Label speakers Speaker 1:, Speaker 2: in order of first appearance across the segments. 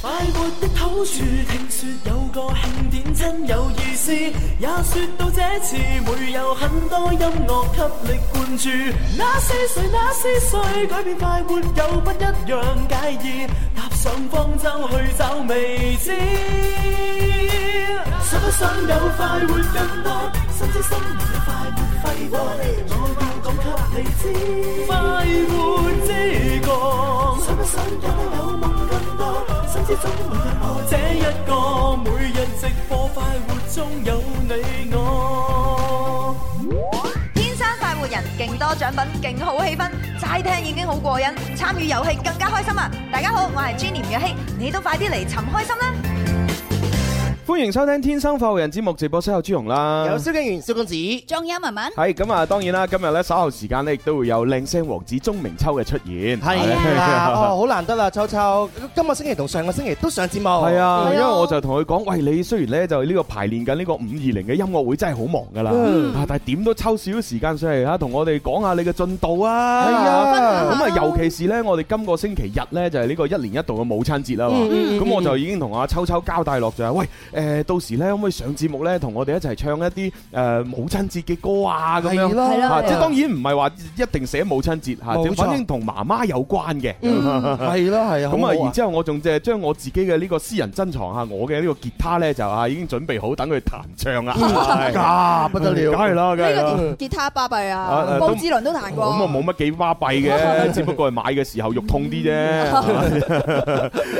Speaker 1: 快活的好處，聽說有個慶典真有意思，也說到這次會有很多音樂給力灌注。那是誰？那是誰？改變快活有不一樣介意，踏上方舟去找未知。想不想有快活更多？心知心明的快活揮霍，我要講給你知。快活之歌，想不想有有夢更多？心知總會有我這一個，每日直播快活中有你我。
Speaker 2: 天生快活人，勁多獎品，勁好氣氛，齋聽已經好過癮，參與遊戲更加開心啊！大家好，我係 Jenny 吳若希，你都快啲嚟尋開心啦！
Speaker 3: 歡迎收聽《天生快活人》節目，直播室有朱紅啦，
Speaker 4: 有蕭敬元、蕭公子。
Speaker 2: 仲有文
Speaker 4: 嗯
Speaker 2: 文，
Speaker 3: 係咁啊！當然啦，今日咧稍後時間咧，亦都會有靚聲王子鐘明秋嘅出現。
Speaker 4: 係 啊，哦，好難得啦，秋秋，今個星期同上個星期都上節目。
Speaker 3: 係啊，因為我就同佢講，喂，你雖然咧就呢個排練緊呢個五二零嘅音樂會，真係好忙㗎啦，
Speaker 4: 嗯
Speaker 3: 啊但係點都抽少少時間上嚟嚇，同我哋講下你嘅進度啊。
Speaker 4: 係啊
Speaker 3: 咁啊，尤其是咧，我哋今個星期日咧就係呢個一年一度嘅母親節啦嘛。
Speaker 4: 嗯嗯嗯
Speaker 3: 咁我就已經同阿秋秋交代落就係，喂，誒到時咧可唔可以上節目咧，同我哋一齊唱一啲誒母親節嘅歌啊咁樣
Speaker 4: 係。咯，
Speaker 3: 啊，即係當
Speaker 4: 然
Speaker 3: 然唔係話一定寫母親節嚇，
Speaker 4: 冇
Speaker 3: 即係
Speaker 4: 錯嗯
Speaker 3: 反正同媽媽有關嘅。啊
Speaker 4: 係咯係
Speaker 3: 咁啊，然之後我仲即係將我自己嘅呢個私人珍藏下，我嘅呢個吉他咧就啊已經準備好等佢彈唱
Speaker 4: 嗯
Speaker 3: 啦。 係嗯
Speaker 4: 啊不得了，
Speaker 3: 梗係啦，梗係啦。
Speaker 5: 呢個吉他巴閉
Speaker 3: 啊啊
Speaker 5: 啊，
Speaker 3: 都
Speaker 5: 汪之倫都彈
Speaker 3: 咁
Speaker 5: 過。
Speaker 3: 啊冇乜幾巴閉嘅，只不過係買嘅時候肉痛啲啫。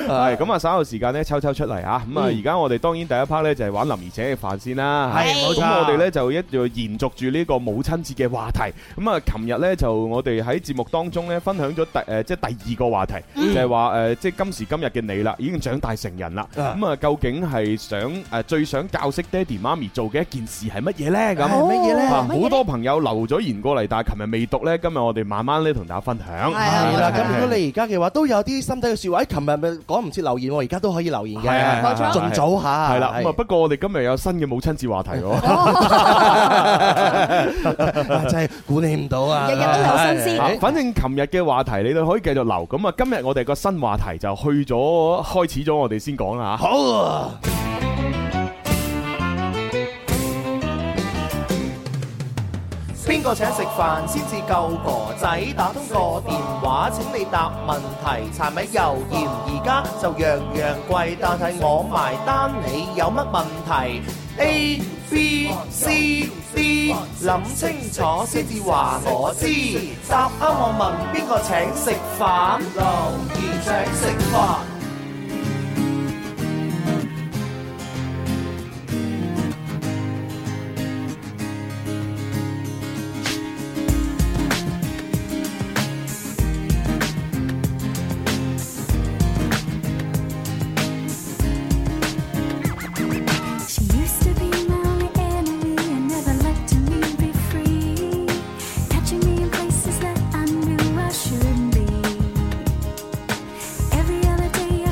Speaker 3: 係咁啊，稍後時間咧抽抽出嚟嚇。咁啊，而家我哋當然第一 part 咧就係玩林兒請嘅飯先啦。
Speaker 4: 係冇錯
Speaker 3: 咁我哋咧就一路延續住呢個母親節嘅話題。咁啊，琴日咧就我哋喺節目當中咧分享咗第誒即係第二個話題，就係話誒即係今時今日嘅你啦，已經長大成人啦。
Speaker 4: 啊
Speaker 3: 咁啊，究竟係想誒最想教識爹哋媽咪做嘅一件事係乜嘢咧？咁
Speaker 4: 係乜嘢咧？
Speaker 3: 啊！好多朋友留咗言過嚟，但係琴日未讀呢。今日我哋慢慢咧同大家分享。
Speaker 5: 係啊
Speaker 4: 係啦，
Speaker 3: 係
Speaker 4: 咁如果你而家嘅話，都有啲心底嘅説話，誒，琴日咪講唔切留言喎，而家都可以留言嘅，
Speaker 3: 係係
Speaker 5: 冇錯
Speaker 4: 盡早下。
Speaker 3: 係啦，咁啊
Speaker 4: 係
Speaker 3: 不過我哋今日有新嘅母親節話題喎。
Speaker 4: 啊真係估你唔到啊！
Speaker 5: 日日都有新鮮
Speaker 3: 啊反正琴日嘅話題你哋可以繼續留，咁啊今日我哋個新話題就去咗開始咗，我哋先講啦嚇。
Speaker 4: 好啊！
Speaker 6: 邊個請食飯先至夠婆仔？打通個電話請你答問題，柴米油鹽而家就樣樣貴，但係我埋單，你有乜問題？A B C D，諗清楚先至話我知。答啱我問邊個請食飯？留言請食飯。
Speaker 7: She used to be my enemy and never letting me be free. Catching me in places that I knew I shouldn't be. Every other day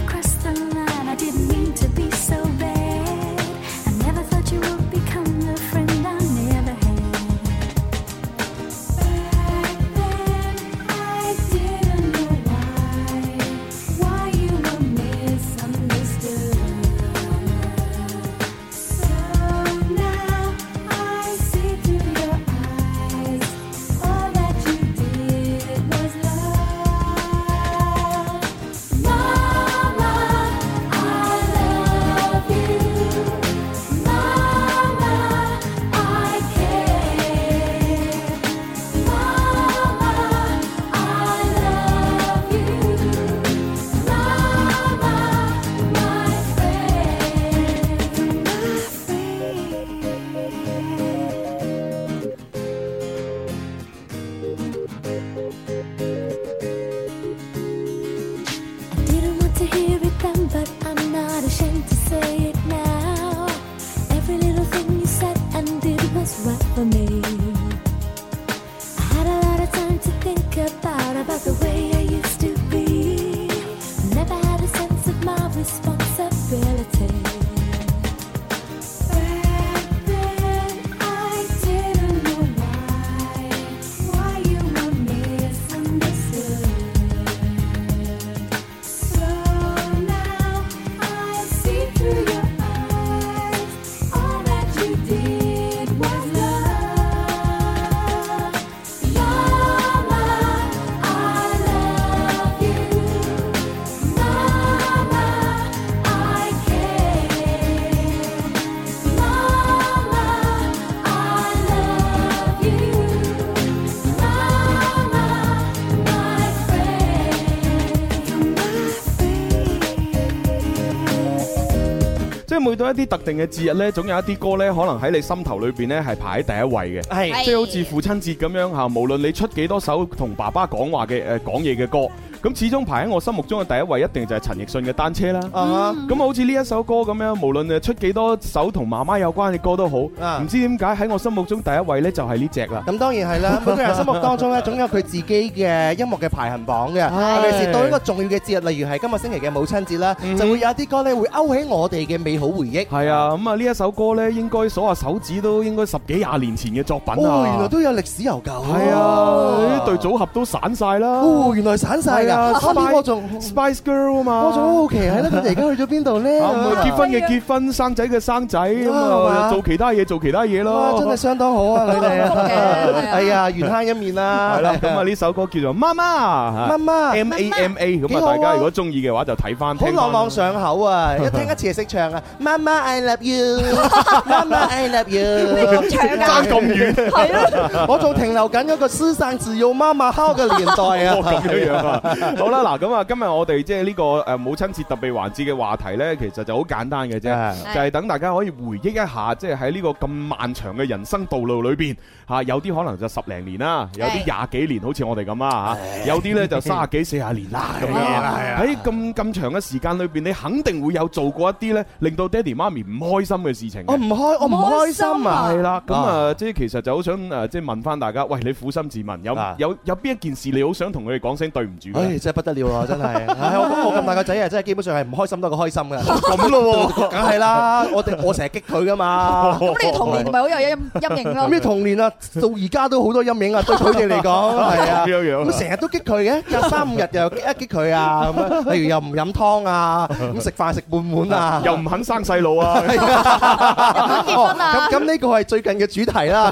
Speaker 3: 每到一啲特定嘅節日呢，總有一啲歌呢，可能喺你心頭裏邊呢係排喺第一位嘅。
Speaker 8: 係
Speaker 3: 即係好似父親節咁樣嚇，無論你出幾多首同爸爸講話嘅誒講嘢嘅歌，咁始終排喺我心目中嘅第一位，一定就係陳奕迅嘅《單車》啦。
Speaker 8: 啊
Speaker 3: 咁好似呢一首歌咁樣，無論誒出幾多首同媽媽有關嘅歌都好，
Speaker 8: 啊
Speaker 3: 唔知點解喺我心目中第一位呢，就係呢只啦。
Speaker 4: 咁當然係 啦，每個人心目當中咧，總有佢自己嘅音樂嘅排行榜嘅。尤其是到一個重要嘅節日，例如係今個星期嘅母親節啦，就會有一啲歌咧會勾起我哋嘅美好回憶。
Speaker 3: 係啊，咁啊呢一首歌呢，應該數下手指都應該十幾廿年前嘅作品
Speaker 4: 哦，原來
Speaker 3: 啊。
Speaker 4: 都有歷史悠久。係
Speaker 3: 係啊，呢對組合都散晒啦。
Speaker 4: 哦，原來散晒
Speaker 3: 係
Speaker 4: 㗎。
Speaker 3: 啊
Speaker 4: 啊邊個仲
Speaker 3: Spice Girl 啊嘛。
Speaker 4: 我仲好奇係啦，佢哋而家去咗邊度咧？
Speaker 3: 啊，唔係結婚嘅結婚，生仔嘅生仔，咁啊
Speaker 4: 啊
Speaker 3: 做其他嘢做其他嘢
Speaker 4: 哇，真係
Speaker 3: 咯。
Speaker 4: 相當好啊！佢哋
Speaker 5: 好幸福嘅係啊
Speaker 4: 係啊，緣慳一面啦。
Speaker 3: 係啦，咁啊呢首歌叫做《媽媽》
Speaker 4: 媽媽
Speaker 3: M A M A，咁
Speaker 4: 幾
Speaker 3: 啊
Speaker 4: 好啊
Speaker 3: 大家如果中意嘅話就睇翻。
Speaker 4: 好
Speaker 3: 聽返
Speaker 4: 朗朗上口 啊！一聽一次就識唱啊！媽媽 I love you，媽媽 I love you。
Speaker 3: 爭咁遠，
Speaker 4: 我仲停留緊嗰個思生自有媽媽烤嘅年代
Speaker 3: 哦
Speaker 4: 啊！
Speaker 3: 咁樣樣啊。好啦，嗱咁啊，今日我哋即係呢個誒母親節特別環節嘅話題咧，其實就好簡單嘅啫，就係等大家可以回憶一下，即係喺呢個咁漫長嘅人生道路裏邊嚇，有啲可能就十零年啦，有啲廿幾年，好似我哋咁啦嚇，有啲咧 就三十幾四十年啦咁樣。
Speaker 4: 啊
Speaker 3: 喺咁咁長嘅時間裏邊，你肯定會有做過一啲咧，令到爹哋媽咪唔開心嘅事情嘅。
Speaker 4: 哦我唔開，我唔開心啊！
Speaker 3: 係啦，咁
Speaker 4: 啊
Speaker 3: 啊，即係其實就好想誒，即係問翻大家，喂，你苦心自問，有
Speaker 4: 啊
Speaker 3: 有有邊一件事你好想同佢哋講聲對唔住嘅
Speaker 4: 唉，真係不得了啊！真係，唉，我我咁大個仔啊，真係基本上係唔開心多過開心嘅。 咁咯喎，梗係啦，我哋我成日激佢噶 嘛。
Speaker 5: 咁你童年咪好有陰陰影咯？
Speaker 4: 咩童 年啊，到而家都好多陰影啊，對佢哋嚟講係
Speaker 3: 咁
Speaker 4: 啊，
Speaker 3: 樣樣啊
Speaker 4: 咁成日都激佢嘅，隔三五 日又激一激佢啊，咁樣，例如又唔飲湯啊，咁食飯食半碗啊，
Speaker 3: 又唔肯生細路 啊？
Speaker 5: 結婚啊
Speaker 4: 哦咁咁呢個係最近嘅主題 啦，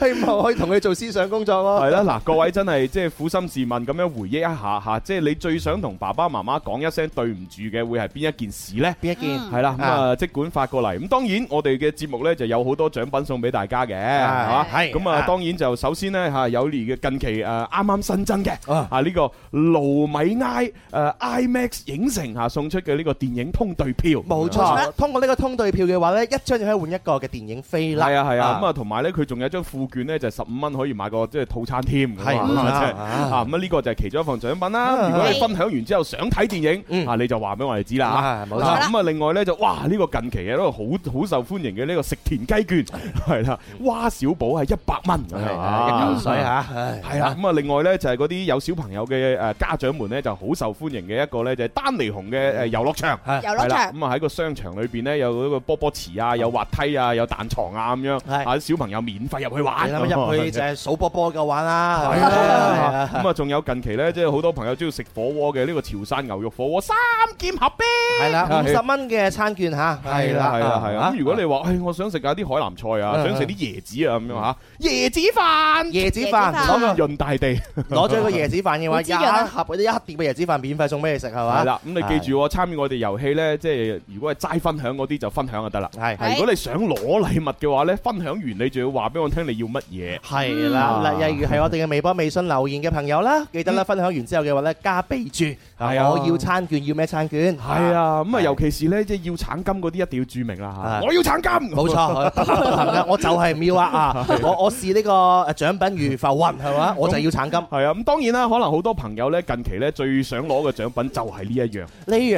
Speaker 4: 希望可以同佢做思想工作咯。
Speaker 3: 係啦，嗱，各位真係即係苦心自問咁樣回憶一下嚇，即係你最想同爸爸媽媽講一聲對唔住嘅，會係邊一件事呢？
Speaker 4: 邊一件
Speaker 3: 係啦，咁啊，即管發過嚟。咁當然，我哋嘅節目呢就有好多獎品送俾大家嘅，係嘛？
Speaker 4: 係
Speaker 3: 咁啊，
Speaker 4: 係
Speaker 3: 當然就首先呢，嚇有嚟嘅近期誒啱啱新增嘅
Speaker 4: 啊
Speaker 3: 啊呢個盧米埃誒 IMAX 影城嚇送出嘅呢個電影通兑票，
Speaker 4: 冇錯，通過呢個通對票嘅話咧，一張就可以換一個嘅電影飛啦。
Speaker 3: 係啊係啊，咁啊同埋咧，佢仲有張副券咧，就十五蚊可以買個即係套餐添，
Speaker 4: 係
Speaker 3: 咁啊
Speaker 4: 啊
Speaker 3: 真係啊咁啊呢個就係其中一份獎品啦。
Speaker 4: 啊
Speaker 3: 如果你分享完之後想睇電影，
Speaker 4: 嗯
Speaker 3: 啊你就話俾我哋知啦
Speaker 4: 啊。冇錯
Speaker 3: 啊咁啊另外咧就哇呢個近期嘅一個好好受歡迎嘅呢個食田雞券係啦，蛙小寶係一百蚊咁
Speaker 4: 嗯係
Speaker 3: 樣
Speaker 4: 啊，一
Speaker 3: 啊
Speaker 4: 嚿水嚇，唉
Speaker 3: 係啦，咁啊，另外咧就係嗰啲有小朋友嘅誒家長們咧就好受歡迎嘅一個咧就係丹尼熊嘅誒遊樂場，
Speaker 5: 遊
Speaker 3: 係
Speaker 5: 樂
Speaker 3: 啦，
Speaker 5: 場
Speaker 3: 咁啊喺個商場裏邊咧有嗰個波波池啊，有滑梯啊，有彈床啊咁樣，
Speaker 4: 係
Speaker 3: 啊啲小朋友免費入去玩，
Speaker 4: 你諗下 入去就係數波波嘅玩啦，
Speaker 3: 係
Speaker 4: 係啊係
Speaker 3: 啦
Speaker 4: 啊，
Speaker 3: 咁啊仲有近期咧即係好多朋友中意食火鍋嘅呢個潮汕牛肉火鍋三劍合璧，
Speaker 4: 係啦，五
Speaker 3: 係
Speaker 4: 十蚊嘅餐券嚇，
Speaker 3: 係啦係啦係啦，
Speaker 4: 啊
Speaker 3: 咁如果你話誒哎我想食下啲海南菜啊，
Speaker 4: 啊
Speaker 3: 想食啲椰子啊咁樣嚇，椰子飯
Speaker 4: 椰子
Speaker 5: 椰
Speaker 4: 飯
Speaker 5: 子飯
Speaker 4: 攞個
Speaker 3: 潤大地。
Speaker 4: 攞咗個椰子飯嘅話，
Speaker 5: 好滋潤啊
Speaker 4: 一盒或者一碟嘅椰子飯免費送俾你食啊係嘛？
Speaker 3: 係啦，咁你記住喎，參與我哋遊戲呢，即係如果係齋分享嗰啲就分享就得啦。
Speaker 4: 係，係
Speaker 3: 如果你想攞禮物嘅話呢，分享完你仲要話俾我聽你要乜嘢。
Speaker 4: 係啦，
Speaker 3: 嗯
Speaker 4: 例例如係我哋嘅微博、微信留言嘅朋友啦，記得啦，分享完之後嘅話咧，加備註，
Speaker 3: 係啊
Speaker 4: 我要餐券，要咩餐券？
Speaker 3: 係，啊，咁啊，
Speaker 4: 係
Speaker 3: 尤其是呢，即係要橙金嗰啲一定要注明啦嚇。
Speaker 4: 係
Speaker 3: 我要橙金，
Speaker 4: 啊冇錯，係啦我就係唔要啊啊！我我視呢個誒獎品如浮雲係嘛，我就要橙金。
Speaker 3: 係啊，咁當然啦，可能好多朋友呢，近期呢最想攞嘅獎品就係呢一樣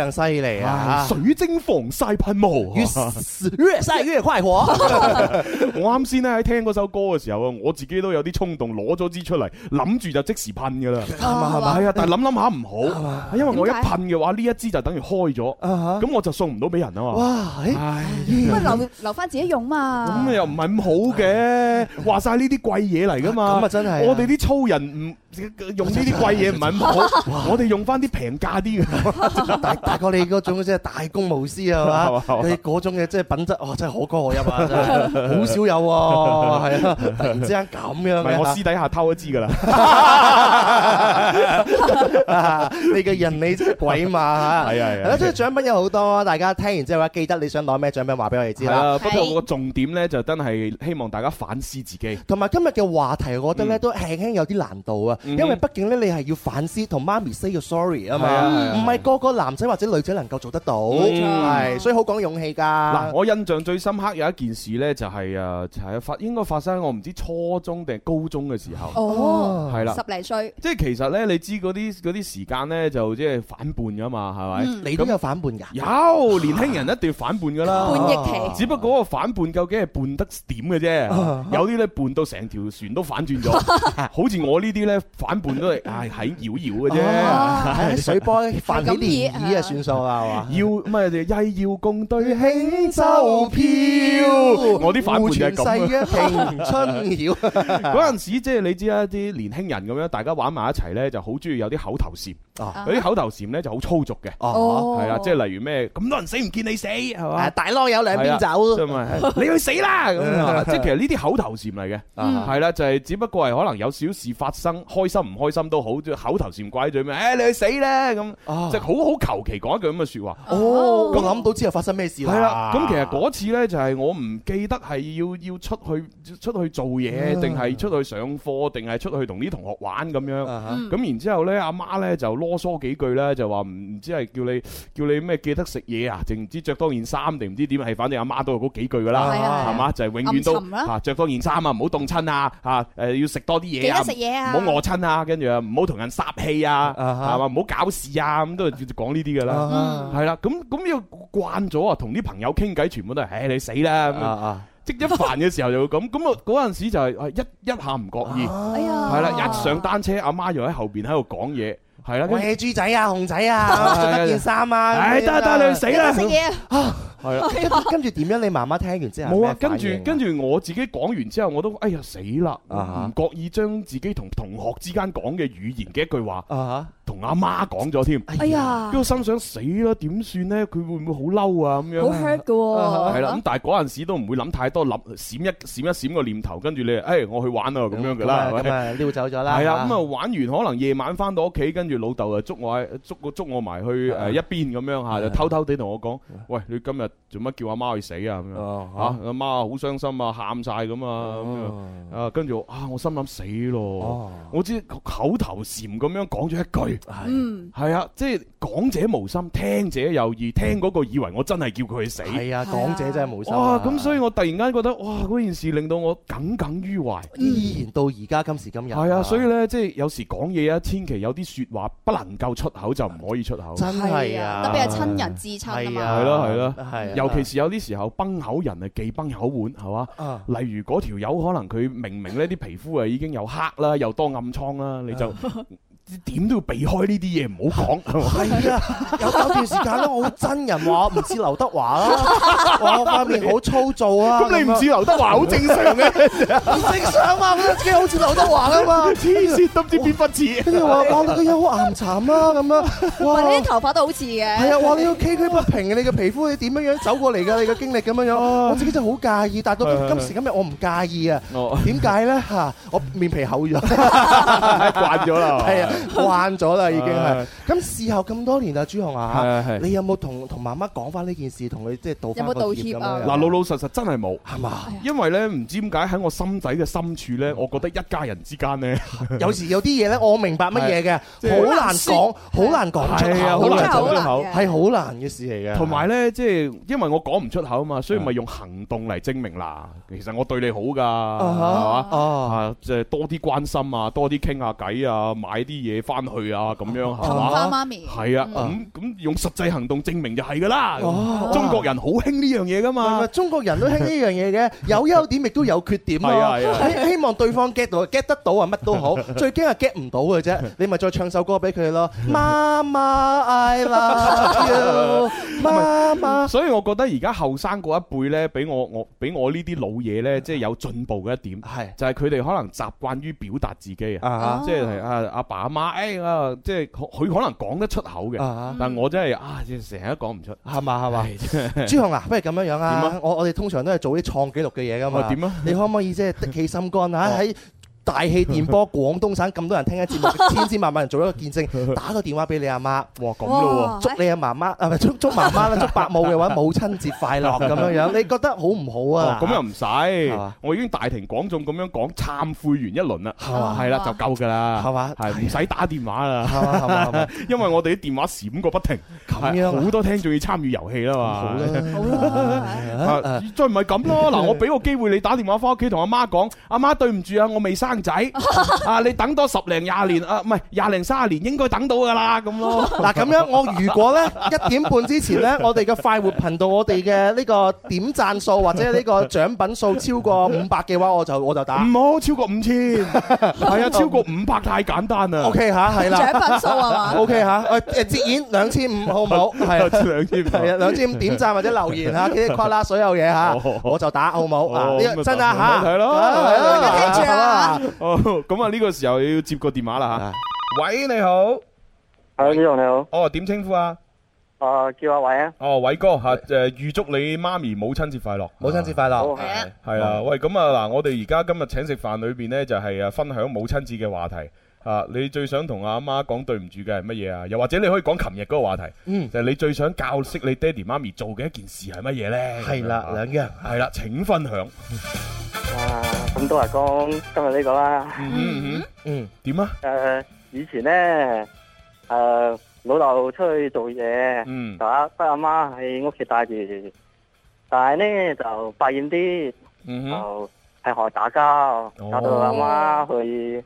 Speaker 4: 呢樣犀利啊！
Speaker 3: 水晶防曬噴
Speaker 4: 越
Speaker 3: 霧。
Speaker 4: 死越曬越快活，
Speaker 3: 我啱先呢，喺聽嗰首歌嘅時候啊，我自己都有啲衝動攞咗支出嚟，諗住就即時噴㗎啦。
Speaker 4: 係嘛？
Speaker 3: 係啊，但係諗諗下唔好，因為我一
Speaker 5: 點解
Speaker 3: 噴嘅話，呢一支就等於開咗。
Speaker 4: 啊
Speaker 3: 咁我就送唔到俾人啊
Speaker 4: 哈
Speaker 3: 嘛。
Speaker 4: 哇！誒
Speaker 3: 唉，
Speaker 5: 咁咪留留翻自己用嘛
Speaker 4: 啊
Speaker 3: 咁？又唔係咁好嘅， 話晒呢啲貴嘢嚟噶嘛。
Speaker 4: 咁啊真係啊
Speaker 3: 我哋啲粗人唔用呢啲貴嘢唔係咁 好，我哋用翻啲平價啲嘅。
Speaker 4: 大大哥，你嗰種即係大公無私啊
Speaker 3: 係
Speaker 4: 係
Speaker 3: 嘛
Speaker 4: 嘛
Speaker 3: 係？嘛
Speaker 4: 你嗰種嘅即係品質，哇！哦真係可歌可 泣啊！真係好少有喎，係啊！突然之間咁
Speaker 3: 唔
Speaker 4: 樣
Speaker 3: 係
Speaker 4: 嘅
Speaker 3: 我 私底下偷一支噶啦。
Speaker 4: 啊你嘅人你真係鬼嘛嚇！
Speaker 3: 係啊係啊
Speaker 4: 啦，即係獎品有好多，大家聽完之後話記得你想攞咩獎品，話俾我哋知
Speaker 3: 係
Speaker 4: 啦。
Speaker 3: 啦，不過個重點咧就真係希望大家反思自己。
Speaker 4: 同埋今日嘅話題，我覺得咧
Speaker 3: 嗯
Speaker 4: 都輕輕有啲難度啊，
Speaker 3: 嗯
Speaker 4: 因為畢竟咧你係要反思同媽咪 say 個 sorry
Speaker 3: 係啊
Speaker 4: 啊嘛
Speaker 3: 係啊，
Speaker 4: 唔係個個男仔或者女仔能夠做得到，
Speaker 3: 冇錯
Speaker 4: 係嚟，所以好講勇氣㗎。
Speaker 3: 嗱，我印象最深刻有一件事呢，就係誒，就係發應該發生喺我唔知初中定係高中嘅時候，
Speaker 5: 哦，
Speaker 3: 係啦
Speaker 5: 十。零歲，
Speaker 3: 即係其實呢，你知嗰啲嗰啲時間呢，就即係反叛噶嘛，係咪？
Speaker 4: 你都有反叛㗎，
Speaker 3: 有年輕人一定要反叛噶啦，
Speaker 5: 叛逆期，
Speaker 3: 只不過個反叛究竟係叛得點嘅
Speaker 4: 啊
Speaker 3: 啫，有啲呢，叛到成條船都反 轉咗，好似我呢啲呢，反叛都係唉喺搖搖嘅啫。
Speaker 4: 啊喺水波 泛起
Speaker 5: 係咁
Speaker 4: 漣
Speaker 5: 熱
Speaker 4: 漪啊，
Speaker 5: 啊
Speaker 4: 算數啦，係嘛？
Speaker 3: 要咩就曳要共對輕舟飄，我啲反叛就係咁啊。
Speaker 4: 咁青 春曉
Speaker 3: 嗰陣時即係你知啦，啊啲年輕人咁樣，大家玩埋一齊咧，就好中意有啲口頭禪。
Speaker 4: 啊
Speaker 3: 有啲口頭禪咧就好粗俗嘅，
Speaker 4: 哦，
Speaker 5: 哦，
Speaker 3: 係啦，即係例如咩咁多人死唔見你死係嘛
Speaker 4: 啊，大郎有兩邊
Speaker 3: 即係
Speaker 4: 走，
Speaker 3: 咪 係你去死啦咁樣，即係其實呢啲口頭禪嚟嘅，
Speaker 5: 嗯
Speaker 4: 啊
Speaker 3: 係啊啦，就係只不過係可能有小事發生，開心唔開心都好，即係口頭禪掛喺嘴邊，誒你去死啦咁，
Speaker 4: 哦
Speaker 3: 即係好好求其講一句咁嘅説話。
Speaker 4: 哦，咁諗到之後發生咩事啦？啊
Speaker 3: 係啦，咁其實嗰次呢，就係我唔記得係要要出去出去做嘢，定係出去上課，定係出去同啲同學玩咁樣。
Speaker 4: 啊哈
Speaker 3: 咁然之後呢，阿媽呢就囉嗦幾句呢，就話唔唔知係叫你叫你咩記得食嘢啊，定唔知着多件衫定唔知點係，反正阿媽都係嗰幾句噶啦，
Speaker 5: 係啊係啊
Speaker 3: 係嘛？就係永遠都
Speaker 5: 暗沉啦
Speaker 3: 嚇着多件衫啊，唔好凍親啊，嚇誒要食多啲
Speaker 5: 記
Speaker 3: 嘢
Speaker 5: 得
Speaker 3: 啊，
Speaker 5: 食嘢
Speaker 3: 唔
Speaker 5: 啊，
Speaker 3: 好餓親啊，跟住啊唔好同人撒氣啊，
Speaker 4: 啊哈
Speaker 3: 係嘛？唔好搞事啊，咁都係講呢啲噶啦。
Speaker 4: 啊
Speaker 3: 係啦，咁咁要慣咗啊，同啲朋友傾偈，全部都係，唉，你死啦！
Speaker 4: 啊
Speaker 3: 咁樣
Speaker 4: 啊
Speaker 3: 即一煩嘅時候就會咁，咁我嗰陣時就係啊一一下唔覺意，
Speaker 5: 哎呀，
Speaker 3: 係啦，一上單車，阿媽又喺後邊喺度講嘢，係啦，跟住
Speaker 4: 喂，豬仔啊，熊仔啊，
Speaker 3: 係
Speaker 4: 着得件衫啊，
Speaker 3: 唉，得得 你去死
Speaker 5: 記得
Speaker 3: 啦！
Speaker 5: 食嘢啊，
Speaker 3: 係啦，
Speaker 4: 跟住跟住點樣？你媽媽聽完之後
Speaker 3: 冇啊，跟住跟
Speaker 4: 住
Speaker 3: 住我自己講完之後，我都哎呀死啦，
Speaker 4: 啊
Speaker 3: 唔覺意將自己同同學之間講嘅語言嘅一句話，
Speaker 4: 啊
Speaker 3: 同阿媽講咗添，
Speaker 5: 哎呀
Speaker 3: 跟，住我心想死啦，點算呢？佢會唔會好嬲啊？咁樣
Speaker 5: 好啊 hurt 噶喎，
Speaker 3: 系啦，咁但係嗰陣時都唔會諗太多，諗閃一閃一閃個念頭，跟住你，誒我去玩啦咁樣噶啦，係
Speaker 4: 咁
Speaker 3: 咪？
Speaker 4: 啊撩走咗啦，
Speaker 3: 係啊，咁啊玩完可能夜晚翻到屋企，跟住老豆啊捉我喺捉我捉我埋去誒一邊咁樣嚇，就偷偷地同我講：，喂，你今日做乜叫阿媽去死啊？咁樣
Speaker 4: 哦
Speaker 3: 嚇，阿媽好傷心啊，喊晒咁
Speaker 4: ờ,
Speaker 3: 啊咁樣。啊，跟住我啊，我心諗死咯
Speaker 4: 哦！
Speaker 3: 我知口頭禪咁樣講咗一句，
Speaker 4: Ừ.
Speaker 5: 嗯，
Speaker 3: 係啊，即係講者無心，聽者有意，聽嗰個以為我真係叫佢去死。
Speaker 4: 係啊，港姐真係冇心啊
Speaker 3: 哇！咁所以我突然間覺得，哇！嗰件事令到我耿耿於懷。
Speaker 4: 依然到而家今時今日
Speaker 3: 係啊，所以呢，即係有時講嘢啊，千祈有啲説話不能夠出口就唔可以出口。
Speaker 4: 真係啊，
Speaker 5: 特別係親人至親啊
Speaker 4: 係
Speaker 5: 嘛，
Speaker 4: 啊，
Speaker 3: 係咯係咯
Speaker 4: 係啊，
Speaker 3: 尤其是有啲時候崩口人啊，忌崩口碗係嘛？
Speaker 4: 啊
Speaker 3: 例如嗰條友可能佢明明呢啲皮膚啊已經有黑啦，又多暗瘡啦，你 就點都要避開呢啲嘢唔好講係嘛。
Speaker 4: 係啊，有有段時間咧，我好憎人話唔似劉德華啦，話我塊面好粗糙啊，
Speaker 3: 咁你唔似劉德華好正常 嘅，
Speaker 4: 唔正常啊，覺得自己好似劉德華啊嘛。
Speaker 3: 黐線都唔知邊忽似。
Speaker 4: 跟住話哇，你個樣好岩巉啊咁樣，
Speaker 5: 喂，呢
Speaker 4: 哇
Speaker 5: 啲，頭髮都好似嘅，
Speaker 4: 係啊，哇，你個崎嶇不平，你嘅皮膚你點樣樣走過嚟 㗎？你嘅經歷咁樣樣，我自己真係好介意，但係到今時今日我唔介意啊。
Speaker 3: 哦，
Speaker 4: 點解咧 嚇？我面皮厚咗，
Speaker 3: 啊慣咗啦。
Speaker 4: 係啊，慣咗啦已經係
Speaker 3: 唉。
Speaker 4: 咁事後咁多年啊，朱紅
Speaker 3: 係
Speaker 4: 啊
Speaker 3: 啊係，
Speaker 4: 你有冇同同媽媽講翻呢件事，同佢即係道
Speaker 5: 有冇
Speaker 4: 翻
Speaker 5: 道
Speaker 4: 個歉
Speaker 5: 歉
Speaker 4: 咁
Speaker 5: 啊
Speaker 4: 樣？
Speaker 3: 嗱，老老實實真係冇。
Speaker 4: 係啊嘛？
Speaker 3: 因為咧，唔知點解喺我心底嘅深處
Speaker 4: 嗯
Speaker 3: 咧，我覺得一家人之間咧，
Speaker 4: 有時有啲嘢咧，我明白乜嘢嘅，
Speaker 3: 即係
Speaker 4: 好難講，好難講出
Speaker 3: 係啊
Speaker 4: 口，
Speaker 3: 好難
Speaker 5: 真係
Speaker 3: 講出
Speaker 5: 好
Speaker 3: 口
Speaker 5: 難嘅
Speaker 4: 係好難嘅事嚟嘅。
Speaker 3: 同埋咧，即係因為我講唔出啊口啊嘛，所以咪用行動嚟證明啦。其實我對你好㗎，係嘛？
Speaker 4: 哦，
Speaker 3: 啊，即係多啲關心啊，多啲傾下偈啊，買啲嘢翻去啊，咁樣係
Speaker 5: 氹
Speaker 3: 嘛？
Speaker 5: 翻媽咪，
Speaker 3: 係啊，咁咁用實際行動證明就係㗎啦。
Speaker 4: 哦
Speaker 3: 中國人好興呢樣嘢㗎
Speaker 4: 唔係唔係
Speaker 3: 嘛。
Speaker 4: 中國人都興呢樣嘢 嘅，有優點亦都有缺點
Speaker 3: 係啊
Speaker 4: 啊
Speaker 3: 係啊係！
Speaker 4: 希希望對方 get 到，get 得到啊，乜 都好，最驚係 get 唔到嘅啫。你咪再唱首歌俾佢咯，媽媽 I love you，媽媽。
Speaker 3: 所以我覺得而家後生嗰一輩咧，俾我我俾我呢啲老嘢咧，即係有進步嘅一點，
Speaker 4: 係
Speaker 3: 就係佢哋可能習慣於表達自己啊。
Speaker 4: 啊
Speaker 3: 即係啊阿爸阿媽，誒啊，即係佢佢可能講得出口嘅，
Speaker 4: 啊，
Speaker 3: 但我真係啊，成日都講唔出。
Speaker 4: 係嘛係嘛。
Speaker 3: 係真係
Speaker 4: 朱紅啊，不如咁樣樣
Speaker 3: 點
Speaker 4: 啊
Speaker 3: 啊！
Speaker 4: 我我哋通常都係做啲創紀錄嘅嘢噶嘛。
Speaker 3: 哦點啊哦
Speaker 4: 你可唔可以即係的起心肝啊？喺大氣電波，廣東省咁多人聽嘅節 目，千千萬萬人做一個見證，打個電話俾你阿媽，
Speaker 3: 哇咁咯
Speaker 5: 哦
Speaker 2: 哇
Speaker 4: 祝
Speaker 5: 哎
Speaker 4: 你阿媽媽啊，唔係祝祝 媽媽啦，祝伯母嘅話母親節快樂咁樣樣，你覺得好唔
Speaker 3: 喎，
Speaker 4: 好
Speaker 3: 哦
Speaker 4: 啊？
Speaker 3: 咁又唔使
Speaker 4: 嘛，
Speaker 3: 我已經大庭廣眾咁樣講，懺悔完一輪啦，
Speaker 4: 嘛
Speaker 3: 係啦就夠㗎啦，
Speaker 4: 係嘛
Speaker 3: 係唔使打電話 啦，
Speaker 4: 係嘛係嘛係嘛
Speaker 3: 因為我哋啲電話閃過不停，
Speaker 4: 咁樣啊
Speaker 3: 係好多聽眾要參與遊戲啦嘛，
Speaker 4: 好啦。
Speaker 5: 好啦，
Speaker 3: 啊再唔係咁咯， 嗱，我俾個機會你打電話翻屋企同阿媽講，阿媽對唔住啊，我未生 仔，啊，你等多十零廿年啊，唔係廿零三十年應該等到噶啦，咁咯。
Speaker 4: 嗱咁樣，我如果咧一點半之前咧，我哋嘅快活頻道，我哋嘅呢個點讚數或者呢個獎品數超過五百嘅話，我就我就打
Speaker 3: 唔。好超過 五千，係啊，超過五百太簡單啊啦。
Speaker 4: O K 吓，係啦。
Speaker 5: 獎品數係嘛？
Speaker 4: O K 吓，誒誒節演兩千五好唔好？係啊。
Speaker 3: 兩千
Speaker 4: 係啊，
Speaker 3: 五。
Speaker 4: 兩千五點贊或者留言嚇，噼里啪啦所有嘢
Speaker 3: 哦
Speaker 4: 嚇，我就打好唔好啊？
Speaker 3: 哦
Speaker 4: 呢
Speaker 3: 咁
Speaker 4: 個
Speaker 3: 啊
Speaker 4: 真啊嚇，
Speaker 3: 係咯
Speaker 4: 啊係咯
Speaker 5: 大家聽住啊！
Speaker 3: 哦，咁啊，呢個時候要接個電話
Speaker 4: 啊
Speaker 3: 啦嚇。喂，你好。
Speaker 9: 啊，朱雄你好，
Speaker 3: 哦，點稱呼啊？
Speaker 9: 啊，叫阿偉啊，
Speaker 3: 哦，偉哥嚇，誒預祝你媽咪母親節快樂。
Speaker 4: 母親節快樂！
Speaker 9: 好係
Speaker 5: 啊
Speaker 3: 係啊，
Speaker 4: 嗯
Speaker 3: 喂，咁啊嗱，我哋而家今日請食飯裏邊呢，就係啊分享母親節嘅話題。啊！你最想同阿媽講對唔住嘅係乜嘢啊？又或者你可以講琴日嗰個話題，
Speaker 4: 嗯
Speaker 3: 就係你最想教識你爹哋媽咪做嘅一件事係乜嘢呢？啊
Speaker 4: 係啦，兩樣。
Speaker 3: 係啦，請分享。
Speaker 9: 啊，咁都係講今日呢個啦，
Speaker 3: 嗯嗯
Speaker 4: 嗯，
Speaker 3: 點啊？
Speaker 9: 誒、以前咧，誒、老豆出去做嘢，
Speaker 3: 嗯
Speaker 9: 就阿得阿媽喺屋企帶住，但係咧就發現啲
Speaker 3: 嗯哦哼，
Speaker 9: 就係學打交，搞到阿媽去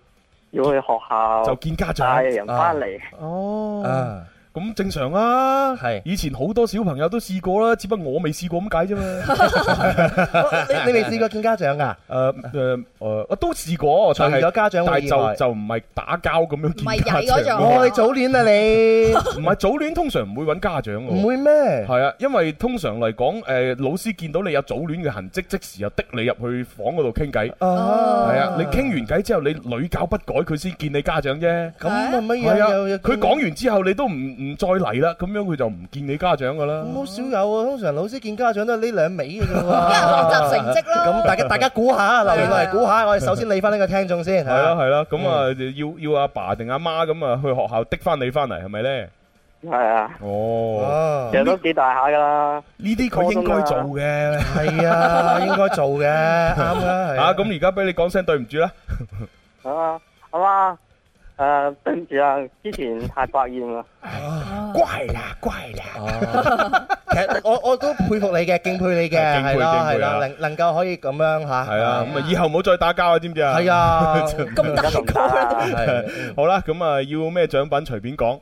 Speaker 9: 要去學
Speaker 3: 就啊
Speaker 9: 校
Speaker 3: 見家
Speaker 9: 帶
Speaker 3: 長。
Speaker 9: 人翻嚟，
Speaker 3: 哦，
Speaker 4: 啊，
Speaker 3: 咁正常啊。
Speaker 4: 係
Speaker 3: 以前好多小朋友都試過啦，只不過我未試過咁解啫嘛。
Speaker 4: 你你未試過見家長啊？
Speaker 3: 誒誒誒，我都試過，
Speaker 4: 除
Speaker 3: 但係
Speaker 4: 咗家長
Speaker 3: 但
Speaker 4: 會
Speaker 3: 係
Speaker 4: 以
Speaker 3: 就，
Speaker 4: 外
Speaker 3: 就唔係打交咁樣
Speaker 5: 唔係
Speaker 3: 見家
Speaker 5: 曳嗰
Speaker 3: 長
Speaker 5: 種
Speaker 4: 我你早 戀啊你，
Speaker 3: 唔係早戀通常唔會揾家長
Speaker 4: 唔
Speaker 3: 嘅喎。
Speaker 4: 會咩？
Speaker 3: 係啊，因為通常嚟講，誒、老師見到你有早戀嘅痕跡，即時就的你入去房嗰度傾偈。
Speaker 4: 哦
Speaker 3: 係啊，你傾完偈之後，你屢教不改，佢先見你家長啫。
Speaker 4: 咁啊乜
Speaker 3: 係
Speaker 4: 嘢？有
Speaker 3: 啊
Speaker 4: 有，
Speaker 3: 佢講完之後，你都唔唔再嚟啦，咁樣佢就唔見你家長噶啦。
Speaker 4: 咁好少有啊，通常老師見家長都係呢兩味嘅 啫喎。
Speaker 5: 一係學習成績咯
Speaker 4: 咁大 家大家估下，留言過嚟估下，我哋首先理翻呢個聽眾先。
Speaker 3: 係啦係啦，咁啊要要阿爸定阿媽咁啊去學校的翻你翻嚟，係咪呢？
Speaker 9: 係啊，
Speaker 3: 哦，
Speaker 4: 哦
Speaker 9: 其。實都幾大下噶啦，
Speaker 3: 呢啲佢應該做嘅。
Speaker 4: 係啊，應該做嘅，啱啦，係
Speaker 3: 啊，咁而家俾你講聲對唔住啦。
Speaker 9: 啊，阿媽，誒、對唔住啊，之前太百厭啦。
Speaker 3: 乖啦，乖啦。
Speaker 4: 其實我我都佩服你嘅，敬佩你嘅，
Speaker 3: 係敬佩
Speaker 4: 係啦，
Speaker 3: 敬
Speaker 4: 係
Speaker 3: 佩啊
Speaker 4: 啦，能能夠可以咁樣嚇，
Speaker 3: 係啊，咁啊以後唔好再打交啊，知唔知啊？
Speaker 4: 係。啊，
Speaker 5: 咁大個
Speaker 9: 啊
Speaker 5: 啦，
Speaker 4: 係
Speaker 3: 好啦，咁啊要咩獎品隨便講。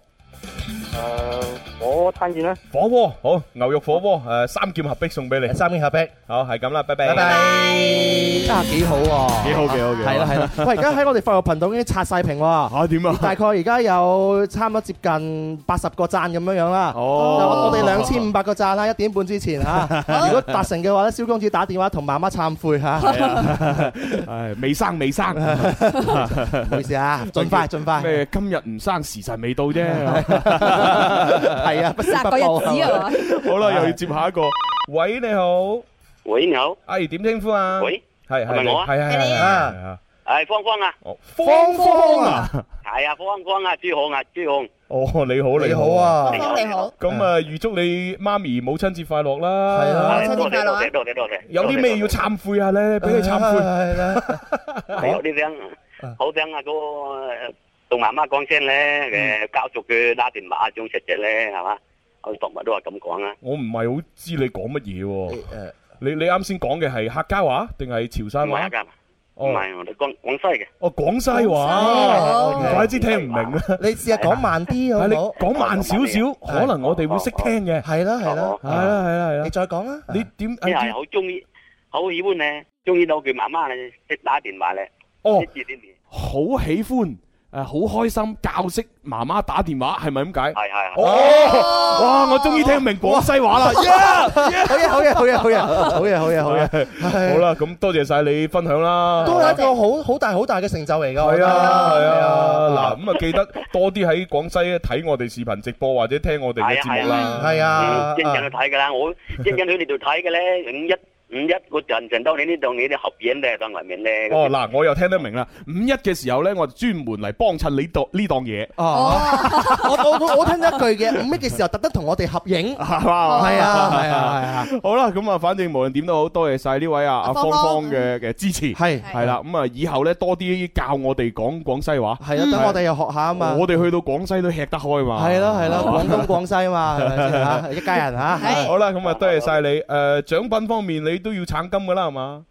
Speaker 9: 呃我攤件啦。
Speaker 3: 火鍋好，牛肉火鍋誒三劍合璧送俾你。
Speaker 4: 三面合璧，
Speaker 3: 好，係咁啦，拜拜。
Speaker 4: 拜拜，啊幾好喎，
Speaker 3: 幾好幾好幾好
Speaker 4: 係啦 係啦，喂，而家喺我哋快樂頻道已經刷晒屏喎。
Speaker 3: 嚇點啊？
Speaker 4: 大概而家有差唔多接近八十個讚咁樣樣啦。
Speaker 3: 哦
Speaker 4: 就我哋兩千五百個讚啦，一點半之前嚇。如果達成嘅話咧，蕭公子打電話同媽媽懺悔嚇。
Speaker 3: 啊唉，未生未 生，
Speaker 4: 唔好意思啊，盡快盡快。
Speaker 3: 咩今日唔生時辰未到 啫。
Speaker 4: 係啊，不時
Speaker 5: 殺
Speaker 4: 不
Speaker 5: 個日
Speaker 4: 報
Speaker 5: 子係嘛？
Speaker 3: 好啦，又要接下一個。喂，你好，
Speaker 9: 喂，你好，
Speaker 3: 哎點稱呼啊？
Speaker 9: 喂，
Speaker 3: 係係
Speaker 9: 係咪我啊
Speaker 3: 係係係
Speaker 4: 啊
Speaker 3: 係啊。
Speaker 9: 係芳芳啊，
Speaker 3: 哦，芳芳
Speaker 5: à?
Speaker 3: 啊！
Speaker 9: 係啊，芳芳啊，朱紅啊，朱紅，
Speaker 3: 哦，你好
Speaker 4: 你好！啊，
Speaker 5: 芳芳你好，
Speaker 3: 咁啊，預祝你媽咪母親節快樂啦。
Speaker 9: 哎
Speaker 4: 係啦
Speaker 5: 母親節快樂啊
Speaker 9: 多謝多謝，
Speaker 3: 有啲咩要啊懺悔下咧？俾你懺悔。
Speaker 4: 係啦，
Speaker 9: 係有啲想好想啊，嗰個同媽媽講聲咧，誒，家族嘅打電話種食隻咧，係嘛？我同埋都係咁講啊，
Speaker 3: 我唔係好知你講乜嘢喎。你你啱先講嘅係客家話定係潮
Speaker 9: 唔
Speaker 3: 汕話
Speaker 9: 係？啊㗎，唔
Speaker 3: 哦
Speaker 9: 係我哋廣廣西嘅，
Speaker 3: 哦，廣
Speaker 4: 哎
Speaker 3: 西話，唔
Speaker 5: 哦
Speaker 3: 怪之聽唔明啦。
Speaker 4: 你試下講慢啲
Speaker 3: 係
Speaker 4: 好
Speaker 3: 你
Speaker 4: 唔
Speaker 3: 講慢少少，可能我哋會識聽嘅。
Speaker 4: 好？係啦係啦
Speaker 9: 哦，
Speaker 3: 係啦係啦係
Speaker 4: 你
Speaker 3: 啦，
Speaker 4: 再講啊啦。
Speaker 3: 你點？
Speaker 9: 啲係好中意，好喜歡咧，中意到佢媽媽咧識打電話咧，
Speaker 3: 哦
Speaker 9: 識，接啲面，
Speaker 3: 好喜歡誒，好開心，教識媽媽打電話，係咪咁
Speaker 9: 係
Speaker 3: 解？
Speaker 9: 係係。
Speaker 3: 哦，哇！我終於聽明廣西話啦。Yeah，yeah
Speaker 4: 好嘢好嘢好嘢好嘢好嘢好嘢好嘢，
Speaker 3: 好啦，咁多謝晒你分享啦。
Speaker 4: 都係一個好好大好大嘅成就嚟㗎。我覺
Speaker 3: 係
Speaker 4: 得
Speaker 3: 啊，係啊，
Speaker 4: 係
Speaker 3: 嗱咁啊，記得多啲喺廣西睇我哋視頻直播或者聽我哋嘅節
Speaker 9: 係啊係
Speaker 3: 目啦。
Speaker 4: 係啊
Speaker 9: 嗯，一陣去睇㗎啦，我一陣去你度睇嘅咧，五一五一嗰陣陣，當你呢度你啲合影咧，當外面咧。
Speaker 3: 哦，嗱，我又聽得明啦。五一嘅時候呢，我就專門嚟幫襯呢檔呢檔嘢。
Speaker 4: 我我我聽一句嘅，五一嘅時候特登同我哋合影，
Speaker 3: 係嘛？
Speaker 4: 係啊係啊係啊！
Speaker 3: 好啦，咁啊，反正無論點都好，多謝晒呢位啊阿
Speaker 4: 阿
Speaker 3: 芳
Speaker 4: 芳
Speaker 3: 芳
Speaker 4: 芳
Speaker 3: 嘅嘅支持，
Speaker 4: 係
Speaker 3: 係啦，咁啊，以後咧多啲教我哋講廣西話，
Speaker 4: 係啊，等我哋又學下啊嘛。
Speaker 3: 我哋去到廣西都吃得開嘛，
Speaker 4: 係咯係咯，廣東廣西 嘛，係咪先嚇？一家人嚇。
Speaker 3: 好啦，咁啊，多謝晒你，誒，獎品方面你都要橙金噶啦，係嘛？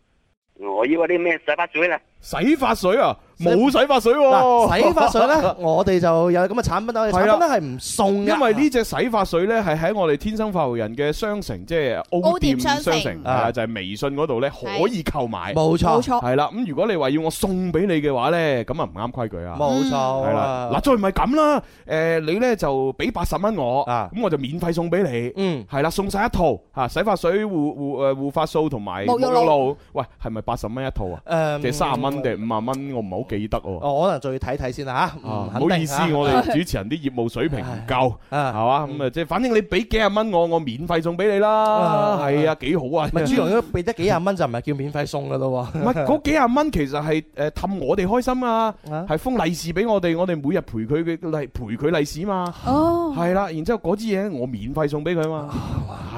Speaker 9: 我要嗰啲咩洗髮水啦。
Speaker 3: 洗髮水啊，冇洗髮水
Speaker 4: 嗱，
Speaker 3: 喎，
Speaker 4: 洗髮水咧，我哋就有咁嘅產品，我哋產品咧係唔送 嘅，
Speaker 3: 因為呢只洗髮水咧係喺我哋天生發號人嘅商城，即係 O 店商
Speaker 5: 商
Speaker 3: 城，
Speaker 5: 城
Speaker 3: 係啊，就係微信嗰度咧可以購買，
Speaker 4: 冇
Speaker 5: 冇
Speaker 4: 錯
Speaker 5: 錯
Speaker 3: 係啦。咁如果你話要我送俾你嘅話咧，咁啊唔啱規矩啊。
Speaker 4: 冇錯
Speaker 3: 系啦，
Speaker 4: 啊
Speaker 3: 嗱，。再唔係咁啦，誒，你咧就俾八十蚊我，
Speaker 4: 啊
Speaker 3: 咁我就免費送俾你，
Speaker 4: 嗯，
Speaker 3: 係啦，送晒一套嚇洗髮水、護護誒護髮素同埋
Speaker 5: 沐浴露
Speaker 3: 露，喂，係咪八十蚊一套啊？
Speaker 4: 誒
Speaker 3: 定三十蚊定五啊蚊？我唔係好記得喎。
Speaker 4: 哦我可能仲要睇睇先啦嚇，
Speaker 3: 啊
Speaker 4: 唔
Speaker 3: 唔好意思，我
Speaker 4: 哋
Speaker 3: 哋主持人啲業務水平唔夠，係
Speaker 4: 啊，
Speaker 3: 嘛咁啊？即係反正你俾幾廿蚊我，我免費送俾你啦，
Speaker 4: 啊
Speaker 3: 係啊，幾好啊！
Speaker 4: 咪朱紅都俾得幾廿蚊就唔係叫免費送噶咯
Speaker 3: 唔係嗰幾廿蚊其實係誒氹我哋開心啊，
Speaker 4: 啊
Speaker 3: 係封利是俾我哋，我哋每日陪佢嘅利陪佢利是嘛。
Speaker 5: 哦，
Speaker 3: 係啦，然之後嗰支嘢我免費送俾佢 嘛，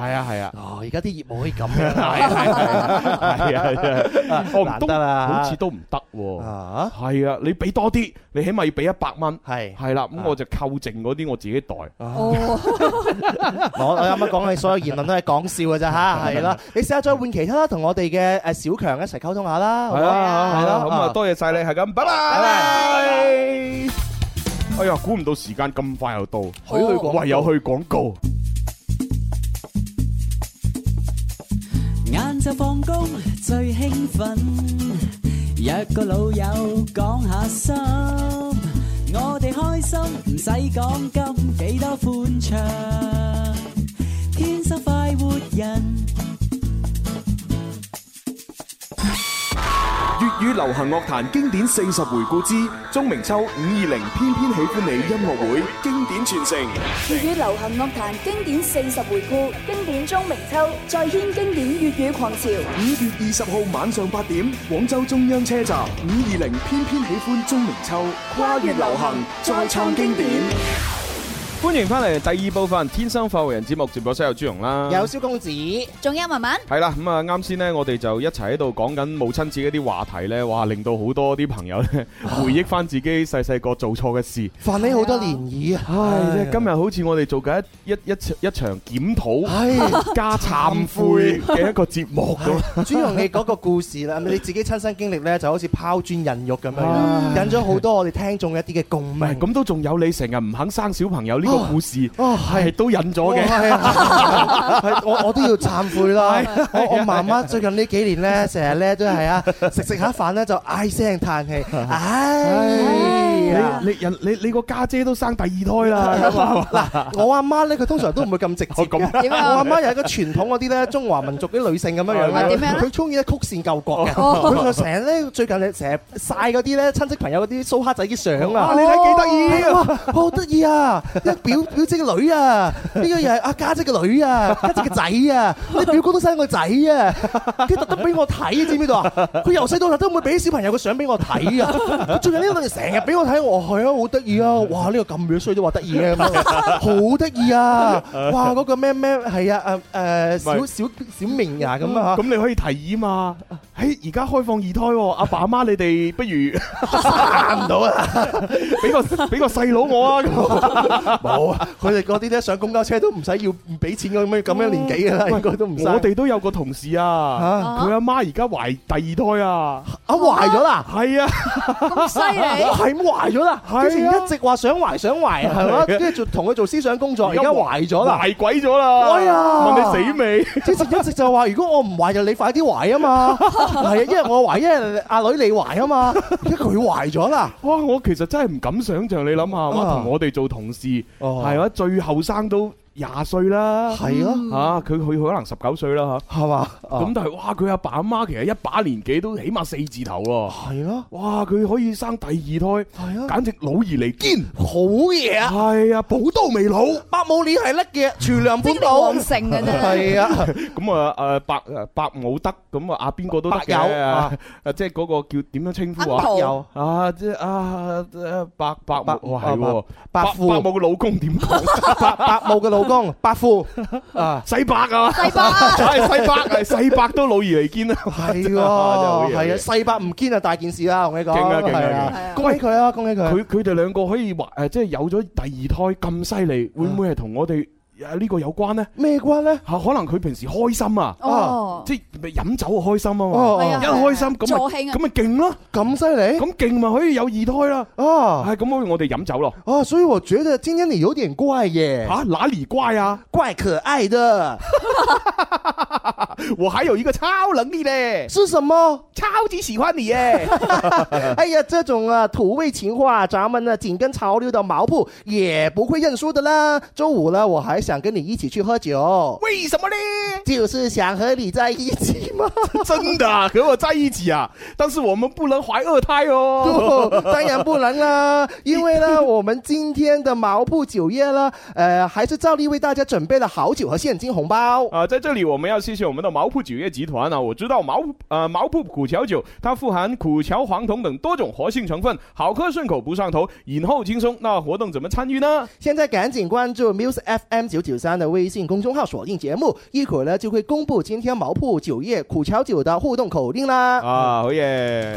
Speaker 3: 係啊係啊
Speaker 4: 喎。。哦，而家啲業務可以咁樣
Speaker 3: 係 啊係啊係啊係啊，哦
Speaker 4: 難
Speaker 3: 都
Speaker 4: 得啦
Speaker 3: 好似都唔得喎。
Speaker 4: 啊，
Speaker 3: 係啊，你俾多啲，你起碼要俾一百蚊。
Speaker 4: 係。啊
Speaker 3: 係啦，咁我就扣剩嗰啲我自己袋。
Speaker 4: 我我啱啱講你所有言論都係講笑嘅咋嚇，係啦。你試下再換其他同我哋嘅呃誒小強一齊溝通下啦，好唔
Speaker 3: 係
Speaker 4: 好
Speaker 3: 啊，係啦，
Speaker 4: 係啦，
Speaker 3: 咁啊，多謝晒你，係咁，拜拜。哎呀，估唔到時間咁快又到，
Speaker 4: 許佢廣告
Speaker 3: 唯有去廣告。
Speaker 6: 晏晝放工最興奮，約個老友講下心，我哋開心唔使講金，幾多歡暢，天生快活人。
Speaker 10: 粵語流行樂壇經典四十回顧之鐘明秋五二零偏偏喜歡你音樂會經典傳承，
Speaker 7: 粵語流行樂壇經典四十回顧，經典鐘明秋再掀經典粵語狂潮。
Speaker 10: 五月二十號晚上八點，廣州中央車站五二零偏偏喜歡鐘明秋，跨越流行再創經典。
Speaker 3: 歡迎翻嚟第二部分《天生發福人》節目，直播室有朱容啦，
Speaker 4: 有蕭公子，
Speaker 5: 仲有文文，
Speaker 3: 系啦，咁啊，啱先呢，我哋就一齊喺度講緊母親節嗰啲話題呢。哇，令到好多啲朋友呢回憶翻自己細細個做錯嘅事。
Speaker 4: 煩你好多漣漪啊！
Speaker 3: 唉，即係今日好似我哋做緊一一一場一場檢討
Speaker 4: 唉。
Speaker 3: 加懺悔嘅一個節目咁。
Speaker 4: 朱容你嗰個故事啦，你自己親身經歷咧，就好似拋磚引玉咁樣樣，引咗好多我哋聽眾一啲嘅共
Speaker 3: 唔係
Speaker 4: 鳴。
Speaker 3: 咁都仲有你成日唔肯生小朋友呢個故事，
Speaker 4: 哦，
Speaker 3: 係哦
Speaker 4: 係。
Speaker 3: 都引咗嘅。
Speaker 4: 係啊，係我我都要懺悔啦！我我媽媽最近呢幾年咧，成日咧都係啊，食食下飯咧就唉聲 嘆氣，唉。
Speaker 3: 你你人你你個家姐都生第二胎啦，咁啊
Speaker 4: 嗱，我阿媽咧，佢通常都唔會咁直接嘅。
Speaker 5: 點
Speaker 4: 我
Speaker 5: 啊
Speaker 4: 阿媽又係一個傳統嗰啲咧，中華民族啲女性咁樣 樣
Speaker 5: 啊
Speaker 4: 咧
Speaker 5: 點樣哦咧
Speaker 4: 佢中意咧曲線救國嘅。佢就成日咧，最近成日晒嗰啲咧親戚朋友嗰啲蘇蝦仔啲相啊
Speaker 3: 哦哇，你睇幾得意
Speaker 4: 係啊！哇，好得意啊！呢個表表姐嘅女啊，呢個又係阿家姐嘅女啊，家姐嘅仔啊，你表哥都生個仔啊，跟住特登俾我睇，知唔知道啊？佢由細到大都唔會俾啲小朋友嘅相俾我睇啊！佢最近呢個成日俾我睇，我係啊，好得意啊！哇，呢個咁樣衰都話得意啊嘅咁樣，好得意啊！哇，嗰個咩咩係啊誒誒小
Speaker 3: 唔係嗯
Speaker 4: 小小明啊 咁啊
Speaker 3: 咁你可以提議 嘛？喺而家開放二胎喎，阿爸阿媽你哋不如生唔到啊，俾 個俾個細佬我啊咁。
Speaker 4: 冇啊！佢哋嗰啲咧上公交車都唔使要唔俾錢咁樣咁樣年紀嘅啦，應該都唔使。
Speaker 3: 我哋都有個同事啊，佢阿媽而家懷第二胎啊，
Speaker 4: 啊壞咗啦！
Speaker 3: 係啊，
Speaker 5: 咁犀 利，
Speaker 4: 係咁懷咗啦，
Speaker 3: 係啊
Speaker 4: 之前一直話想懷想懷，係嘛？跟住就同佢做思想工作，而家懷咗啦。
Speaker 3: 懷鬼咗啦。
Speaker 4: 哎呀
Speaker 3: 問你死未？
Speaker 4: 之前一直就話，如果我唔懷就你快啲懷啊嘛，係啊，因為我懷，因為阿女你懷啊嘛，而家佢懷咗啦，
Speaker 3: 哇！我其實真係唔敢想像，你諗下，哇，
Speaker 4: 啊
Speaker 3: 同我哋做同事，啊
Speaker 4: 哦
Speaker 3: 係嘛？最後生都廿歲啦，
Speaker 4: 係哦咯
Speaker 3: 啊，佢佢可能十九歲啦
Speaker 4: 係嘛？
Speaker 3: 吓，咁但係哇，佢阿爸阿媽其實一把年紀都起碼四字頭喎，
Speaker 4: 係咯，
Speaker 3: 哇，佢可以生第二胎，
Speaker 4: 係啊，
Speaker 3: 簡直老而離堅，
Speaker 4: 好嘢啊！
Speaker 3: 係啊，寶刀未老。
Speaker 4: 百武年係叻嘅，廚娘本
Speaker 5: 精力
Speaker 4: 島
Speaker 5: 旺盛嘅啫。
Speaker 4: 係啊，
Speaker 3: 咁啊誒白誒白武德咁啊啊邊個都得嘅
Speaker 4: 白友
Speaker 3: 啊
Speaker 4: 啊，
Speaker 3: 啊即係嗰個叫點樣稱呼啊？
Speaker 2: Uncle
Speaker 4: 有
Speaker 3: 啊即係啊誒白白
Speaker 4: 白
Speaker 3: 武哇
Speaker 4: 啊
Speaker 3: 係喎，
Speaker 4: 白
Speaker 3: 白
Speaker 4: 富
Speaker 3: 白武嘅老公點 講？
Speaker 4: 白白武 嘅老公白富啊，
Speaker 3: 西伯啊！
Speaker 5: 細伯啊，
Speaker 3: 係西伯，係西伯都老而離堅啊！
Speaker 4: 係
Speaker 3: 真係好
Speaker 4: 喎，
Speaker 3: 嘢
Speaker 4: 係啊，細伯唔堅啊，大件事啦，同你講，
Speaker 3: 勁啊勁啊
Speaker 4: 係
Speaker 3: 勁
Speaker 5: 啊
Speaker 4: 恭喜佢啊，恭喜佢，
Speaker 3: 佢佢哋兩個可以話誒，即係有咗第二胎咁犀利，會唔會係同我哋誒呢個有關呢？
Speaker 4: 咩關咧？
Speaker 3: 嚇，可能佢平時開心啊，
Speaker 5: 哦，
Speaker 3: 即係飲酒啊開心啊嘛，
Speaker 5: 係
Speaker 4: 哦
Speaker 5: 啊
Speaker 3: 一，開心咁
Speaker 5: 助
Speaker 3: 咪
Speaker 5: 興啊
Speaker 3: 咁咪勁咯，
Speaker 4: 咁犀利
Speaker 3: 咁勁咪可以有二胎啦。
Speaker 4: 啊！
Speaker 3: 係咁，我哋飲酒咯。
Speaker 4: 啊，所以我覺得今天你有點怪耶，
Speaker 3: 啊，哪里怪啊？
Speaker 4: 怪可愛的，
Speaker 3: 我还有一个超能力嘞，
Speaker 4: 是什么？
Speaker 3: 超级喜欢你耶！
Speaker 4: 哎呀，这种啊土味情话，咱们呢紧跟潮流的毛铺也不会认输的啦。周五呢，我还想跟你一起去喝酒，
Speaker 3: 为什么呢？
Speaker 4: 就是想和你在一起 嘛。
Speaker 3: 真的啊和我在一起啊，但是我们不能怀二胎 哦。
Speaker 4: 当然不能啦，因为 呢，我们今天的毛铺酒业呢，呃，还是照例为大家准备了好酒和现金红包。
Speaker 3: 啊，在这里我们要谢谢我们的毛铺酒业集团啊！我知道毛呃毛铺苦荞酒，它富含苦荞、黄酮等多种活性成分，好喝顺口不上头，饮后轻松。那活动怎么参与呢？
Speaker 4: 现在赶紧关注 Muse FM 九九三的微信公众号，锁定节目，一会儿呢就会公布今天毛铺酒业苦荞酒的互动口令啦。
Speaker 3: 啊，好嘢！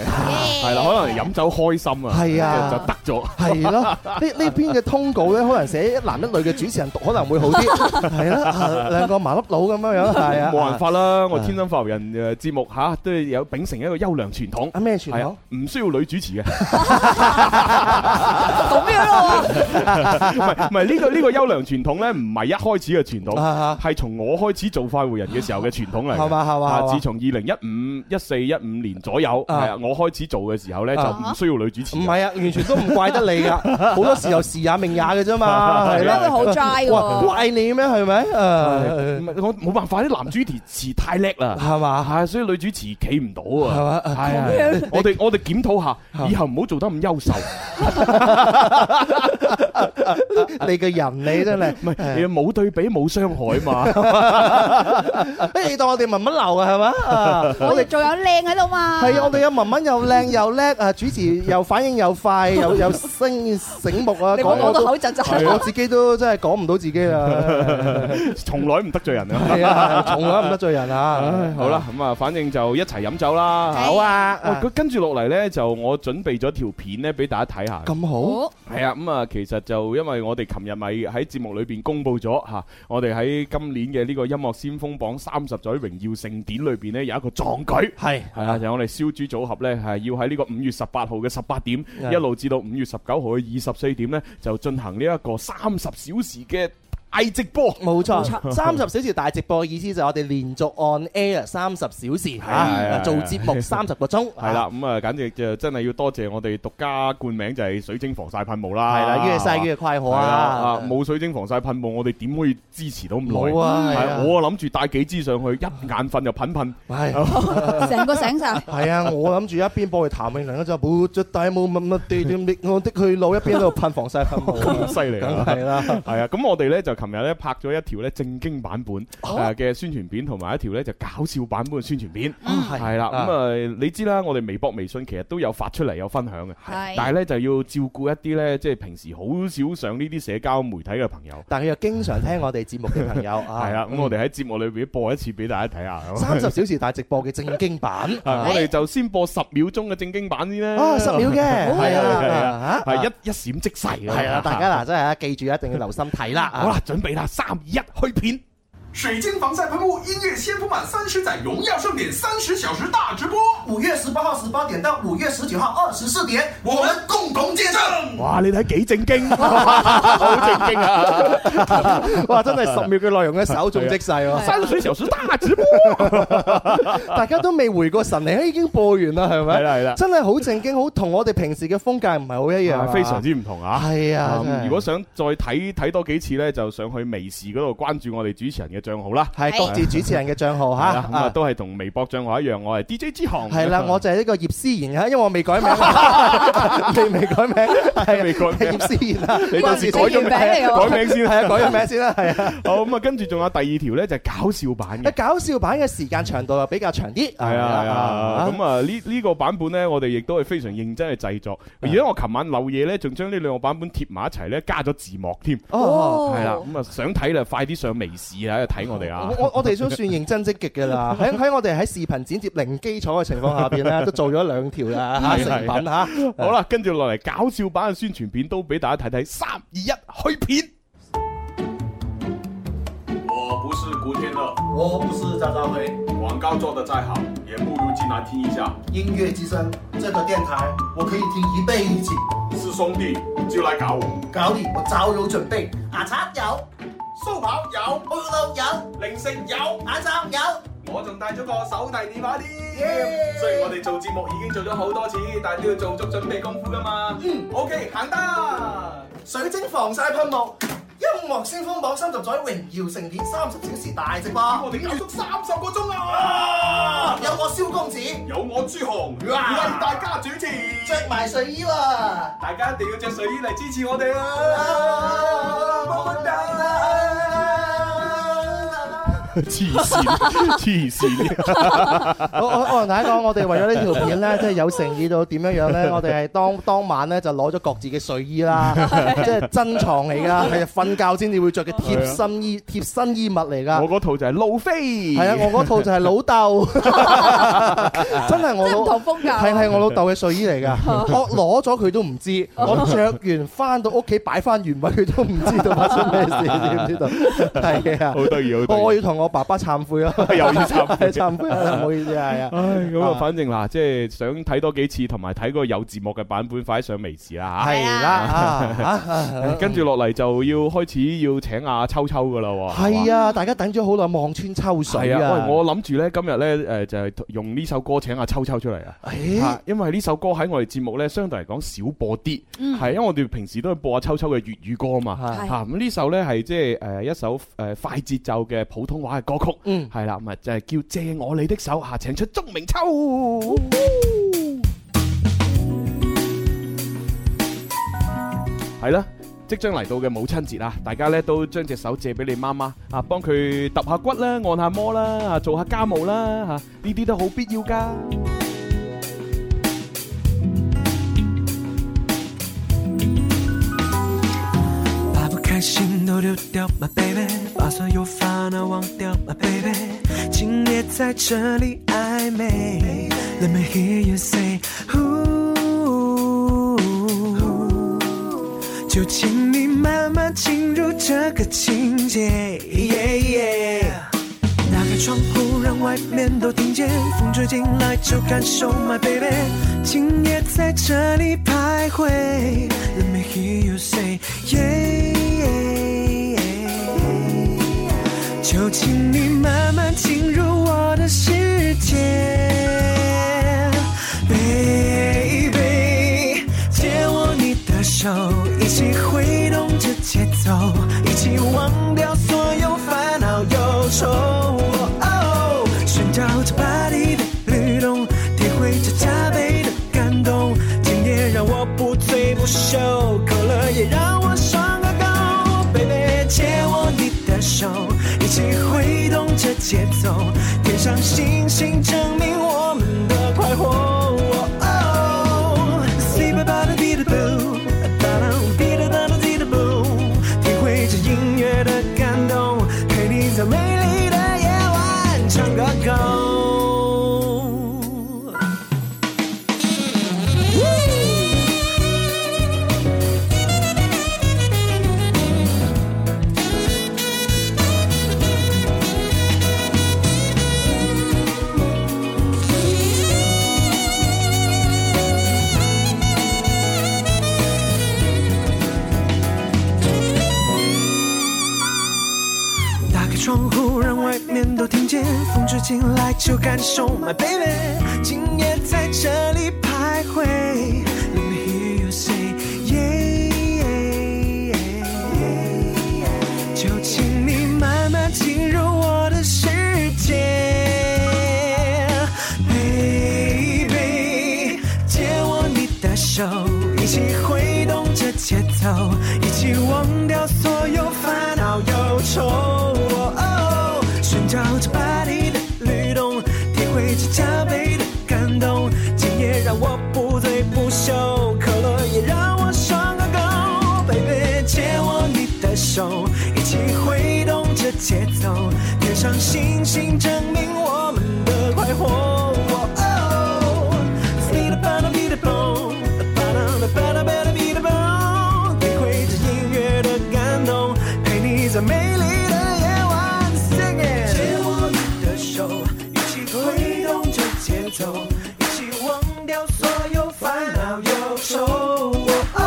Speaker 3: 係啦，可能飲酒開心啊，
Speaker 4: 係啊
Speaker 3: 就就得咗。
Speaker 4: 系咯，呢 呢篇嘅通稿咧，可能寫一男一女嘅主持人讀可能會好啲，係啦，啊兩個麻粒佬咁樣 樣，係啊，
Speaker 3: 冇辦法啦，我天生發育人誒節目嚇都有秉承一個優良傳統。
Speaker 4: 啊咩
Speaker 3: 係
Speaker 4: 傳
Speaker 3: 啊
Speaker 4: 統？，
Speaker 3: 唔需要女主持嘅，
Speaker 5: 咁樣咯喎，
Speaker 3: 唔係唔係呢個呢個優良傳統咧，唔係一開始嘅傳統，
Speaker 4: 啊
Speaker 3: 係從我開始做快活人嘅時候嘅傳 統嚟嘅。
Speaker 4: 係嘛係嘛係
Speaker 3: 啊
Speaker 4: 嘛
Speaker 3: 自從二零一五、一四、一五年左右，係
Speaker 4: 啊
Speaker 3: 啊，我開始做嘅時候咧，就唔需要女主持
Speaker 4: 唔
Speaker 3: 嘅。
Speaker 4: 係啊，完全都唔怪得你 噶，好多時候時也命也嘅啫嘛， 係
Speaker 5: 點解會
Speaker 4: 啦，
Speaker 5: 好 dry 嘅
Speaker 4: 哇
Speaker 5: 喎？
Speaker 4: 怪你咩？係咪？
Speaker 3: 唉
Speaker 4: 誒
Speaker 3: 唔，係我冇辦法，啲男主持太叻啦，
Speaker 4: 係嘛？
Speaker 3: 係所以女主持企唔到
Speaker 4: 啊係
Speaker 3: 啊。
Speaker 4: 嘛？
Speaker 3: 系啊，我哋我哋檢討下，
Speaker 4: 啊
Speaker 3: 以後唔好做得咁優秀。
Speaker 4: 你嘅人你真係啊
Speaker 3: 唔係，你冇對比冇傷害嘛。
Speaker 4: 誒，你當我哋文文流啊，係嘛？啊
Speaker 5: 我哋仲有靚喺度嘛？
Speaker 4: 係啊，我哋嘅文文又靚又叻啊，主持又反應又快，又又醒醒目啊，
Speaker 5: 你唔好
Speaker 4: 我
Speaker 5: 講到
Speaker 4: 都
Speaker 5: 口窒窒。
Speaker 4: 我自己都真係講唔到自己啦，
Speaker 3: 從來唔得罪人啊。
Speaker 4: 係啊，從來唔得罪人
Speaker 3: 唉
Speaker 4: 啊，
Speaker 3: 好啦，咁啊，反正就一齊飲酒啦。
Speaker 4: 好啊，
Speaker 3: 喂，佢跟住落嚟呢，就我準備咗條片呢俾大家睇下。
Speaker 4: 咁好，
Speaker 5: 好，
Speaker 3: 係啊，咁啊，其實就因為我哋琴日咪喺節目裏邊公布咗嚇，我哋喺今年嘅呢個音樂先鋒榜三十載榮耀盛典裏邊呢，有一個壯舉。
Speaker 4: 係
Speaker 3: 係啊，就係我哋燒豬組合呢，係要喺呢個五月十八號嘅十八點，
Speaker 4: 嗯
Speaker 3: 一路至到五月十九號嘅二十四點呢，就進行呢一個三十小時嘅大直播。
Speaker 4: 冇錯，三十小時大直播嘅意思就係我哋連續 on air 三十小時
Speaker 3: 啊
Speaker 4: 嚇，做節目三十個鐘，
Speaker 3: 係啦，咁啊，簡直就真係要多謝我哋獨家冠名就係水晶防曬噴霧啦。
Speaker 4: 係啦，越晒越快
Speaker 3: 係
Speaker 4: 活
Speaker 3: 啦啊
Speaker 4: 啊，！
Speaker 3: 冇水晶防曬噴霧，我哋點可以支持到咁
Speaker 4: 冇
Speaker 3: 耐？
Speaker 4: 啊，係
Speaker 3: 係
Speaker 4: 啊
Speaker 3: 我諗住帶幾支上去，一眼瞓就噴噴。
Speaker 4: 係
Speaker 5: 成個醒晒。
Speaker 4: 係啊，我諗住一邊播佢譚詠麟嗰陣，冇着大帽乜乜地點的我的去路，一邊喺度噴防曬噴
Speaker 3: 咁
Speaker 4: 霧，
Speaker 3: 犀利
Speaker 4: 梗
Speaker 3: 啊！
Speaker 4: 係啦。
Speaker 3: 係啊，咁我哋咧就琴日咧拍咗一條咧正經版本
Speaker 4: 哦
Speaker 3: 誒嘅宣傳片，同埋一條咧就搞笑版本嘅宣傳片。
Speaker 4: 啊係
Speaker 3: 係啦，
Speaker 4: 啊
Speaker 3: 咁啊，你知啦，我哋微博、微信其實都有發出嚟有分享嘅，
Speaker 5: 係
Speaker 3: 但係咧就要照顧一啲咧，即係平時好少上呢啲社交媒體嘅朋友。
Speaker 4: 但佢又經常聽我哋節目嘅朋友啊，
Speaker 3: 係啦，咁我哋喺節目裏邊播一次俾大家睇下。咁
Speaker 4: 三十小時大直播嘅正經版
Speaker 3: 啊我哋就先播十秒鐘嘅正經版先啦。
Speaker 4: 啊，十秒嘅，係
Speaker 3: 啊 係
Speaker 4: 啊，嚇
Speaker 3: 係一一閃即逝嘅。 啊
Speaker 4: 係啊，大家嗱真係啊記住一定要留心睇啦。啊啊
Speaker 3: 好啦，準備啦，三二一，去片。
Speaker 10: Hãy subscribe cho kênh Ghiền Mì Gõ Để không bỏ lỡ
Speaker 11: 水晶防晒喷雾，音乐先锋版三十载荣耀盛典三十小时大直播，
Speaker 8: 五月十八号十八点到五月十九号二十四点，我们共同见证。
Speaker 3: 哇！你睇幾正 經，好正經啊！
Speaker 4: 哇！真係十秒嘅內容咧，稍縱即逝 喎。
Speaker 3: 山水小時大直播，
Speaker 4: 大家都未回過神嚟，已經播完啦， 係咪？
Speaker 3: 啊係啦係啦
Speaker 4: 真係好正經，好同我哋平時嘅風格唔係好一樣啊，
Speaker 3: 非常之唔同啊！
Speaker 4: 係啊
Speaker 3: 嗯
Speaker 4: 真係
Speaker 3: 如果想再睇睇多幾次咧，就上去微視嗰度關注我哋主持人嘅帳號啦。
Speaker 4: 係各自主持人嘅帳號
Speaker 3: 係啦咁啊
Speaker 4: 嚇。
Speaker 3: 都係同微博帳號一樣，我係 DJ 之行。
Speaker 4: 係啦，我就係呢個葉思妍啊，因為我未改名， 未未改名，係
Speaker 3: 未改名
Speaker 4: 係葉思妍 啊，
Speaker 3: 你到時改咗名，
Speaker 5: 原名嚟喎
Speaker 3: 改名先
Speaker 4: 係啊，改咗名先啦，係啊。
Speaker 3: 好咁啊，跟住仲有第二條咧，就係搞笑版嘅。
Speaker 4: 搞笑版嘅時間長度又比較長啲，
Speaker 3: 係啊係啊，咁啊呢呢個版本咧，我哋亦都係非常認真去製
Speaker 4: 啊
Speaker 3: 作，而且我琴晚漏夜咧，仲將呢兩個版本貼埋一齊咧，加咗字幕添。
Speaker 4: 哦。
Speaker 3: 係啦，咁啊想睇啦，快啲上微視啊，睇我哋啊
Speaker 4: 我！我我哋都算認真積極 嘅啦，喺喺我哋喺視頻剪接零基礎嘅情況下邊咧，都做咗兩條啦嚇
Speaker 3: 係
Speaker 4: 成
Speaker 3: 係
Speaker 4: 品啊嚇。
Speaker 3: 好啦，跟住落嚟搞笑版嘅宣傳片都俾大家睇睇，三二一去片。
Speaker 11: 我不是古天樂，
Speaker 8: 我不是张兆辉，
Speaker 11: 廣告做得再好，也不如进来聽一下。
Speaker 8: 音樂之聲這個電台，我可以聽一輩子，
Speaker 11: 是兄弟就來搞我，
Speaker 8: 搞你我早有準備。牙刷有，
Speaker 11: 蘇跑有，
Speaker 8: 葫蘆有，
Speaker 11: 零食有，
Speaker 8: 眼罩有。
Speaker 11: 我仲帶咗個手提電話添。
Speaker 8: Yeah
Speaker 11: 雖然我哋做節目已經做咗好多次，但都要做足準備功夫噶嘛。嗯，OK，行得。
Speaker 8: 水晶防曬噴霧，音樂先鋒榜三十載榮耀盛典三十小時大直播，
Speaker 11: 我哋搞足三十個鐘啊！
Speaker 8: 有我蕭公子
Speaker 11: 有我朱紅為
Speaker 8: 哇
Speaker 11: 大家主持，
Speaker 8: 着埋睡衣喎。
Speaker 11: 大家一定要着睡衣嚟支持我哋啊！麼麼啊
Speaker 8: 我
Speaker 3: 黐 線，黐線，
Speaker 4: 我我我同大家講，我哋為咗呢條片 咧，即係有誠意到點樣樣咧？我哋係當當晚咧就攞咗各自嘅睡衣 啦，即係珍藏嚟㗎，係啊瞓覺先至會着嘅貼身衣貼身衣物嚟
Speaker 3: 啊我
Speaker 4: 㗎。
Speaker 3: 嗰套就係路飛。係
Speaker 4: 係啊，我嗰套就係 老豆， 真係
Speaker 5: 真係
Speaker 4: 我
Speaker 5: 唔
Speaker 4: 老
Speaker 5: 同風格。
Speaker 4: 係係我老豆嘅睡 衣嚟㗎。我攞咗佢都唔知，
Speaker 3: 哦
Speaker 4: 我着完翻到屋企擺翻原位，佢都唔知道發生咩事，知唔知道？ 係啊，
Speaker 3: 好得意，好得意。
Speaker 4: 我要同我爸爸懺悔啊！
Speaker 3: 又 要懺悔
Speaker 4: 懺悔啊！唔好意思，係啊。
Speaker 3: 唉，咁啊
Speaker 4: 啊，
Speaker 3: 反正嗱，即係想睇多幾次，同埋睇個有字幕嘅版本，快啲上微視啦
Speaker 4: 係 啦，
Speaker 3: 吓。
Speaker 4: 啊，
Speaker 3: 跟住落嚟就要開始要請阿秋秋噶啦喎。係
Speaker 4: 係啊，大家等咗好耐，望穿秋水
Speaker 3: 係啊，
Speaker 4: 啊！
Speaker 3: 喂，我諗住咧今日咧誒就係用呢首歌請阿秋秋出嚟啊。
Speaker 4: 誒
Speaker 3: 嚇因為呢首歌喺我哋節目咧，相對嚟講少播啲，係因為我哋平時都係播阿秋秋嘅粵語歌啊嘛，
Speaker 4: 係
Speaker 3: 嚇咁呢首咧係即係誒一首誒快節奏嘅普通話嘅歌曲，
Speaker 4: 嗯
Speaker 3: 係啦，咁啊就係叫借我你的手嚇，請出鍾明秋。係啦。即將嚟到嘅母親節啊，大家咧都將隻手借俾你媽媽啊，幫佢揼下骨啦，按下摩啦，啊做下家務啦，嚇呢啲都好必要噶。
Speaker 6: 把不开心都丢掉，my baby，把所有烦恼忘掉，my baby，今夜在这里暧昧。Let me hear you say，ooh，就请你慢慢进入这个情节。Yeah, yeah 打开窗户，让外面都听见，风吹进来就感受，my baby，今夜在这里徘徊。Let me hear you say yeah，就请你慢慢进入我的世界，baby，借我你的手，一起挥动着节奏，一起忘掉所有烦恼忧愁。哦寻找着 body 的律动，体会着加倍的感动。今夜让我不醉不休，可乐也让我上个高，baby，借我你的手，一起挥动着节奏，贴上星星证明我们的快活。哦 Say bye bye to be the blue，哒啦滴哒哒哒滴哒 blue，体会着音乐的感动，陪你在美丽的夜晚唱个够。不让外面都听见，风吹进来就感受，My baby，今夜在这里徘徊。Let me hear you say yeah，, yeah 就请你慢慢进入我的世界，Baby，借我你的手，一起挥动这节奏，一起忘掉所有烦恼忧愁。哦寻找着 body 的律动，体会着加倍的感动。今夜让我不醉不休，可乐也让我上个够。Baby，借我你的手，一起挥动着节奏，天上星星证明我们的快活。哦 Ba-da-ba-da-ba-da-boom, ba-da-ba-da-ba-da-ba-da-boom 体会着音乐的感动，陪你在美丽的夜晚 sing it。借我你的手，一起挥动着节奏，一起忘掉所有烦恼忧愁。哦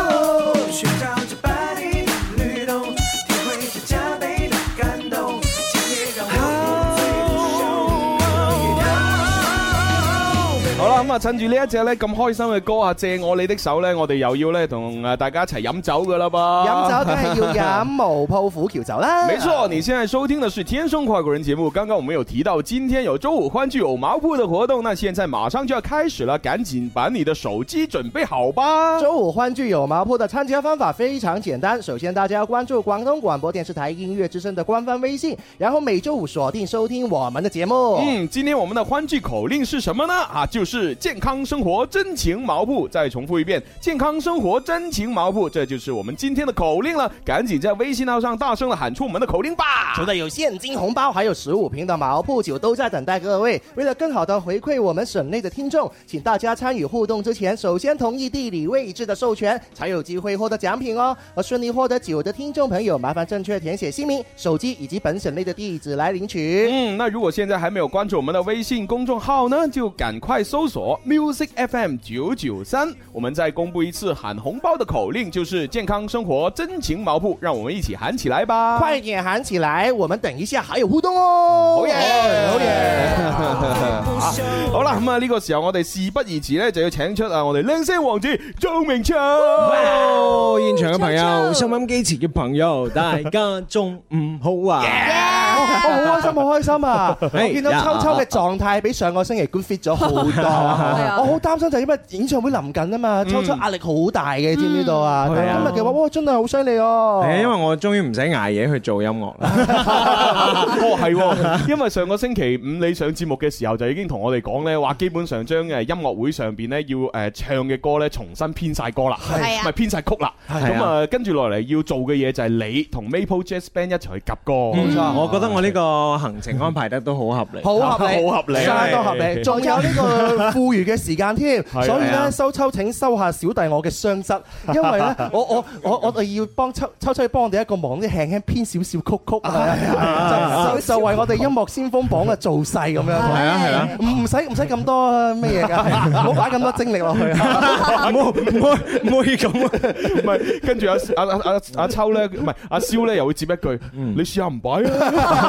Speaker 6: 寻找着 body 的律动，体会着加倍的感动，今夜让我醉不休。
Speaker 3: 好啦，咁啊，趁住呢一隻咧咁開心嘅歌啊，借我你的手咧，我哋又要咧同诶大家一齊飲酒噶啦噃。
Speaker 4: 飲酒梗係要飲毛泡虎橋酒啦。
Speaker 3: 没错，你现在收听的是《天生快活人》节目。刚刚我们有提到，今天有周五欢聚有毛铺的活动，那现在马上就要开始了，赶紧把你的手机准备好吧。
Speaker 4: 周五欢聚有毛铺的参加方法非常简单，首先大家要关注广东广播电视台音乐之声的官方微信，然后每周五锁定收听我们的节目。
Speaker 3: 嗯，今天我们的欢聚口令是什么呢？啊，就是健康生活真情毛铺。再重复一遍，健康生活真情毛铺，这就是我们今天的口令了。赶紧在微信号上大声的喊出我们的口令吧。
Speaker 4: 除了有现金红包，还有十五瓶的毛铺酒都在等待各位。为了更好的回馈我们省内的听众，请大家参与互动之前，首先同意地理位置的授权，才有机会获得奖品哦。而顺利获得酒的听众朋友，麻烦正确填写姓名、手机以及本省内的地址来领取。
Speaker 3: 嗯，那如果现在还没有关注我们的微信公众号呢，就赶快搜索 music FM 九九三。我们再公布一次喊红包的口令，就是健康生活真情毛铺，让我们一起喊起来吧！
Speaker 4: 快点喊起来，我们等一下还有互动哦。好耶，好
Speaker 3: 耶！ 好啦，咁啊呢個時候我哋事不宜遲咧，就要請出啊我哋靚聲王子鍾明秋。
Speaker 12: 哦，現場嘅朋友，收音機前嘅朋友，大家中午好啊！
Speaker 4: 我哦好開心，好開心啊！我
Speaker 12: 哎
Speaker 4: 見到
Speaker 12: 呀
Speaker 4: 秋秋嘅狀態比上個星期 good fit 咗好多，
Speaker 12: 係啊
Speaker 4: 我好擔心就係因為演唱會臨近啊
Speaker 12: 嗯
Speaker 4: 嘛，秋秋壓力好大嘅，知唔知道啊？但
Speaker 12: 係啊
Speaker 4: 係今日嘅話，哇，真係好犀利哦！
Speaker 12: 係啊，因為我終於唔使捱夜去做音樂啦。
Speaker 3: 哦，係 喎，因為上個星期五你上節目嘅時候就已經同我哋講咧，話基本上將誒音樂會上邊咧要誒唱嘅歌咧重新編晒歌啦，
Speaker 12: 係啊
Speaker 3: 唔係編晒曲啦。
Speaker 12: 係
Speaker 3: 咁
Speaker 12: 啊
Speaker 3: 啊，跟住落嚟要做嘅嘢就係你同 Maple Jazz Band 一齊去夾歌。
Speaker 12: 冇錯，我覺得我呢個行程安排得都好合理，
Speaker 4: 好合 理，
Speaker 3: 好合理
Speaker 4: 相當合理，仲有呢 個富裕嘅時間添，
Speaker 12: 係啊
Speaker 4: 所以
Speaker 12: 係
Speaker 4: 咧
Speaker 12: 啊
Speaker 4: 秋秋請收下小弟我嘅雙質，因為 咧我我我我哋要幫秋秋秋要幫我哋一個忙啲輕輕編少少曲曲 啊，就就就為我哋音樂先鋒榜嘅造勢咁樣，係
Speaker 12: 啊 係啊，
Speaker 4: 唔唔使唔使咁多咩嘢㗎，唔好擺咁多精力落去啊，
Speaker 12: 唔好唔好唔
Speaker 3: 啊！
Speaker 12: 好咁
Speaker 3: 唔係，跟住阿阿阿阿阿秋咧，唔係阿蕭咧，又會接一句：你試下唔擺啊！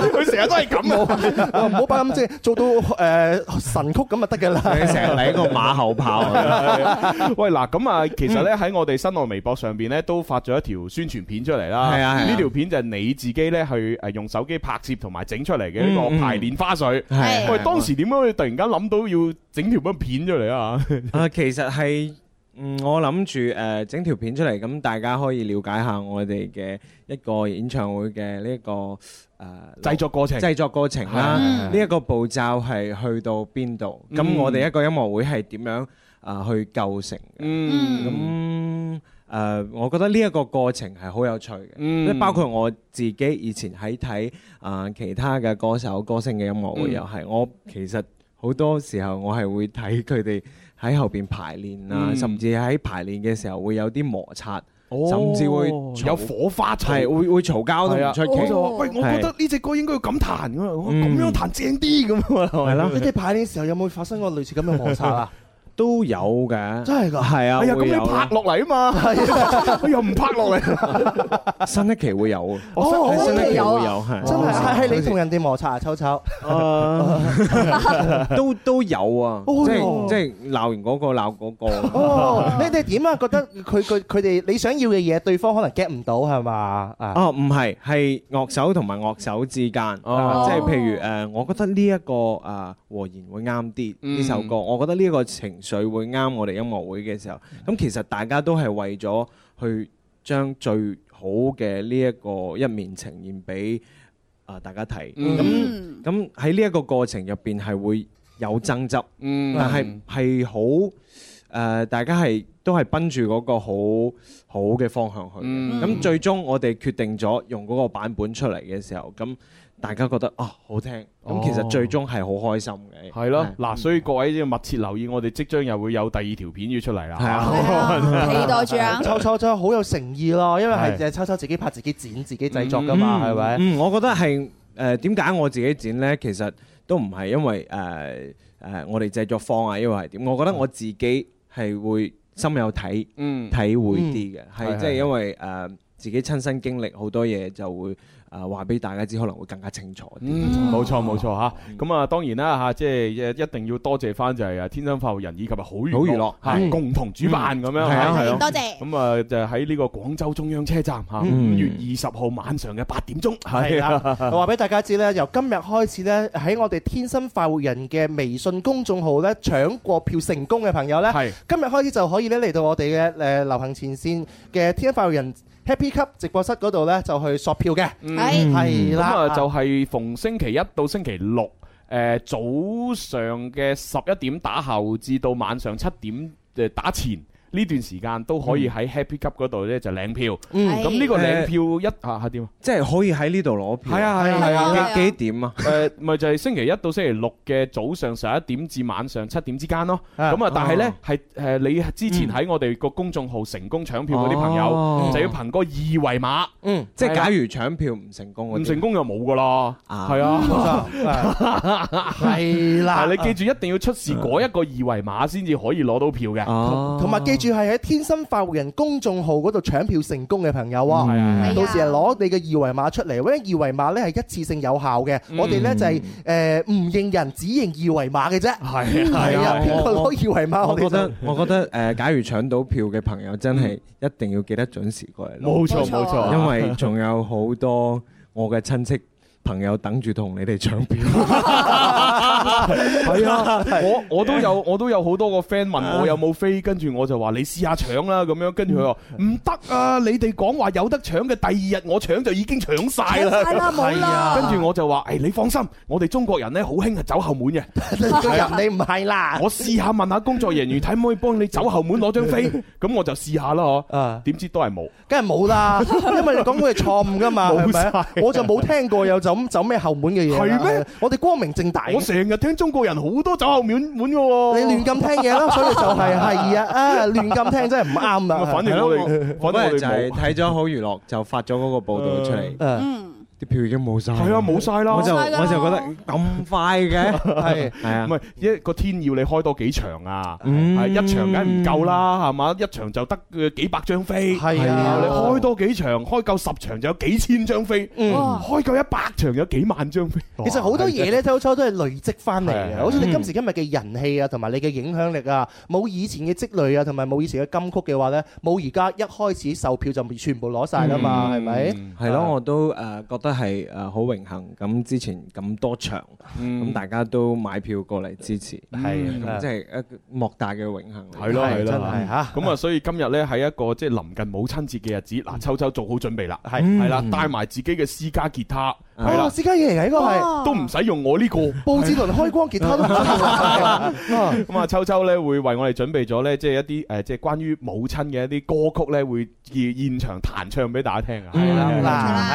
Speaker 3: 佢成日都係咁
Speaker 4: 我唔好擺咁精力，做到誒神曲咁就得㗎啦。
Speaker 12: 你成日嚟個馬後炮啊！
Speaker 3: 喂，嗱，咁啊，其實咧喺我哋新浪微博上邊咧都發咗一條宣傳片出嚟啦。
Speaker 12: 係啊係啊
Speaker 3: 呢條片就係你自己咧去誒用手機拍攝同埋整出嚟嘅呢
Speaker 12: 嗯
Speaker 3: 個
Speaker 12: 嗯
Speaker 3: 排練花絮。
Speaker 12: 係
Speaker 3: 喂，
Speaker 12: 係
Speaker 3: 當時點解會突然間諗到要整條咁嘅片出嚟啊？
Speaker 12: 啊，其實係嗯，我諗住誒整條片出嚟，咁大家可以了解下我哋嘅一個演唱會嘅呢一個誒
Speaker 3: 製作過程
Speaker 12: 製作過程啦，
Speaker 3: 嗯
Speaker 12: 呢一個步驟係去到邊度？
Speaker 3: 嗯
Speaker 12: 咁我哋一個音樂會係點樣啊去構成嘅？
Speaker 5: Ừ.
Speaker 3: 嗯
Speaker 12: 咁。誒、我覺得呢一個過程係好有趣嘅，
Speaker 3: 嗯
Speaker 12: 即係包括我自己以前喺睇啊其他嘅歌手歌星嘅音樂
Speaker 3: 嗯
Speaker 12: 會又係，我其實好多時候我係會睇佢哋喺後邊排練啊，
Speaker 3: 嗯
Speaker 12: 甚至喺排練嘅時候會有啲摩擦，
Speaker 3: 哦
Speaker 12: 甚至會
Speaker 3: 有火花嘈
Speaker 12: 係會會嘈交都唔出奇。
Speaker 3: 係啊我就話喂，我覺
Speaker 12: 係
Speaker 3: 得呢只歌應該要咁彈㗎嘛，我
Speaker 12: 嗯
Speaker 3: 咁樣彈正啲咁啊。
Speaker 12: 係 咯
Speaker 4: 你哋排練嘅時候有冇發生過類似咁嘅摩擦啊？
Speaker 12: 都有嘅，
Speaker 4: 真係㗎
Speaker 12: 係啊，
Speaker 4: 哎呀咁
Speaker 12: 會
Speaker 4: 你
Speaker 12: 有
Speaker 4: 拍
Speaker 3: 落嚟啊 嘛，
Speaker 4: 係
Speaker 3: 又唔拍落嚟，
Speaker 12: 新一期會有啊，
Speaker 4: 哦
Speaker 12: 新一期會有係，
Speaker 4: 真係係係你同人哋摩擦啊，秋秋。
Speaker 12: 誒都都有啊，
Speaker 4: 哦
Speaker 12: 即
Speaker 4: 喲
Speaker 12: 係即係鬧完嗰個鬧嗰個。
Speaker 4: 哦，你哋點啊？覺得佢佢佢哋你想要嘅嘢，對方可能 get 唔到係嘛？啊，
Speaker 12: 哦，唔係，係樂手同埋樂手之間，
Speaker 4: 哦
Speaker 12: 啊即係譬如誒，我覺得呢一個誒和弦會啱啲
Speaker 4: 嗯
Speaker 12: 呢首歌，我覺得呢一個情緒會啱我哋音樂會嘅時候，咁其實大家都係為咗去將最好嘅呢一個一面呈現俾啊大家睇，
Speaker 4: 嗯
Speaker 5: Ừ.
Speaker 12: 咁咁喺呢一個過程入邊係會有爭執，
Speaker 3: 嗯
Speaker 12: 但係係好。誒、大家係都係奔住嗰個好好嘅方向去嘅。
Speaker 3: 嗯
Speaker 12: 咁、
Speaker 5: Ừ.
Speaker 12: 最終我哋決定咗用嗰個版本出嚟嘅時候，咁大家覺得啊好聽，咁其
Speaker 3: 哦
Speaker 12: 實最終係好開心嘅。
Speaker 3: 係咯，嗱，所以各位要密切留意，我哋即將又會有第二條片要出嚟啦。係
Speaker 5: 啊
Speaker 4: 期
Speaker 5: 待住啊
Speaker 4: 秋秋真係好有誠意咯，因為係
Speaker 12: 係
Speaker 4: 誒秋秋自己拍、自己剪、自己製作噶嘛，係咪？
Speaker 12: 嗯，我覺得係誒點解我自己剪呢？其實都唔係因為誒誒、呃我哋製作方啊，因為係點？我覺得我自己係會深有體、
Speaker 3: 嗯
Speaker 12: 體會啲嘅，
Speaker 3: 嗯
Speaker 12: 係即
Speaker 3: 係係
Speaker 12: 係因為誒、呃自己親身經歷好多嘢，就會誒話俾大家知，可能會更加清楚啲。
Speaker 3: 嗯，冇錯冇錯嚇，咁啊當然啦嚇，即係一定要多謝翻就係啊天生發育人以及啊好
Speaker 12: 好
Speaker 3: 娛樂
Speaker 12: 娛樂
Speaker 3: 係
Speaker 12: 嗯
Speaker 3: 共同主辦咁樣，
Speaker 12: 係啊係啊
Speaker 5: 多謝
Speaker 3: 咁啊就喺呢個廣州中央車站嚇，
Speaker 4: 嗯
Speaker 3: 五月二十號晚上嘅八點鐘啊
Speaker 4: 係啊啦，話俾大家知咧，由今日開始咧，喺我哋天生快活人嘅微信公眾號咧，搶過票成功嘅朋友咧
Speaker 3: 係，
Speaker 4: 今日開始就可以咧嚟到我哋嘅誒流行前線嘅天生快活人 Happy Cup 直播室嗰度咧，就去索票嘅，
Speaker 3: 嗯
Speaker 4: 係
Speaker 3: 咁
Speaker 4: 啦，
Speaker 3: 啊就係逢星期一到星期六，誒早上嘅十一點打後至到晚上七點誒打前。呢段時間都可以喺 Happy Cup 嗰度咧就領票，
Speaker 12: 嗯
Speaker 3: 咁呢個領票一下係點啊？
Speaker 12: 即係可以喺呢度攞票。
Speaker 3: 係啊係啊係啊
Speaker 12: 幾幾點啊？
Speaker 3: 誒，咪就係星期一到星期六嘅早上十一點至晚上七點之間咯。咁啊，但係呢，係誒，你之前喺我哋個公眾號成功搶票嗰啲朋友
Speaker 12: 哦，
Speaker 3: 就要憑個二維碼。
Speaker 4: 嗯，
Speaker 12: 即係假如搶票唔成功嗰啲，
Speaker 3: 啊唔成功就冇噶啦。係 啊，
Speaker 4: 係啦
Speaker 3: 係你記住一定要出示嗰一個二維碼先至可以攞到票嘅。
Speaker 12: 啊哦
Speaker 4: 同埋記住係喺天生快活人公眾號嗰度搶票成功嘅朋友喎，
Speaker 3: 嗯係啊
Speaker 4: 到時係攞你嘅二維碼出嚟，因為二維碼咧係一次性有效嘅，
Speaker 3: 嗯
Speaker 4: 我哋咧就係誒唔認人，只認二維碼嘅啫。
Speaker 3: 係
Speaker 12: 啊
Speaker 4: 係啊，
Speaker 12: 我
Speaker 4: 邊個
Speaker 12: 我
Speaker 4: 攞二維碼
Speaker 12: 我
Speaker 4: 我哋
Speaker 12: 覺得
Speaker 4: 就。
Speaker 12: 我覺得誒，假如搶到票嘅朋友，真係一定要記得準時過
Speaker 3: 嗯
Speaker 12: 嚟攞。
Speaker 3: 冇錯冇錯啊
Speaker 12: 因為仲有好多我嘅親戚朋友等住同你哋搶票。
Speaker 3: 係啊，我我都有我都有好多個 friend 問我有冇飛，跟住我就話你試下搶啦咁樣，跟住佢話唔得啊！你哋講話有得搶嘅，第二日我搶就已經搶晒啦，
Speaker 4: 搶晒啦冇啦
Speaker 5: 啊
Speaker 3: 跟住我就話：誒你放心，我哋中國人咧好興係啊走後門嘅，
Speaker 4: 你個人你唔係啦，
Speaker 3: 啊我試下問下工作人員睇唔可以幫你走後門攞張飛，咁我就試下啦嗬。點知都係冇。
Speaker 4: 啊梗係冇啦，因為你講佢係錯誤噶嘛，
Speaker 3: 冇
Speaker 4: 係咪
Speaker 3: 晒？
Speaker 4: 我就冇聽過有走走咩後門嘅嘢啦。
Speaker 3: 係咩？
Speaker 4: 我哋光明正大。
Speaker 3: 我成日聽中國人好多走後門門嘅喎。
Speaker 4: 哎你亂咁聽嘢啦，所以就係係啊啊亂咁聽真係唔啱啊啦。
Speaker 3: 啊反正我哋反正
Speaker 12: 嗰
Speaker 3: 我
Speaker 12: 日
Speaker 3: 哋
Speaker 12: 就係
Speaker 3: 冇嗯
Speaker 12: 睇咗好娛樂，就發咗嗰個報導出嚟。啲票已經冇晒。
Speaker 3: 係啊，冇晒啦。
Speaker 12: 我就我就覺得咁快 嘅。
Speaker 4: 係
Speaker 3: 係啊，唔係一個天要你開多幾場啊？
Speaker 12: 嗯
Speaker 3: 係一場梗係唔夠啦，係嘛？一場就得呃幾百張飛，
Speaker 4: 係啊
Speaker 3: 你開多幾場，開夠十場就有幾千張飛，
Speaker 4: 嗯哇
Speaker 3: 開夠一百場有幾萬張飛。
Speaker 4: 其實好多 嘢咧，秋秋都係累積翻嚟
Speaker 3: 啊係啊
Speaker 4: 嘅。
Speaker 3: 係
Speaker 4: 好似你今時今日嘅人氣啊，同埋你嘅影響力啊，冇以前嘅積累啊，同埋冇以前嘅金曲嘅話咧，冇而家一開始售票就全部攞晒啦
Speaker 3: 嗯
Speaker 4: 嘛，係咪？
Speaker 12: 係咯，我都誒覺得係誒好榮幸。咁之前咁多場，咁大家都買票過嚟支持，
Speaker 3: 嗯係
Speaker 4: 嗯
Speaker 12: 咁即係一個莫大嘅榮幸嚟。
Speaker 3: 係咯係咯，
Speaker 12: 真嗯係
Speaker 4: 嚇
Speaker 3: 咁啊，所以今日咧喺一個即係臨近母親節嘅日子，嗱，
Speaker 4: 嗯
Speaker 3: 秋秋做好準備啦，係
Speaker 12: 嗯
Speaker 3: 係啦，帶埋自己嘅私家吉他，係
Speaker 4: 哦，
Speaker 3: 啦，
Speaker 4: 私家嘢嚟嘅呢個
Speaker 5: 哦
Speaker 4: 係
Speaker 3: 都唔使用我呢個。
Speaker 4: 布志倫開光吉他都唔知道啊
Speaker 3: 咁啊，秋秋咧會為我哋準備咗咧，即係一啲誒，即係關於母親嘅一啲歌曲咧，會現現場彈唱俾大家聽啊。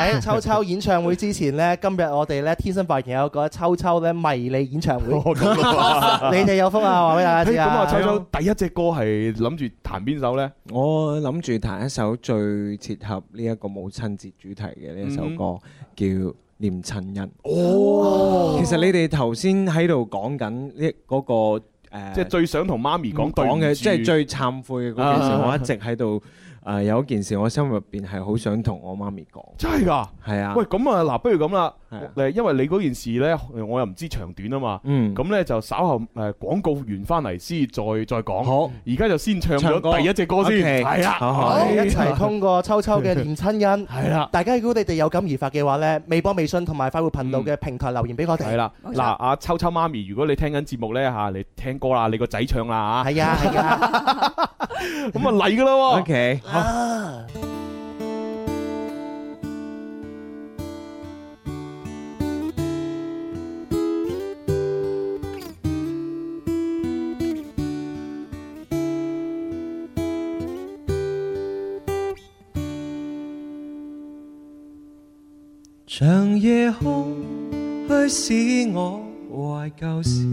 Speaker 3: 係
Speaker 4: 嗱喺秋秋演唱會之前呢，今日我哋咧天生發現有個秋秋咧迷你演唱會，
Speaker 3: 哦
Speaker 4: 你哋有福啊！話俾大家知
Speaker 3: 咁啊，
Speaker 4: 啊！
Speaker 3: 秋秋第一隻歌係諗住彈邊首咧？
Speaker 12: 我諗住彈一首最切合呢一個母親節主題嘅呢一首歌，叫《念親人》。
Speaker 3: 哦，
Speaker 12: 其實你哋頭先喺度講緊呢嗰個呃誒，
Speaker 3: 即係最想同媽咪講對唔
Speaker 12: 嗯講嘅，
Speaker 3: 住
Speaker 12: 即係最懺悔嘅嗰件事，
Speaker 3: 啊
Speaker 12: 我一直喺度誒有一件事，我心入邊係好想同我媽咪講。
Speaker 3: 真係㗎？
Speaker 12: 係啊，
Speaker 3: 喂，咁啊，嗱，不如咁啦，誒，因為你嗰件事呢，我又唔知長短啊嘛，
Speaker 12: 嗯
Speaker 3: 咁呢，就稍後誒廣告完翻嚟先，再再講。哦
Speaker 12: 好，
Speaker 3: 而家就先唱
Speaker 4: 唱歌
Speaker 3: 咗第一隻歌先，
Speaker 4: OK，
Speaker 3: 係啦，
Speaker 4: 好好我哋一齊通過秋秋嘅年親恩，
Speaker 3: 係啦，
Speaker 4: 大家如果你哋有感而發嘅話咧，微博、微信同埋快活頻
Speaker 3: 嗯
Speaker 4: 道嘅平台留言俾我哋。
Speaker 3: 係啦，嗱，阿秋秋媽咪，如果你聽緊節目呢，嚇，你聽歌啦，你個仔唱啦嚇。
Speaker 4: 係啊，係啊。
Speaker 3: 咁啊嚟噶啦喎。
Speaker 12: OK，
Speaker 4: 啊
Speaker 13: 長夜空驅使我懷舊思，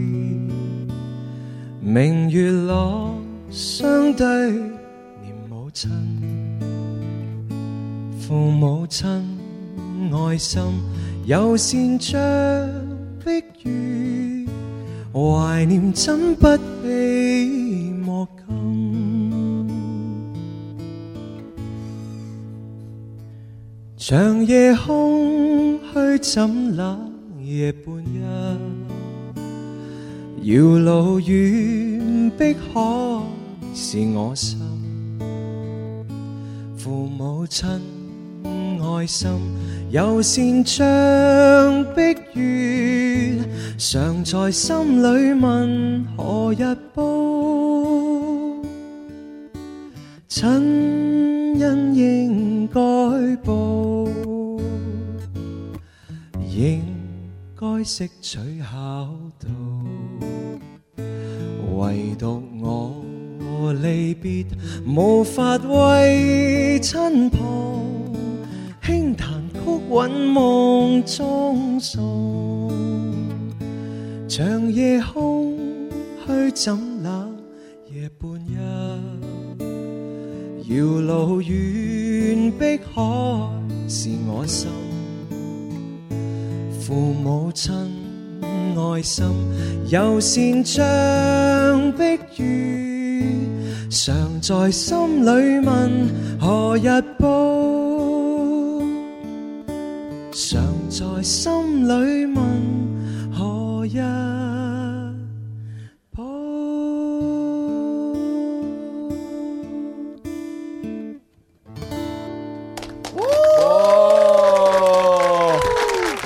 Speaker 13: 明月朗相對念母親，父母親愛心有善像碧月，懷念怎不悲莫禁。長夜空虛，怎冷夜半一？遙路遠，碧海是我心。父母親愛心，有善像碧月，常在心裏問何日報？親恩應該報，應該識取巧道。唯獨我離別，無法為親旁輕彈曲韻夢中送。長夜空虛怎冷夜半一？遙路遠，碧海是我心。父母親愛心，有善像碧月，常在心裏問何日報？常在心裏問何日
Speaker 3: 哦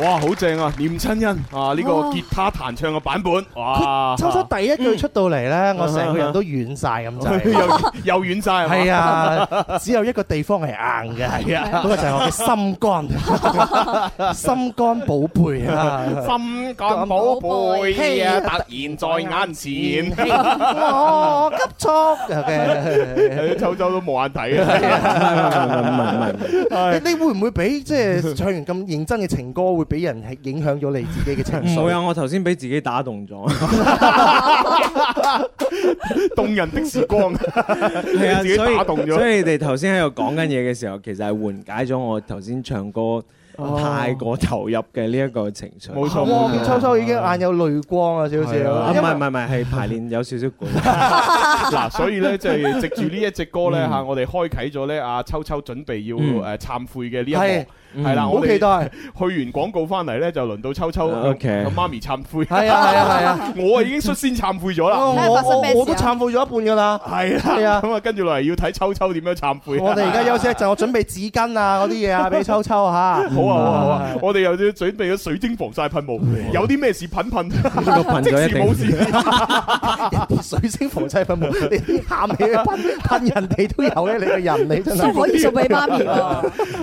Speaker 3: 哇，好正啊！念親恩啊，呢個吉他彈唱嘅版本，哇！
Speaker 4: 秋秋第一句出到嚟咧，
Speaker 3: 嗯
Speaker 4: 我成個人都軟晒咁滯。
Speaker 3: 又又軟晒係嘛
Speaker 4: 係啊，只有一個地方係硬嘅，
Speaker 3: 係啊
Speaker 4: 嗰個就係我嘅心肝，心肝寶貝啊！
Speaker 3: 心肝寶貝啊，突 然在眼前，
Speaker 4: 我急 促 嘅，
Speaker 3: 秋秋都冇眼睇
Speaker 12: 啊！
Speaker 4: 你你會唔會俾即係唱完咁認真嘅情歌，會俾人係影響咗你自己嘅情緒？
Speaker 12: 唔會啊！我頭先俾自己打動咗，
Speaker 3: 動人的時光，
Speaker 12: 係啊，
Speaker 3: 自己
Speaker 12: 所以
Speaker 3: 打動咗
Speaker 12: 所以你哋頭先喺度講緊嘢嘅時候，其實係緩解咗我頭先唱歌
Speaker 4: 哦
Speaker 12: 太過投入嘅呢一個情緒。
Speaker 3: 冇
Speaker 4: 哇我見秋秋已經眼有淚光啊，少少。
Speaker 12: 啊係啊唔
Speaker 4: 因為
Speaker 12: 係唔係唔係，係排練有少少攰。
Speaker 3: 嗱，所以咧，即係藉住呢一隻歌
Speaker 4: 嗯
Speaker 3: 咧嚇，我哋開啟咗咧阿秋秋準備要誒呃懺悔嘅呢
Speaker 4: 係
Speaker 3: 一幕，係啦，
Speaker 4: 嗯
Speaker 3: 我哋
Speaker 4: 好期待
Speaker 3: 去完廣告翻嚟咧，就輪到秋秋
Speaker 12: OK
Speaker 3: 同媽咪懺悔。
Speaker 4: 係啊係啊係啊，
Speaker 3: 我已經率先懺悔咗啦。
Speaker 4: 我 我我都懺悔咗一半噶啦。
Speaker 3: 係
Speaker 4: 係
Speaker 3: 啦，
Speaker 4: 啊。
Speaker 3: 咁啊，跟住落嚟要睇秋秋點樣懺悔。
Speaker 4: 我哋而家休息一陣，我準備紙巾啊嗰啲嘢啊，俾秋秋嚇。
Speaker 3: 好 啊好啊好
Speaker 4: 嗯
Speaker 3: 啊！我哋又要準備咗水晶防曬噴霧，有啲咩事噴噴，
Speaker 12: 噴
Speaker 3: 即
Speaker 12: 咗一
Speaker 3: 時
Speaker 12: 定
Speaker 3: 冇事。
Speaker 12: 啊
Speaker 4: 水星防曬噴霧，你喊你噴噴人哋都有咧，你個人你真係
Speaker 5: 都可以送俾媽咪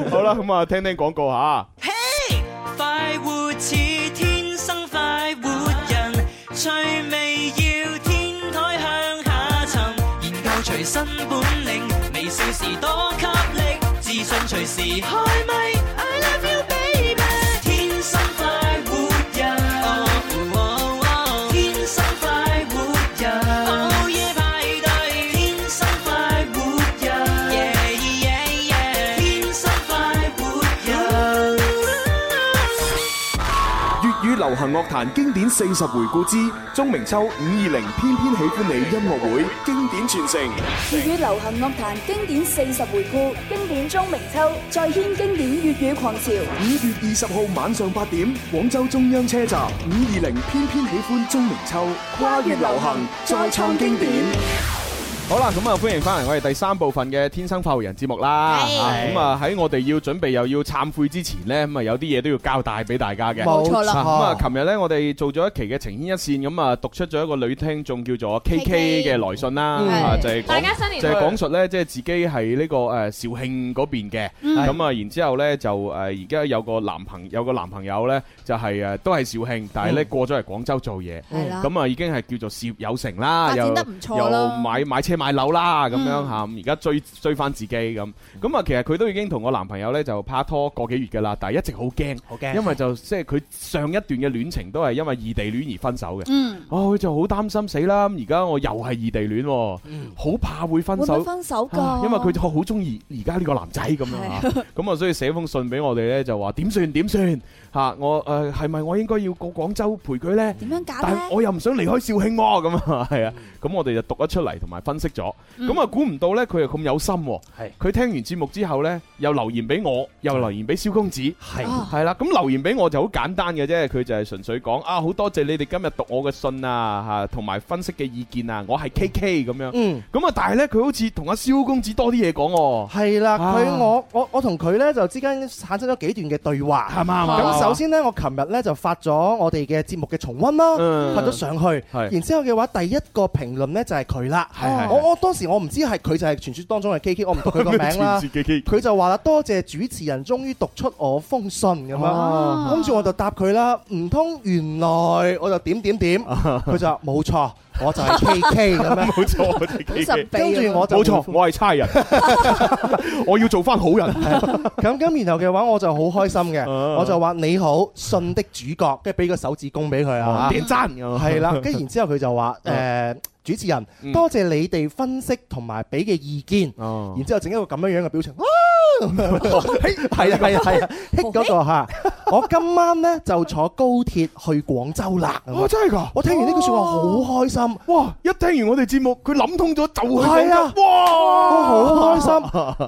Speaker 3: 好啦，咁啊，聽聽廣告吓。
Speaker 14: 快活似天生快活人，趣味要天台向下沉，研究隨身本領，微笑時多給力，自信隨時開咪。I love you baby，天生快活人，哦哦哦天生快活人，午夜派對，天生快活人，yeah yeah yeah，天生快活人。
Speaker 10: 粵語流行樂壇經典四十回顧之鐘明秋五二零偏偏喜歡你音樂會經典傳承。
Speaker 15: 粵語流行樂壇經典四十回顧，經典鐘明秋再掀經典粵語狂潮。
Speaker 10: 五月二十號晚上八點，廣州中央車站五二零偏偏喜歡鐘明秋，跨越流行，再創經典。
Speaker 3: 好啦，咁啊，歡迎翻嚟我哋第三部分嘅《天生快活人》節目啦。
Speaker 4: 係
Speaker 3: 咁啊，喺我哋要準備又要懺悔之前呢，咁啊有啲嘢都要交代俾大家嘅。
Speaker 4: 冇錯啦
Speaker 3: 咁啊，琴日呢，我哋做咗一期嘅情牽一線，咁啊讀出咗一個女聽眾叫做 K K 嘅來信啦，
Speaker 16: 嗯
Speaker 3: 啊就係講
Speaker 16: 大家新年
Speaker 3: 就係
Speaker 16: 快樂
Speaker 3: 講述呢，即係自己係呢個誒肇慶嗰邊嘅。
Speaker 16: 嗯
Speaker 3: 咁啊，然之後呢，就誒而家有個男朋有個男朋友呢，就係誒都係肇慶，但係呢，
Speaker 16: 嗯
Speaker 3: 過咗嚟廣州做嘢，
Speaker 16: 係啦
Speaker 3: 咁啊已經係叫做事業有成啦，
Speaker 16: 發展
Speaker 3: 又
Speaker 16: 得唔錯
Speaker 3: 又
Speaker 16: 啦
Speaker 3: 買買車買樓啦咁樣嚇，咁而家追追翻自己咁，咁啊其實佢都已經同我男朋友咧就拍拖個幾月嘅啦，但係一直好驚，好
Speaker 4: 驚
Speaker 3: 因為就即係佢上一段嘅戀情都係因為異地戀而分手嘅，
Speaker 5: 嗯
Speaker 3: 哦佢就好擔心死啦，咁而家我又係異地戀喎，好怕會分
Speaker 5: 會唔
Speaker 3: 手，
Speaker 5: 會分手㗎
Speaker 3: 啊因為佢好中意而家呢個男仔咁樣嚇
Speaker 5: 係，
Speaker 3: 咁啊所以寫封信俾我哋咧就話點算點算嚇，我誒係咪我應該要過廣州陪佢咧？
Speaker 5: 點樣搞
Speaker 3: 但
Speaker 5: 咧
Speaker 3: 係？我又唔想離開肇慶喎，咁啊，係啊，咁我哋就讀咗出嚟同埋分析咗，
Speaker 5: 嗯
Speaker 3: 咁啊估唔到呢，佢又咁有心喎，佢聽完節目之後呢，又留言俾我，又留言俾蕭公子，係係啦，咁留言俾我就好簡單嘅啫，佢就係純粹講啊，好多謝你哋今日讀我嘅信啊，嚇，同埋分析嘅意見啊，我係 K K 咁樣，
Speaker 4: 嗯
Speaker 3: 咁啊，但係呢，佢好似同阿蕭公子多啲嘢講喎，
Speaker 4: 係啦，佢
Speaker 3: 啊
Speaker 4: 我我我同佢呢就之間產生咗幾段嘅對話，係
Speaker 3: 嘛係嘛係嘛
Speaker 4: 咁首先呢，我琴日呢就發咗我哋嘅節目嘅重温啦，
Speaker 3: 嗯
Speaker 4: 發咗上去，
Speaker 3: 係
Speaker 4: 然之後嘅話，第一個評論呢就係佢啦
Speaker 3: 係係。
Speaker 4: 我我當時我唔知係佢就係傳説當中嘅 K K，我唔讀佢個名 啦
Speaker 3: 傳説嘅 KK。
Speaker 4: 佢就話啦，多謝主持人終於讀出我封信咁
Speaker 3: 哦
Speaker 4: 樣，跟住我就答佢啦，唔通原來我就點 點點，佢就話冇錯，我就係 K K 咁樣，
Speaker 3: 冇錯，我哋 K K，
Speaker 4: 跟住我就
Speaker 3: 冇
Speaker 4: 回
Speaker 3: 錯，我係 差人， 我要做翻好人。
Speaker 4: 咁咁，然後嘅話我就好開心嘅，我就話你好，信的主角，跟住啊俾個手指公俾佢啊，
Speaker 3: 點贊
Speaker 4: 係啦，跟住然之後佢就 話誒。主持人，多謝你哋分析同埋俾嘅意見，然之後整一個咁樣樣嘅表情，啊咁樣 係啊係啊 係啊，剔嗰個嚇！我今晚呢就坐高鐵去廣州啦。
Speaker 3: 哦真係㗎
Speaker 4: 我聽完呢句説話好開心。
Speaker 3: 哇！一聽完我哋節目，佢諗通咗就去廣
Speaker 4: 係啊
Speaker 3: 州。！哇
Speaker 4: 我好 開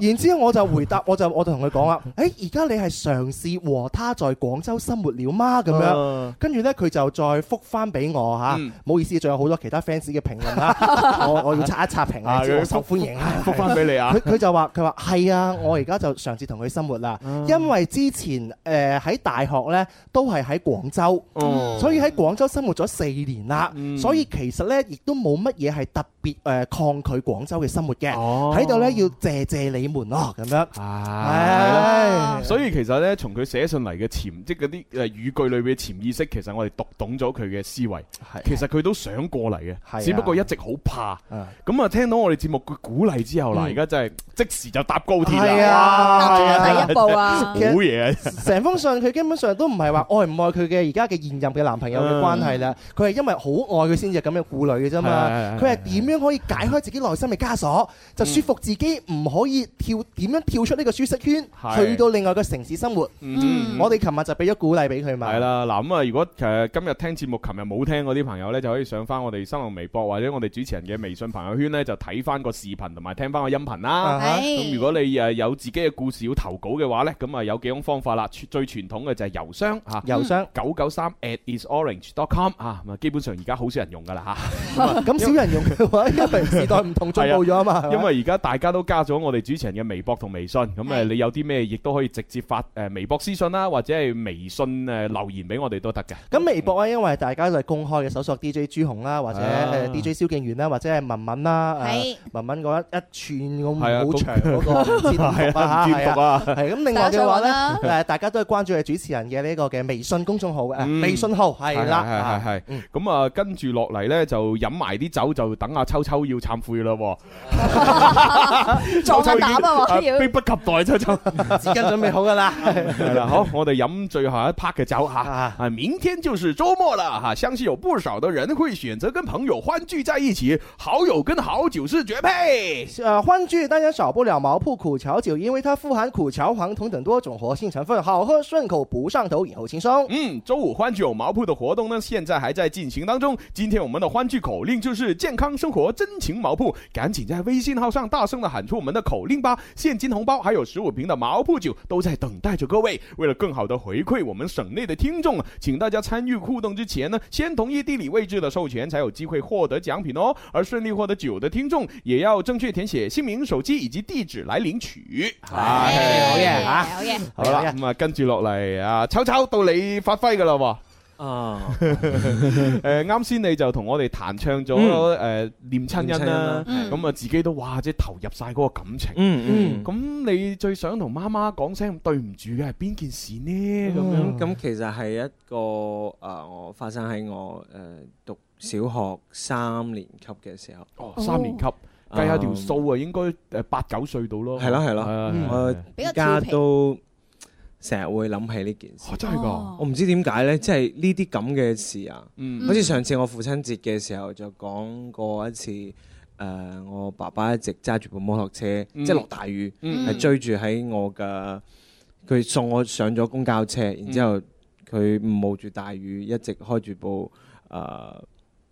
Speaker 4: 心。然之後我就回答，我就我就同佢講啦，誒而家你係嘗試和他在廣州生活了嗎？咁樣
Speaker 3: 嗯，
Speaker 4: 跟住呢，佢就再覆翻俾我嚇，唔好意思，仲有好多其他 fans 嘅評論啦， 我我要刷一刷評
Speaker 3: 啊
Speaker 4: 論先，我受歡迎啊，
Speaker 3: 覆返俾你啊
Speaker 4: 佢佢就話佢話係啊，我而家就嘗試同佢生活啦，
Speaker 3: 啊
Speaker 4: 因為之前誒喺大學呢，都係喺廣州
Speaker 3: 哦，嗯
Speaker 4: 所以喺廣州生活咗四年啦，所以其實呢，亦都冇乜嘢係特別誒抗拒廣州嘅生活嘅，
Speaker 3: 哦
Speaker 4: 喺度呢，要謝謝你們咯咁樣。啊
Speaker 3: 係咯啊所以其實咧，從佢寫信嚟嘅潛，即係嗰啲誒語句裏邊嘅潛意識，其實我哋讀懂咗佢嘅思維。其實佢都想過嚟
Speaker 4: 啊
Speaker 3: 嘅，只不過一直好怕
Speaker 4: 啊。
Speaker 3: 咁啊，聽到我哋節目佢鼓勵之後啦，
Speaker 4: 嗯
Speaker 3: 而家真係即時就搭高鐵啦。
Speaker 4: 係啊
Speaker 3: 哇
Speaker 4: 踏出咗第一步啊
Speaker 3: 真係好嘢啊！
Speaker 4: 成封信佢基本上都唔係話愛唔愛佢嘅而家嘅現任嘅男朋友嘅關係啦，佢係因為好愛佢先至咁樣顧慮嘅啫嘛
Speaker 3: 嗯係係。係啊
Speaker 4: 佢係點樣可以解開自己內心嘅枷鎖，
Speaker 3: 嗯
Speaker 4: 就說服自己唔可以跳點樣跳出呢個舒適圈，
Speaker 3: 係
Speaker 4: 去到另外嘅城市生活。
Speaker 3: 嗯
Speaker 4: 我哋琴日就俾咗鼓勵俾佢嘛。
Speaker 3: 係啦，嗱咁啊，如果誒今日聽節目，琴日冇聽嗰啲朋友呢，就可以上翻我哋新浪微博或者我哋主持人嘅微信朋友圈呢，就睇翻個視頻同埋聽翻個音頻啦
Speaker 16: 啊。哈
Speaker 5: 嗯
Speaker 3: 咁如果你誒有自己嘅故事要投稿嘅話呢，咁啊有幾種方法啦。最最傳統嘅就係郵箱嚇，
Speaker 4: 郵箱
Speaker 3: 九九三 at isorange.com 啊，咁啊基本上而家好少人用㗎 啦嚇。
Speaker 4: 咁少人用嘅 話，因為時代唔同進步咗啊嘛。係咪
Speaker 3: 因為而家大家都加咗我哋主持人嘅微博同微信，咁誒你有啲咩亦都可以直接發誒微博私信啦，或者係微信誒留言俾我哋都得嘅。
Speaker 4: 咁微博啊咧，因為大家都係公開嘅，搜索 DJ 朱紅啦，或者
Speaker 3: 嗯啊
Speaker 4: 誒 DJ 蕭敬元啦，或者係文文啦，
Speaker 3: 係
Speaker 4: 誒文文嗰一一串咁
Speaker 3: 係啊
Speaker 4: 好長嗰 個唔知點讀啊，
Speaker 3: 係啊唔知點讀啊
Speaker 4: 係係咁。另
Speaker 3: 大
Speaker 4: 外嘅話
Speaker 3: 家上網
Speaker 4: 咧，
Speaker 3: 啦
Speaker 4: 誒大家都係關注係主持人嘅呢個嘅微信公眾號
Speaker 3: 嗯
Speaker 4: 誒微信號係啦，
Speaker 3: 係係係係。咁啊，跟住落嚟咧就飲埋啲酒，就等阿秋秋要懺悔啦喎。
Speaker 5: 撞下膽啊！
Speaker 3: 秋秋
Speaker 5: 喎
Speaker 3: 已經
Speaker 5: 要
Speaker 3: 迫不及待，秋秋。
Speaker 4: 紙巾準備好㗎啦。
Speaker 3: 係啦，好，我哋飲最後一 part 嘅酒吓。啊，明天就是周末了哈，相信有不少的人会选择跟朋友欢聚在一起，好友跟好酒是绝配。
Speaker 4: 呃，欢聚大家少不了毛铺、苦苓酒、一
Speaker 16: 因为它富含苦荞、黄酮等多种活性成分，好喝顺口不上头，饮后轻松。
Speaker 3: 嗯，周五欢聚有毛铺的活动呢，现在还在进行当中。今天我们的欢聚口令就是健康生活真情毛铺，赶紧在微信号上大声的喊出我们的口令吧！现金红包还有十五瓶的毛铺酒都在等待着各位。为了更好的回馈我们省内的听众，请大家参与互动之前呢，先同意地理位置的授权，才有机会获得奖品哦。而顺利获得酒的听众，也要正确填写姓名、手机以及地址来领取。
Speaker 5: 哎
Speaker 16: 唉好嘢
Speaker 3: 啊！
Speaker 16: 好嘢
Speaker 3: 好啦，咁啊，跟住落嚟啊，秋秋到你發揮噶啦喎。
Speaker 12: 啊！
Speaker 3: 誒啱先你就同我哋彈唱咗
Speaker 12: 嗯
Speaker 3: 誒念親恩啦，
Speaker 12: 念親恩啦
Speaker 3: 咁啊自己都哇即係投入晒嗰個感情。
Speaker 12: 嗯嗯
Speaker 3: 咁你最想同媽媽講聲對唔住嘅係邊件事呢？咁樣
Speaker 12: 咁咁其實係一個誒、呃我發生喺我誒、呃、讀小學三年級嘅時候。
Speaker 3: 哦三年級計下條數啊，應該誒八九歲到咯。
Speaker 12: 係咯係咯，
Speaker 3: 嗯
Speaker 12: 我
Speaker 3: 比較
Speaker 12: 而
Speaker 3: 調
Speaker 12: 家
Speaker 3: 皮
Speaker 12: 都成日會諗起呢件事。
Speaker 3: 真係㗎！
Speaker 12: 我唔知點解呢，即係呢啲咁嘅事啊
Speaker 3: 哦嗯，
Speaker 12: 好似上次我父親節嘅時候就講過一次，誒我爸爸一直揸住部摩托車，
Speaker 3: 嗯
Speaker 12: 即係落大雨，
Speaker 3: 嗯
Speaker 12: 係追住喺我嘅，佢送我上咗公交車，然之
Speaker 4: 嗯
Speaker 12: 後佢冒住大雨一直開住部誒。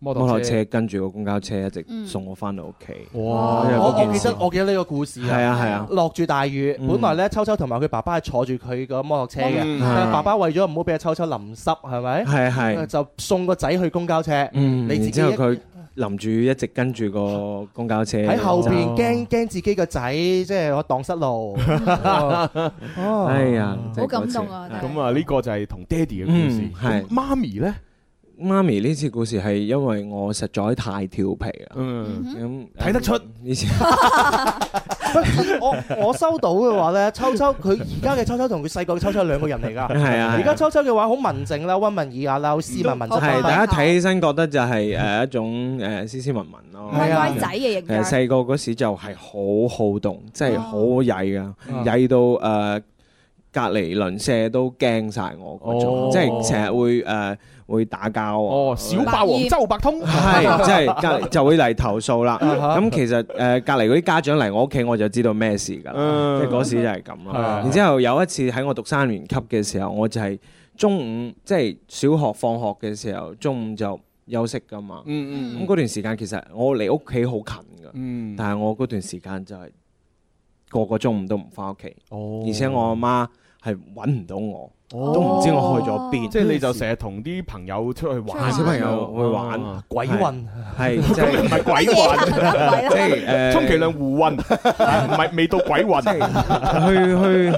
Speaker 3: 摩
Speaker 4: 托車
Speaker 12: 托車跟住個公交車一直
Speaker 4: 嗯
Speaker 12: 送我翻到屋企。
Speaker 4: 哇！
Speaker 12: 因為嗰
Speaker 4: 我我
Speaker 12: 件
Speaker 4: 記
Speaker 12: 事
Speaker 4: 得我記得呢個故事
Speaker 12: 係啊係啊
Speaker 4: 落住大雨，
Speaker 12: 嗯
Speaker 4: 本來咧秋秋同埋佢爸爸係坐住佢個摩托車
Speaker 12: 嗯
Speaker 4: 嘅，但
Speaker 12: 係
Speaker 4: 係爸爸為咗唔好俾阿秋秋淋濕，係咪？
Speaker 12: 係啊係
Speaker 4: 就送個仔去公交車，
Speaker 12: 嗯，
Speaker 4: 啊你自
Speaker 12: 然
Speaker 4: 己
Speaker 12: 之後
Speaker 4: 一
Speaker 12: 佢淋住一直跟住個公交車
Speaker 4: 喺後邊
Speaker 12: 邊
Speaker 4: 驚驚自己個仔，即係我蕩失 路。哦
Speaker 12: 哎呀，
Speaker 4: 好感動啊
Speaker 12: 真係嗰次
Speaker 3: 咁啊呢個就係同爹哋嘅故事。
Speaker 12: 係
Speaker 3: 媽咪呢？
Speaker 12: 媽咪呢次故事係因為我實在太調皮啦，
Speaker 3: 嗯，
Speaker 12: 咁睇得出以前
Speaker 4: 我我收到嘅話咧，秋秋佢而家嘅秋秋同佢細個嘅秋秋係兩個人嚟㗎。
Speaker 12: 係啊
Speaker 4: 而家秋秋嘅話好文靜啦，温文爾雅啦，好斯文文質彬
Speaker 12: 係
Speaker 4: 彬
Speaker 12: 大家睇起身覺得就係誒一種誒斯斯文文咯，嗯
Speaker 4: 乖乖仔嘅形象
Speaker 12: 誒細個嗰時就係好好動，即係好曳噶，曳到誒隔離鄰舍都驚晒我嗰
Speaker 3: 哦
Speaker 12: 種，即係成日會誒會打交啊。
Speaker 3: 哦，小霸王周伯 通
Speaker 12: 係，即係隔離就會嚟投訴啦。
Speaker 3: 啊哈
Speaker 12: 咁其實誒隔離嗰啲家長嚟我屋企，我就知道咩事㗎啦。
Speaker 3: 嗯
Speaker 12: 即係嗰時就係咁
Speaker 3: 係
Speaker 12: 啦。然之後有一次喺我讀三年級嘅時候，我就係中午即係小學放學嘅時候，中午就休息㗎嘛。
Speaker 3: 嗯
Speaker 12: 咁嗰段時間其實我離屋企好近㗎，
Speaker 3: 嗯
Speaker 12: 但係我嗰段時間就係個個中午都唔翻屋企，
Speaker 3: 哦
Speaker 12: 而且我阿媽係揾唔到我，都唔知我去咗邊。
Speaker 3: 即係你就成日同啲朋友出去玩，
Speaker 12: 小朋友去玩
Speaker 4: 鬼混，啊
Speaker 12: 係即
Speaker 3: 咁你唔係鬼混，
Speaker 12: 即係 誒
Speaker 3: 充其量胡混，唔係未到鬼 混。
Speaker 12: 去去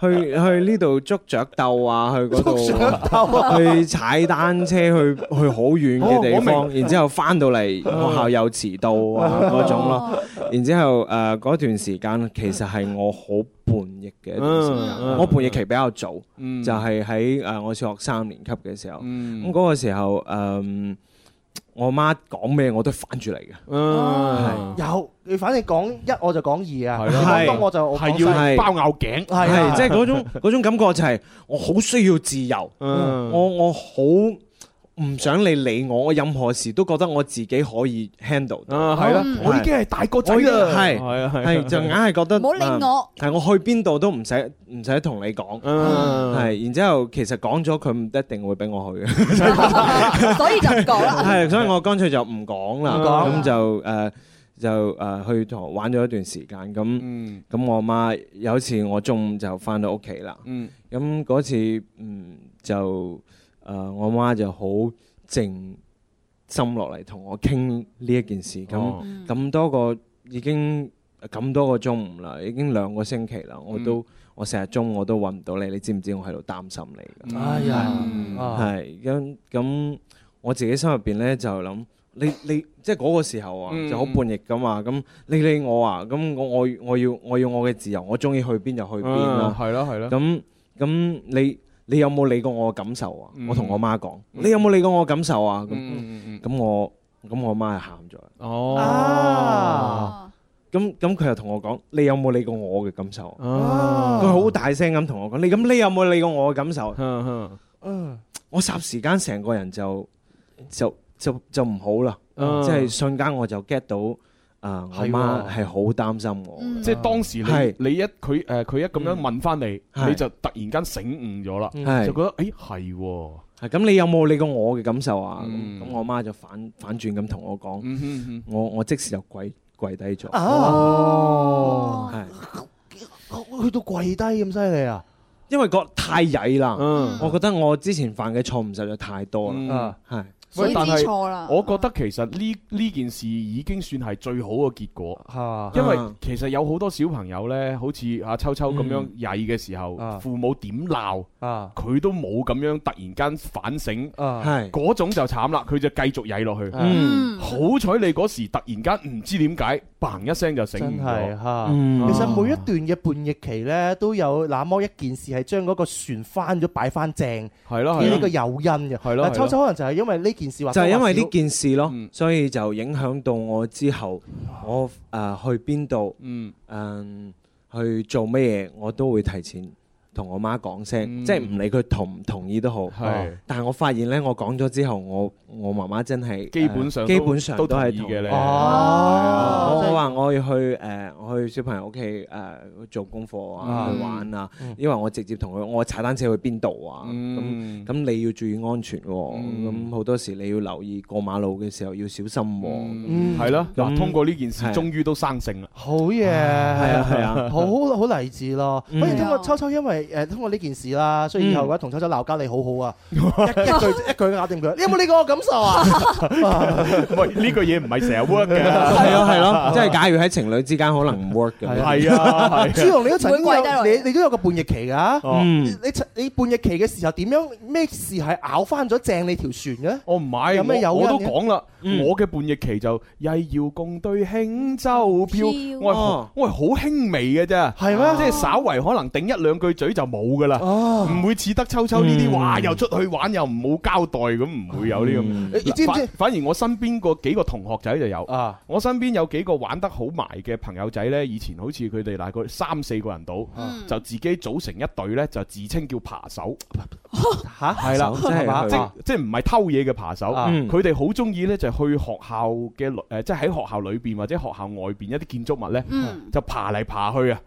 Speaker 12: 去去呢度捉雀鬥啊，去嗰
Speaker 3: 捉雀鬥啊
Speaker 12: 度去踩單車，去去好遠嘅地
Speaker 3: 哦我
Speaker 12: 方，
Speaker 3: 明
Speaker 12: 然之後翻到嚟
Speaker 3: 哦
Speaker 12: 學校又遲到啊嗰種咯。然之後誒嗰段時間其實係我好叛逆嘅一段時
Speaker 3: 嗯嗯
Speaker 12: 間，我叛逆期比較早，
Speaker 3: 嗯
Speaker 12: 就係喺誒我小學三年級嘅時候。
Speaker 3: 嗯
Speaker 12: 咁嗰個時候誒，我媽講咩我都反住嚟嘅。
Speaker 4: 哦有，你反正講一我就講二啊，
Speaker 12: 係
Speaker 4: 你講多我就我講細
Speaker 12: 係
Speaker 3: 頸
Speaker 4: 係啊
Speaker 12: 係即係嗰種 嗰種感覺就係我好需要自由，
Speaker 3: 嗯
Speaker 12: 我我好唔想你理我，我任何事都覺得我自己可以 handle 到。
Speaker 3: 啊係啦嗯我已經係大個仔啦
Speaker 12: 我已經係
Speaker 3: 係
Speaker 4: 嗯
Speaker 3: 啊係啊
Speaker 12: 係就硬係覺得啊
Speaker 3: 唔好理我，
Speaker 12: 係我去邊度都唔使唔使同你講，
Speaker 3: 嗯
Speaker 12: 係然之後其實講咗佢唔一定會俾 我去嘅。
Speaker 5: 所以就唔講啦。
Speaker 12: 係，所以我乾脆就唔講啦。
Speaker 4: 唔講
Speaker 12: 咁就誒就誒去同學玩咗一段時間。
Speaker 4: 嗯
Speaker 12: 咁咁我媽有一次我中午就翻到屋企啦。
Speaker 3: 嗯
Speaker 12: 咁嗰次嗯就誒我媽就好靜心落嚟同我傾呢一件事。
Speaker 3: 哦
Speaker 12: 咁咁多個已經咁多個中午啦，已經兩個星期啦，我
Speaker 3: 嗯
Speaker 12: 都。我成日中午我都揾唔到你，你知唔知我喺度擔心你㗎？
Speaker 4: 哎呀
Speaker 3: 哦
Speaker 4: 啊
Speaker 12: 係咁咁，我自己心入邊咧就諗你你即係嗰個時候
Speaker 3: 嗯
Speaker 12: 啊，就好叛逆噶嘛。咁你理我啊，咁我我我要我要我嘅自由，我中意去邊就去邊
Speaker 3: 嗯。
Speaker 12: 啦
Speaker 3: 係咯係咯
Speaker 12: 咁咁你你有冇理過我嘅感受啊
Speaker 3: 嗯？
Speaker 12: 我同我媽講，你有冇理過我嘅感受啊？
Speaker 3: 嗯
Speaker 12: 咁咁我咁我媽係喊咗啦。
Speaker 3: 哦。
Speaker 12: 咁咁佢又同我講，你有冇理過我嘅感受啊？
Speaker 3: 啊
Speaker 12: 佢好大聲咁同我講，你咁你有冇理過我嘅感受？啊
Speaker 4: 嗯
Speaker 12: 我霎時間成個人就就就就唔好啦，
Speaker 3: 嗯
Speaker 12: 即係瞬間我就 get 到啊，我
Speaker 3: 係
Speaker 12: 媽
Speaker 3: 喎
Speaker 12: 係好擔心我。
Speaker 3: 即係當時
Speaker 12: 係
Speaker 3: 你你一佢誒佢一咁樣問翻你，
Speaker 12: 係嗯
Speaker 3: 你就突然間醒悟咗啦，
Speaker 12: 係
Speaker 3: 嗯就覺得誒係喎。
Speaker 12: 係咁，你有冇你個我嘅感受啊？咁
Speaker 3: 嗯
Speaker 12: 咁我媽就反反轉咁同我講，我我即時就跪跪低咗。
Speaker 4: 哦
Speaker 12: 係。
Speaker 4: 去到跪低咁犀利啊！
Speaker 12: 因為個太曳啦，
Speaker 3: 嗯
Speaker 12: 我覺得我之前犯嘅錯誤實在太多
Speaker 4: 嗯啊
Speaker 12: 啦，係。
Speaker 3: 喂
Speaker 5: 水
Speaker 3: 嗯但
Speaker 5: 知
Speaker 3: 係
Speaker 5: 錯啊啦
Speaker 3: 我覺得其實呢呢件事已經算係最好嘅結果，
Speaker 4: 啊
Speaker 3: 因為其實有好多小朋友呢，好似阿秋秋咁樣
Speaker 12: 嗯
Speaker 3: 曳嘅時候，
Speaker 12: 啊
Speaker 3: 父母點鬧，
Speaker 4: 啊
Speaker 3: 佢都冇咁樣突然間反省，
Speaker 12: 啊係
Speaker 3: 嗰種就慘啦，佢就繼續曳落去。
Speaker 12: 嗯
Speaker 3: 好彩你嗰時突然間唔知點解，嘭一聲就醒
Speaker 4: 真
Speaker 3: 悟
Speaker 4: 係啊
Speaker 3: 咗。
Speaker 4: 嚇，
Speaker 3: 嗯
Speaker 4: 其實每一段嘅叛逆期呢，都有那麼一件事係將嗰個船翻咗擺翻正，
Speaker 3: 係
Speaker 12: 哦
Speaker 3: 咯係咯
Speaker 4: 呢個誘因嘅。
Speaker 3: 係咯
Speaker 4: 但秋秋可能就係因為呢件事或多
Speaker 12: 就係
Speaker 4: 或
Speaker 12: 因為
Speaker 4: 少
Speaker 12: 呢件事咯，
Speaker 3: 嗯
Speaker 12: 所以就影響到我之後，我誒、呃去邊度，
Speaker 3: 嗯、
Speaker 12: 去做咩嘢，我都會提前同我媽講聲，
Speaker 3: 嗯
Speaker 12: 即係唔理佢同唔同意都好。
Speaker 3: 係
Speaker 12: 但係我發現呢，我講咗之後，我我媽媽真係
Speaker 3: 基本上
Speaker 12: 呃
Speaker 3: 都
Speaker 12: 基本上
Speaker 3: 都
Speaker 12: 都
Speaker 3: 同
Speaker 12: 係
Speaker 3: 意
Speaker 12: 同
Speaker 3: 嘅咧
Speaker 12: 哦，
Speaker 3: 真係
Speaker 12: 我我話我要去誒、呃我去小朋友屋企誒做功課啊，
Speaker 3: 嗯
Speaker 12: 去玩啊
Speaker 3: 嗯，
Speaker 12: 因為我直接同佢我踩單車去邊度啊，咁咁你要注意安全喎，咁好多時你要留意過馬路嘅時候要小心
Speaker 3: 嗯
Speaker 12: 喎，
Speaker 3: 係咯嗱
Speaker 12: 咁
Speaker 3: 通過呢件事
Speaker 12: 係啊
Speaker 3: 終於都生性啦。
Speaker 4: 好嘢，係
Speaker 12: 啊係啊
Speaker 4: 好好好勵志咯。
Speaker 12: 嗯
Speaker 4: 不如通過秋秋，因為誒通過呢件事啦，所以以後嘅話同秋秋鬧交，你好好啊，一一句一句搞掂佢。你有冇呢個感受啊？
Speaker 3: 喂，呢句嘢唔係成日 work 嘅，
Speaker 12: 係咯係啊咯，即係假如喺情侶之間可能唔 work 嘅，
Speaker 3: 係啊係啊
Speaker 4: 朱紅，你都曾經
Speaker 5: 唔會跪低
Speaker 4: 有
Speaker 5: 落嚟
Speaker 4: 你你都有個叛逆期㗎。
Speaker 12: 嗯
Speaker 4: 你你你叛逆期嘅時候點樣咩事係咬翻咗正你條船嘅？
Speaker 3: 我唔係，
Speaker 4: 有咩有
Speaker 3: 我我都講啦，我嘅叛逆期就曳搖共對輕舟飄，我係好我係好輕微嘅啫，係咩？即係稍為可能頂一兩句嘴就冇噶啦，唔會似得秋秋呢啲哇又出去玩又冇交代咁，唔會有呢
Speaker 12: 嗯
Speaker 3: 咁。
Speaker 4: 你知唔知
Speaker 3: 反？反而我身邊個幾個同學仔就有，
Speaker 4: 啊
Speaker 3: 我身邊有幾個玩得好埋嘅朋友仔呢，以前好似佢哋大概三四個人到，就自己組成一隊呢，就自稱叫扒手。
Speaker 4: 嚇
Speaker 3: 係啦，
Speaker 4: 即係嘛
Speaker 3: 即即係唔係偷嘢嘅扒手，
Speaker 4: 啊
Speaker 3: 佢哋好中意咧就去學校嘅誒，呃即係喺學校裏邊或者學校外邊一啲建築物咧，就爬嚟爬去啊，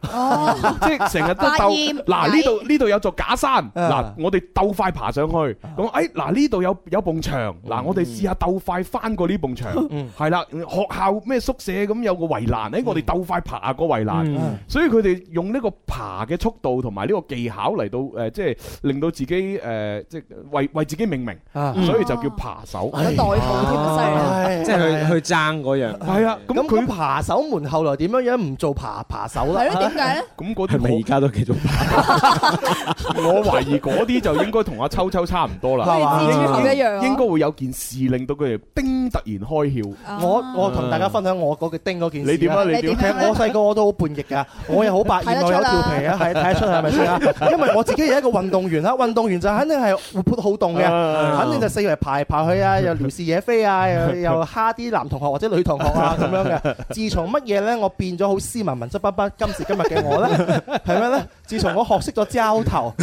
Speaker 3: 即係成日都
Speaker 5: 百厭
Speaker 3: 鬥嗱呢度呢度有座假山，嗱
Speaker 4: 啊
Speaker 3: 我哋鬥快爬上去，咁誒嗱呢度有有埲牆，嗱我哋試下鬥快翻過呢埲牆，
Speaker 12: 嗯
Speaker 3: 係啦，學校咩宿舍咁有個圍欄，誒我哋鬥快爬過圍欄
Speaker 12: 嗯，
Speaker 3: 所以佢哋用呢個爬嘅速度同埋呢個技巧嚟到誒，即係令到自己誒，即係為為自己命名
Speaker 4: 啊，
Speaker 3: 所以就叫扒手。
Speaker 12: 嗯即係去啊去爭嗰樣，
Speaker 3: 係啊，
Speaker 4: 咁佢扒手門後來點樣樣唔做扒扒手啦？
Speaker 5: 係咯，點解咧？
Speaker 3: 咁嗰
Speaker 12: 係咪而家都繼續
Speaker 3: 我懷疑嗰啲就應該同阿秋秋差唔多啦，
Speaker 4: 係嘛
Speaker 5: 蜘蛛俠一樣啊
Speaker 3: 應該會有件事令到佢哋叮突然開竅。
Speaker 4: 我
Speaker 5: 哦
Speaker 4: 我同大家分享我嗰個叮嗰件事
Speaker 3: 你點啊你點啊
Speaker 4: 其實我細個我都好叛逆㗎，我又好白
Speaker 5: 睇得
Speaker 4: 眼，
Speaker 5: 出
Speaker 4: 我
Speaker 5: 啦
Speaker 4: 有調皮啊，係睇得出係 咪先啊？因為我自己係一個運動員啦，運動員就肯定係活潑好動嘅，
Speaker 3: 啊
Speaker 4: 肯定就四圍爬嚟爬去啊，又撩事惹非啊，又又蝦啲男同學或者女同學 啊咁樣嘅。自從乜嘢咧，我變咗好斯文文質彬彬，今時今日嘅我咧， 係咩咧？自從我學識咗交頭。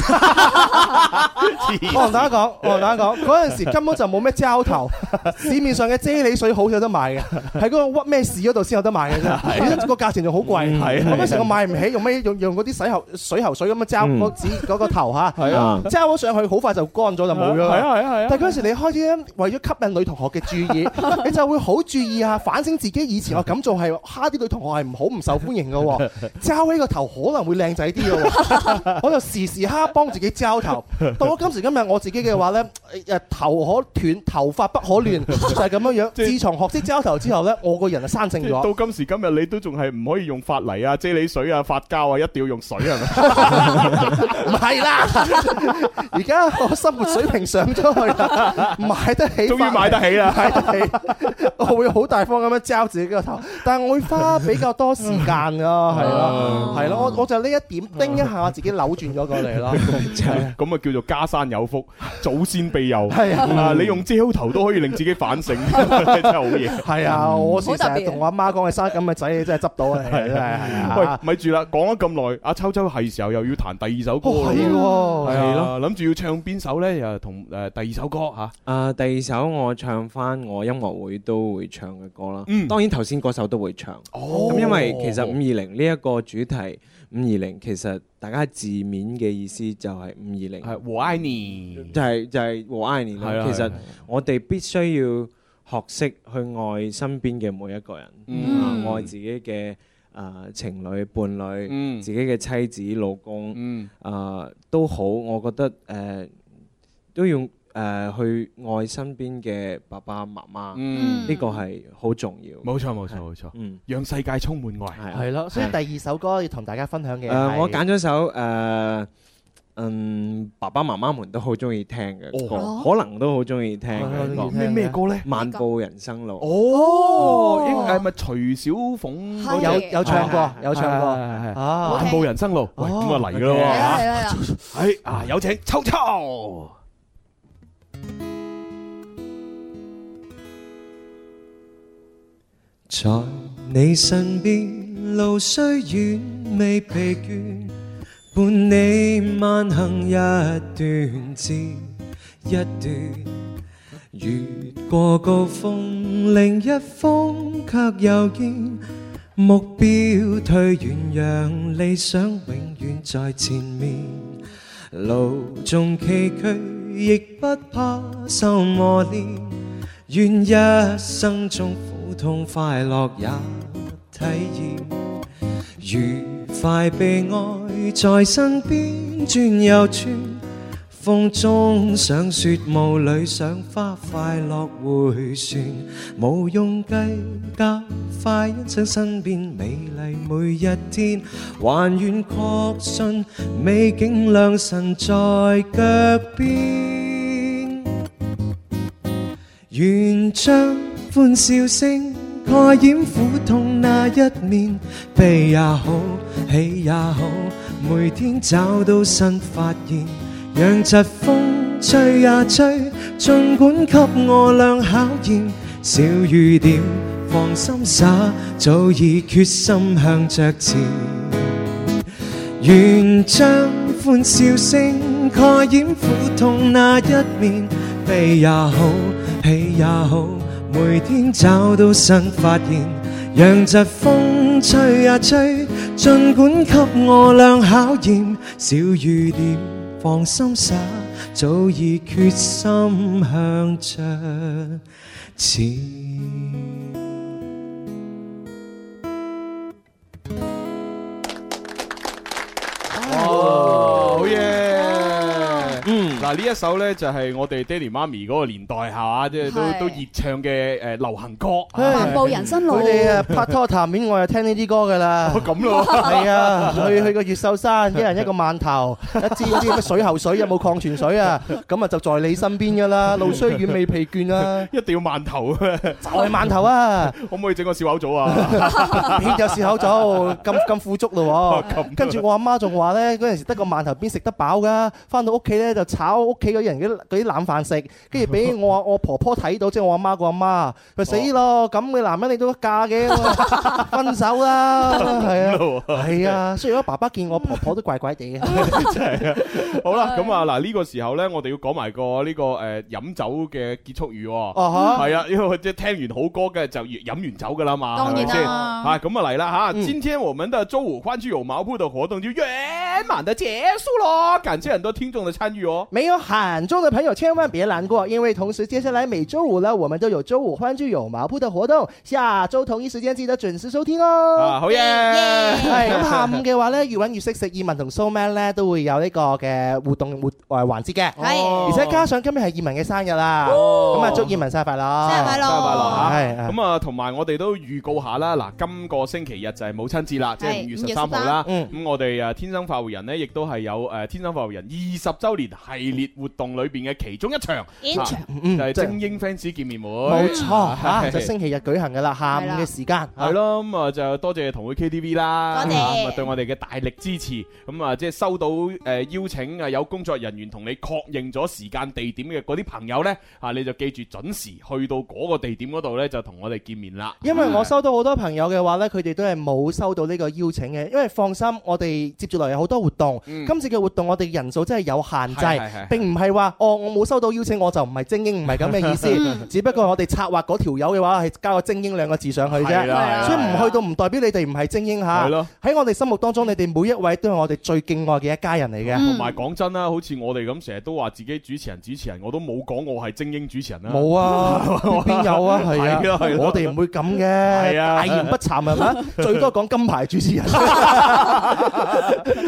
Speaker 4: 我同大家講，我同大家講，嗰陣時根本就冇咩膠頭，市面上嘅啫喱水好有得 賣嘅，喺嗰個屈咩市嗰度先有得賣嘅啫。
Speaker 3: 係啊嗯
Speaker 4: 本身個價錢仲好貴，啊
Speaker 3: 係
Speaker 4: 我嗰時
Speaker 3: 係
Speaker 4: 我買唔起，用咩用用嗰啲洗喉水喉水咁樣膠
Speaker 3: 嗯
Speaker 4: 嗰紙嗰個頭嚇，
Speaker 3: 係啊
Speaker 4: 膠咗上去好快就乾咗就冇咗啦。
Speaker 3: 係啊係啊係啊
Speaker 4: 但係嗰陣時你開始咧，為咗吸引女同學嘅 注意，你就會好注意下，反省自己以前我咁做係蝦啲女同學係唔好唔受歡迎嘅 喎，膠起個頭可能會靚仔啲嘅喎，我就時時刻幫自己膠頭。到我今時今日我自己嘅話咧，誒頭可斷，頭髮不可亂，就係咁樣樣。自從學識膠頭之後咧，我個人就生性咗。
Speaker 3: 到今時今日，你都仲係唔可以用髮泥啊、啫喱水啊、髮膠啊，一定要用水係咪？
Speaker 4: 唔係啦，而家我生活水平上咗去啦，買得起，
Speaker 3: 終於買得起啦
Speaker 4: 買得起，我會好大方咁樣揸啊
Speaker 3: 哦
Speaker 4: 自己個頭，但係我會花比較多時間咯，係咯，係咯，我我就呢一點叮一一下自己扭轉咗過 嚟咯。
Speaker 3: 咁啊叫做家山有福，祖先庇佑。
Speaker 4: 係啊
Speaker 3: 啊，你用遮頭都可以令自己反 省，真係好嘢。
Speaker 4: 係啊，
Speaker 3: 好
Speaker 4: 我時
Speaker 3: 特
Speaker 4: 成
Speaker 3: 別
Speaker 4: 日同我阿媽講，你生咁嘅仔，你真係執到啊！你真係係啊
Speaker 3: 喂，咪住啦，講咗咁耐，阿秋秋係時候又要彈第二首歌
Speaker 4: 哦
Speaker 3: 啦
Speaker 4: 係喎
Speaker 3: 係
Speaker 12: 係
Speaker 3: 啊，
Speaker 12: 咯
Speaker 3: 諗住要唱邊首咧？又同誒第二首歌嚇。
Speaker 12: 啊，第二首我唱翻我音樂會都會唱嘅歌啦。
Speaker 3: 嗯
Speaker 12: 當然頭先嗰首都會唱。
Speaker 3: 哦
Speaker 12: 咁因為其實五二零呢一個主題，五二零其實大家字面嘅意思就係五二零。
Speaker 3: 係我愛你。
Speaker 12: 就係就係和 I 年
Speaker 3: 係啦
Speaker 12: 啦。其
Speaker 3: 係
Speaker 12: 實
Speaker 3: 啦
Speaker 12: 我哋必須要學識去愛身邊嘅每一個人，
Speaker 3: 嗯
Speaker 12: 啊愛自己嘅啊、情侶、伴侶，
Speaker 3: 嗯
Speaker 12: 自己嘅妻子、老公，啊、
Speaker 3: 嗯
Speaker 12: 都好。我覺得誒、呃都要誒、呃去愛身邊嘅爸爸媽媽，呢、
Speaker 3: 嗯
Speaker 12: 個係好重要。
Speaker 3: 冇錯冇錯冇錯，
Speaker 12: 嗯，啊
Speaker 3: 讓世界充滿愛。
Speaker 4: 係咯，所以第二首歌要同大家分享嘅
Speaker 12: 誒、
Speaker 4: 係。
Speaker 12: 呃我揀咗首誒、呃嗯，爸爸媽媽們都好中意聽嘅歌，
Speaker 3: 哦
Speaker 12: 可能都好中意聽嘅歌。
Speaker 3: 咩咩歌咧？
Speaker 12: 漫步人生路。
Speaker 3: 哦，應係咪徐小鳳嗰隻？
Speaker 12: 有有唱過有唱過
Speaker 3: 係係係
Speaker 12: 啊
Speaker 3: 漫步人生路，喂咁啊嚟㗎咯
Speaker 12: 係啦
Speaker 3: 喎
Speaker 12: 係
Speaker 3: 嚇
Speaker 12: 啦係啦！
Speaker 3: 係啊，有請秋秋。
Speaker 13: 在你身邊，路雖遠未疲倦，伴你慢行一段接一段，越過高峰，另一峰卻又見。目標退遠，讓理想永遠在前面。路縱崎嶇，亦不怕受磨練。願一生中苦痛快樂也體驗，愉快被愛在身邊轉又轉。風中想雪，霧裏想花，快樂回旋，無用計較，快欣賞身邊美麗每一天，還願確信美景良辰在腳邊，願將歡笑聲蓋掩苦痛那一面，悲也好，喜也好，每天找到新發現。讓疾風吹呀吹，盡管給我俩考驗。小雨點放心灑，早已決心向着前。願將歡笑聲蓋掩苦痛那一面，悲也好，喜也好，每天找到新發現。讓疾風吹呀吹，盡管給我倆考驗。小雨點放心灑，早已決心向着前。
Speaker 3: 哦，好嘢！嗯，嗱呢一首咧就係我哋爹哋媽咪嗰個年代係嘛，即係
Speaker 4: 係
Speaker 3: 都都熱唱嘅誒流行歌。
Speaker 5: 啊
Speaker 3: 啊
Speaker 4: 漫
Speaker 17: 步人生路
Speaker 4: 佢哋啊拍拖談戀愛就聽呢啲歌噶啦。
Speaker 3: 咁咯
Speaker 4: 係啊，去去個越秀山，一人一個饅頭，一支嗰啲咩水喉水有冇礦泉水啊？咁啊就在你身邊噶啦，路雖遠未疲倦啊！
Speaker 3: 一定要饅頭啊！ 就
Speaker 4: 係饅頭啊！
Speaker 3: 可唔可以整個笑口棗啊？
Speaker 4: 邊有笑口棗咁咁富足咯喎？跟住我阿媽仲話咧，嗰陣時得個饅頭邊食得飽噶，翻到屋企咧就炒屋企嗰啲人嗰啲嗰啲冷飯食，跟住俾我我婆婆睇到，即係我阿媽個阿媽，佢死咯！咁嘅男人你都嫁嘅，分手啦，係啊，係啊。雖然我爸爸見我婆婆都怪怪地嘅，
Speaker 3: 真係啊！好啦，咁啊嗱，呢個時候咧，我哋要講埋個呢個誒飲酒嘅結束語喎。
Speaker 4: 啊哈
Speaker 3: 係啊，因為即係聽完好歌嘅就飲完酒噶啦嘛，
Speaker 17: 當然啦
Speaker 3: 係咪先啊咁啊嚟啦嚇！今天我們的周五歡聚有毛鋪的活動就圓滿的結束咯，感謝很多聽眾的參與哦。
Speaker 4: 没有喊中的朋友千万别难过，因为同时接下来每周五呢，我们都有周五欢聚有毛铺的活动，下周同一时间记得准时收听哦。
Speaker 3: 啊，好嘢！
Speaker 4: 係咁啊下午嘅話咧，越揾越識食，葉文同蘇 man 咧都會有呢個嘅活動活誒環節嘅，
Speaker 3: 哦
Speaker 4: 而且加上今日係葉文嘅生日啦，
Speaker 3: 哦
Speaker 4: 咁啊祝葉文生日快樂，生日快
Speaker 3: 生日快樂嚇！
Speaker 4: 係係
Speaker 3: 咁啊，同埋我哋都預告下啦，嗱，今個星期日就係母親節啦，即係
Speaker 4: 係
Speaker 3: 五月
Speaker 4: 5
Speaker 3: 十
Speaker 4: 月
Speaker 3: 三號啦。
Speaker 4: 13
Speaker 3: 啊呃咁我哋誒天生快活人呢，亦都係有誒天生快活人二十週年系烈活動裏邊嘅其中一場，
Speaker 4: 演唱
Speaker 3: 啊
Speaker 4: 嗯
Speaker 3: 就係
Speaker 4: 即係
Speaker 3: 精英 fans 見面會，
Speaker 4: 冇錯
Speaker 3: 啊
Speaker 4: 嚇，就星期日舉行噶啦，下午嘅時間。
Speaker 3: 係咯，咁啊就多謝同會 KTV 啦，
Speaker 4: 多謝
Speaker 3: 咁啊對我哋嘅大力支持，咁啊即係收到誒邀請啊，有工作人員同你確認咗時間地點嘅嗰啲朋友呢，啊你就記住準時去到嗰個地點嗰度呢，就同我哋見面啦。嗯
Speaker 4: 因為我收到好多朋友嘅話呢佢哋都係冇收到呢個邀請嘅。因為放心，我哋接住落嚟有好多活動，
Speaker 16: 嗯
Speaker 4: 今次嘅活動我哋人數真係有限
Speaker 16: 係係
Speaker 4: 制
Speaker 16: 係，
Speaker 4: 並唔係話哦我冇收到邀請我就唔係精英，唔係咁嘅意思
Speaker 16: 嗯。
Speaker 4: 只不過我哋策劃嗰條友嘅話係加個精英兩個字上去啫
Speaker 16: 係啦係，啦
Speaker 4: 所以唔去到唔代表你哋唔係精英嚇
Speaker 3: 係咯。
Speaker 4: 喺我哋心目當中，你哋每一位都係我哋最敬愛嘅一家人嚟
Speaker 5: 嗯
Speaker 4: 嘅。
Speaker 3: 同埋講真啦，好似我哋咁成日都話自己主持人主持人，我都冇講我係精英主持人啦。
Speaker 4: 冇啊，邊有啊？係啊
Speaker 3: 係咯係，咯
Speaker 4: 我哋唔會咁嘅，
Speaker 3: 係啊
Speaker 4: 大言不慚係咪？最多講金牌主持人，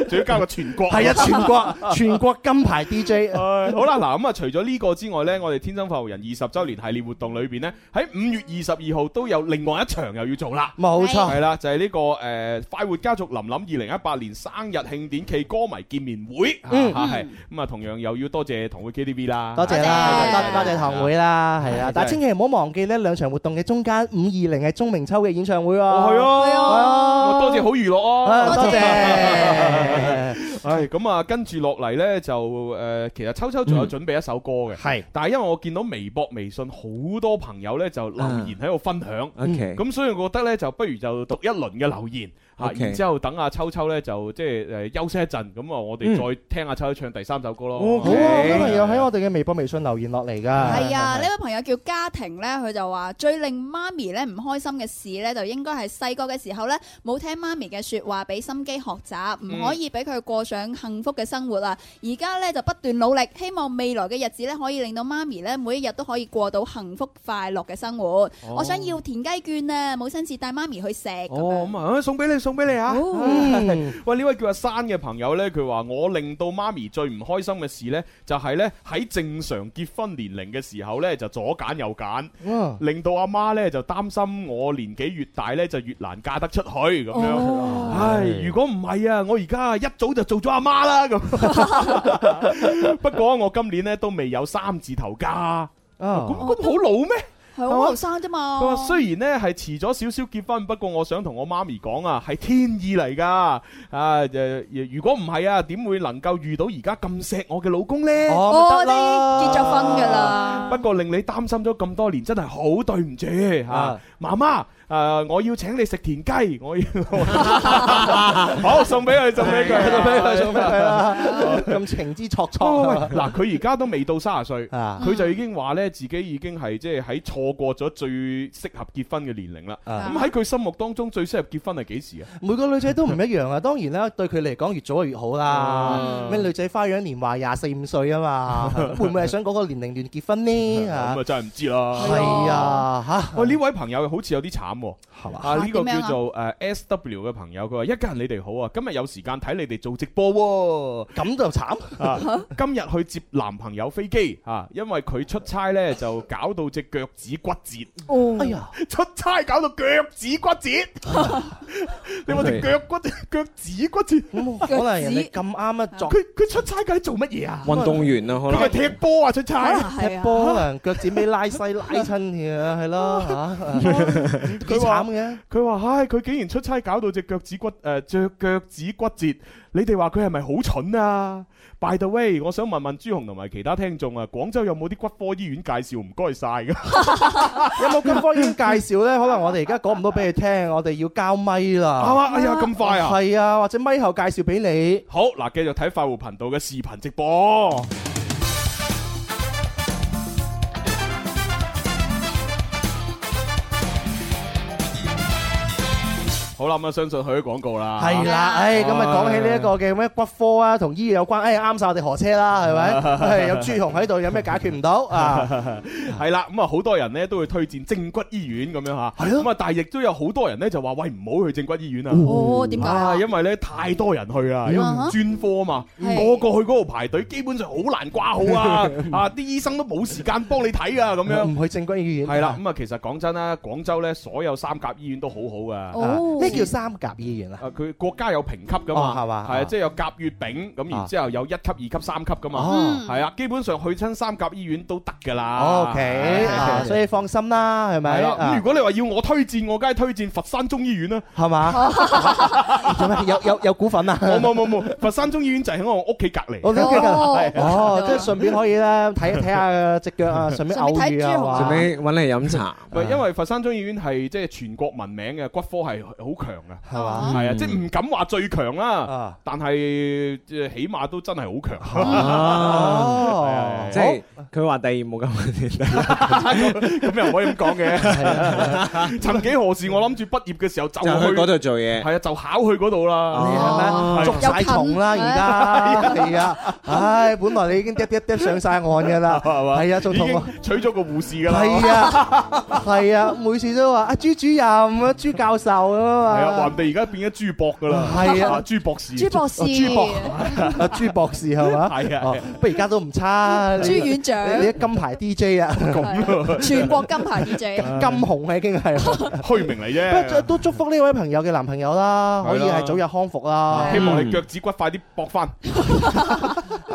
Speaker 3: 仲要加個全國，
Speaker 4: 係啊，全 國全國金牌 DJ。
Speaker 3: 好啦，嗱咁啊，除咗呢個之外呢，我哋天生發育人二十週年系列活動裏邊呢，喺五月二十二號都有另外一場又要做啦。
Speaker 4: 冇錯
Speaker 3: 係啦，就係呢個誒快活家族林林二零一八年生日慶典暨歌迷見面會，
Speaker 4: 嗯
Speaker 3: 嚇係咁啊，同樣又要多謝同會 KTV 啦，
Speaker 4: 多謝啦，多多謝堂會啦，係
Speaker 3: 係
Speaker 4: 啦，
Speaker 3: 真係
Speaker 4: 但千祈唔好忘記呢兩場活動嘅中間，五二零係鐘明秋嘅演唱會喎。
Speaker 3: 係啊，
Speaker 4: 係啊，
Speaker 3: 多謝好娛樂啊，
Speaker 4: 啊多謝
Speaker 3: 唉，咁啊，跟住落嚟呢，就誒，其實秋秋
Speaker 4: 嗯
Speaker 3: 仲有準備一首歌嘅，
Speaker 4: 係，
Speaker 3: 但係因為我見到微博、微信好多朋友呢，就留言
Speaker 4: 啊
Speaker 3: 喺度分享
Speaker 12: ，OK
Speaker 3: 咁所以我覺得呢，就不如就讀一輪嘅留言嚇，
Speaker 12: OK
Speaker 3: 然之後等阿秋秋呢，就即係誒休息一陣，咁啊，我哋
Speaker 4: 嗯
Speaker 3: 再聽阿秋秋唱第三首歌咯。
Speaker 4: 好 啊，好多朋友喺我哋嘅微博、微信留言落嚟㗎。
Speaker 5: 係啊，呢位朋友叫家庭咧，佢就話最令媽咪咧唔開心嘅事咧，就應該係細個嘅時候咧冇聽媽咪嘅説話，俾心機學習，唔
Speaker 3: 嗯
Speaker 5: 可以俾佢過上幸福嘅生活啊！而家咧就不斷努力，希望未來嘅日子咧可以令到媽咪咧每一日都可以過到幸福快樂嘅生活。
Speaker 3: 哦
Speaker 5: 我想要田雞券啊，冇親自帶媽咪去食。
Speaker 3: 哦，咁啊，送俾你，送俾你啊！
Speaker 5: 嗯
Speaker 3: 喂，呢位叫阿珊嘅朋友呢，啊佢話我令到媽咪最唔開心嘅事呢，就係呢喺正常結婚年齡嘅時候呢，就左揀右揀，
Speaker 4: 哇
Speaker 3: 令到阿媽呢就擔心我年紀越大呢，就越難嫁得出去咁樣
Speaker 4: 哦。
Speaker 3: 唉，如果唔係啊，我而家一早就做咗阿媽啦 咁。不過我今年呢，都未有三字頭
Speaker 4: 哦
Speaker 3: 嫁，咁咁好老咩？
Speaker 5: 係好後生啫嘛。
Speaker 3: 佢話雖然呢係遲咗少少結婚，不過我想同我媽咪講啊，係天意嚟㗎。啊，誒如果唔係啊，點會能夠遇到而家咁錫我嘅老公呢？
Speaker 5: 哦，呢啲結咗婚㗎 啦。
Speaker 3: 不過令你擔心咗咁多年，真係好對唔住嚇
Speaker 4: 啊，
Speaker 3: 媽媽。誒，我要請你食田雞，我 要 好送俾佢，送俾佢，
Speaker 4: 送俾佢送俾佢啦咁情之錯錯
Speaker 3: 哦喂喂 喂嗱，佢而家都未到三十歲，佢就已經話咧，自己已經係即係喺錯過咗最適合結婚嘅年齡啦。
Speaker 5: À.
Speaker 3: 咁喺佢心目當中最適合結婚係幾時啊？
Speaker 4: 每個女仔都唔一樣啊， 當然啦，對佢嚟講越早就越好啦
Speaker 3: 嗯。
Speaker 4: 咩女仔花樣年華廿四五歲 啊嘛，會唔會係想嗰個年齡段結婚呢？啊
Speaker 3: 咁啊真係唔知啦。
Speaker 4: 係啊
Speaker 3: 嚇！喂，呢位朋友好似有啲慘喎，係嘛？啊，呢個
Speaker 4: 點
Speaker 3: 叫
Speaker 4: 樣啊
Speaker 3: 做誒 S W 嘅朋友，佢話：一家人你哋好啊，今日有時間睇你哋做直播
Speaker 4: 喎。咁就慘
Speaker 3: 啊！今日去接男朋友飛機啊，因為佢出差呢，就搞到只腳趾骨折。
Speaker 4: 哎呀，
Speaker 3: 出差搞到腳趾骨 折，你話隻腳骨腳趾骨折，
Speaker 4: 可能人哋咁啱啊一作
Speaker 3: 佢佢出差梗係做乜嘢啊？
Speaker 12: 運動員啊，可
Speaker 3: 佢咪
Speaker 12: 能
Speaker 3: 踢波啊出差，
Speaker 4: 踢
Speaker 5: à.
Speaker 4: 波可能腳趾尾 拉西拉親嘅，係咯嚇，幾
Speaker 3: 佢話
Speaker 4: 慘嘅。
Speaker 3: 佢話：唉，佢竟然出差搞到隻腳趾骨誒著腳趾骨折，你哋話佢係咪好蠢啊？By the way，我想問問朱紅同埋其他聽眾啊，廣州有冇啲骨科醫院介紹？唔該晒㗎。
Speaker 4: 啊有冇咁方要介紹咧？可能我哋而家講唔到俾你聽，我哋要交咪啦。
Speaker 3: 係嘛哎呀咁快啊
Speaker 4: 係啊，或者咪後介紹俾你。
Speaker 3: 好，嗱，繼續睇快活頻道嘅視頻直播。好啦，咁啊，相信去咗廣告啦。
Speaker 4: 係啦，唉，咁啊講起呢一個嘅咩骨科啊，同醫藥有關，唉啱晒我哋何車啦，係咪？係有朱紅喺度，有咩解決唔到啊？
Speaker 3: 係啦，咁啊好多人咧都會推薦正骨醫院咁樣吓，咁啊但係亦都有好多人咧就話喂唔好去正骨醫院啊，
Speaker 5: 哦點解啊
Speaker 3: 啊因為咧太多人去啦，因為
Speaker 5: 嗯
Speaker 3: 專科啊嘛，個
Speaker 5: 係
Speaker 3: 個去嗰度排隊，基本上好難掛號啊，啊啲醫生都冇時間幫你睇啊咁
Speaker 4: Ừ,
Speaker 3: 樣。
Speaker 4: 唔去正骨醫院。
Speaker 3: 啊
Speaker 4: À,
Speaker 3: 係啦，咁啊其實講真啦，廣州咧所有三甲醫院都好好噶，
Speaker 4: 啊呢咩叫三甲意願啊？
Speaker 3: 啊佢國家有評級噶
Speaker 4: 哦
Speaker 3: 嘛，
Speaker 4: 係嘛
Speaker 3: 係啊
Speaker 4: 啊，
Speaker 3: 即係有甲、乙、丙，咁然之後有一級、二級、三級噶嘛
Speaker 4: 哦，
Speaker 5: Ừ.
Speaker 3: 係啊，基本上去親三甲醫院都得㗎啦。
Speaker 4: O K，啊所以放心啦，係
Speaker 3: 係
Speaker 4: 咪？
Speaker 3: 啦，咁
Speaker 4: 啊
Speaker 3: 如果你話要我推薦，我梗係推薦佛山中醫院 啦，
Speaker 4: 係嘛？做咩？有有有股份啊？
Speaker 3: 冇冇冇冇，佛山中醫院就喺我屋企隔離。
Speaker 4: 我都記得
Speaker 3: 係啊
Speaker 4: 哦，即係順便可以咧睇睇下只腳啊，順便偶遇啊，哇
Speaker 12: 順便揾嚟飲茶。
Speaker 3: 唔係因為佛山中醫院係即係全國聞名嘅骨科係好強嘅，
Speaker 4: 係
Speaker 5: Ờ,
Speaker 4: 嘛
Speaker 3: 係啊，即係唔敢話最強
Speaker 4: 啊 Ờ.
Speaker 3: 啦，但係即係起碼都真係好 強。
Speaker 12: 哦，即係佢話第二冇咁
Speaker 3: 咁又唔可以咁講
Speaker 4: 啊
Speaker 3: 嘅。曾幾何時，我諗住畢業嘅時候就去
Speaker 12: 就去嗰度做嘢
Speaker 3: 係啊，就考去嗰度啦。
Speaker 5: 啊
Speaker 3: Ờ.
Speaker 4: 係咩？捉晒蟲啦，而家係啊！唉，本來你已經嗒嗒嗒上晒岸㗎啦，
Speaker 3: ờ,
Speaker 4: 係啊，仲
Speaker 3: 已
Speaker 4: 同
Speaker 3: 經
Speaker 4: 我。
Speaker 3: 娶咗個護士㗎啦。
Speaker 4: 係啊，係啊，每次都話啊朱主任啊朱教授咁
Speaker 3: 係啊，
Speaker 4: 啊
Speaker 3: 話
Speaker 4: 嘛
Speaker 3: 唔，定而家變咗朱博㗎啦。
Speaker 4: 係啊
Speaker 3: 朱博士。
Speaker 5: 朱博士
Speaker 4: 哦朱博啊朱博士係嘛？
Speaker 3: 係啊
Speaker 4: 哦，不過而家都唔差。你
Speaker 5: 朱院長
Speaker 4: 你你啲金牌 DJ 啊，
Speaker 5: Ờ.
Speaker 3: 咁啊
Speaker 5: 全國金牌 DJ
Speaker 4: 金紅啊已經係。
Speaker 3: 虛名嚟
Speaker 4: 不過
Speaker 3: 啫。
Speaker 4: 都祝福呢位朋友嘅男朋友啦，可以係早日康復啦。
Speaker 3: 希望你腳趾骨快啲駁翻。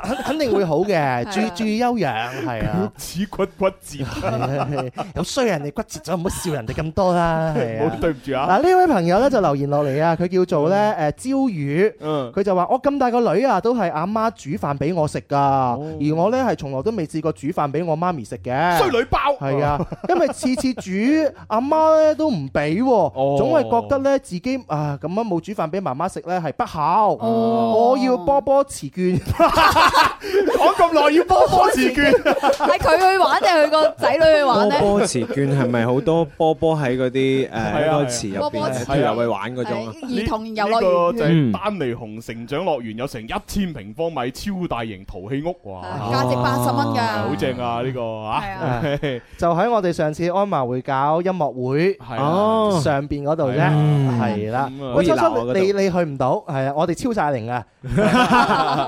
Speaker 4: 肯肯定會好嘅，注
Speaker 3: 係啊
Speaker 4: 注意休養，係啊。
Speaker 3: 趾骨骨折，
Speaker 4: 有衰人哋骨折咗，唔好笑人哋咁 多啦。係
Speaker 3: 唔好
Speaker 4: 啊。
Speaker 3: 對唔嗯住啊。
Speaker 4: 嗱呢位朋友咧就留言落嚟啊，佢叫做咧誒焦魚，
Speaker 3: 嗯
Speaker 4: 佢就話我咁大個女啊，都係阿媽煮飯俾我食噶，而我咧係從來都未試過煮飯俾我媽咪食嘅。
Speaker 3: 哦衰女包
Speaker 4: 係 啊，因為次次煮阿媽咧都唔俾
Speaker 3: 哦
Speaker 4: 喎，總係覺得咧自己啊咁樣冇煮飯俾媽媽食咧係不孝，
Speaker 3: 哦
Speaker 4: 我要波波池券。
Speaker 3: 講咁耐要波波自 券，
Speaker 5: 係佢去玩定係佢個仔女去玩咧？
Speaker 12: 波波池券係咪好多波波喺嗰 啲誒
Speaker 3: 啊
Speaker 12: 嗰個池入
Speaker 5: 波波
Speaker 12: 邊
Speaker 5: 池
Speaker 12: 跳入去玩嗰種啊？
Speaker 5: 兒童遊
Speaker 3: 呢個
Speaker 5: 樂
Speaker 3: 就
Speaker 5: 園
Speaker 3: 係丹尼熊成長樂園有成一千平方米超大型淘氣屋，哇！
Speaker 5: 價值80蚊㗎
Speaker 3: 好正啊呢個
Speaker 5: à.
Speaker 3: 啊！
Speaker 4: 就喺我哋上次安華會搞音樂會
Speaker 3: 啊 哦
Speaker 4: 上邊嗰度啫，係啦
Speaker 3: 咁啊。
Speaker 4: 喂，秋
Speaker 3: 好熱鬧啊
Speaker 4: 秋，
Speaker 3: 嗰
Speaker 4: 你
Speaker 3: 度
Speaker 4: 你去唔到，係啊，我哋超晒 齡啊，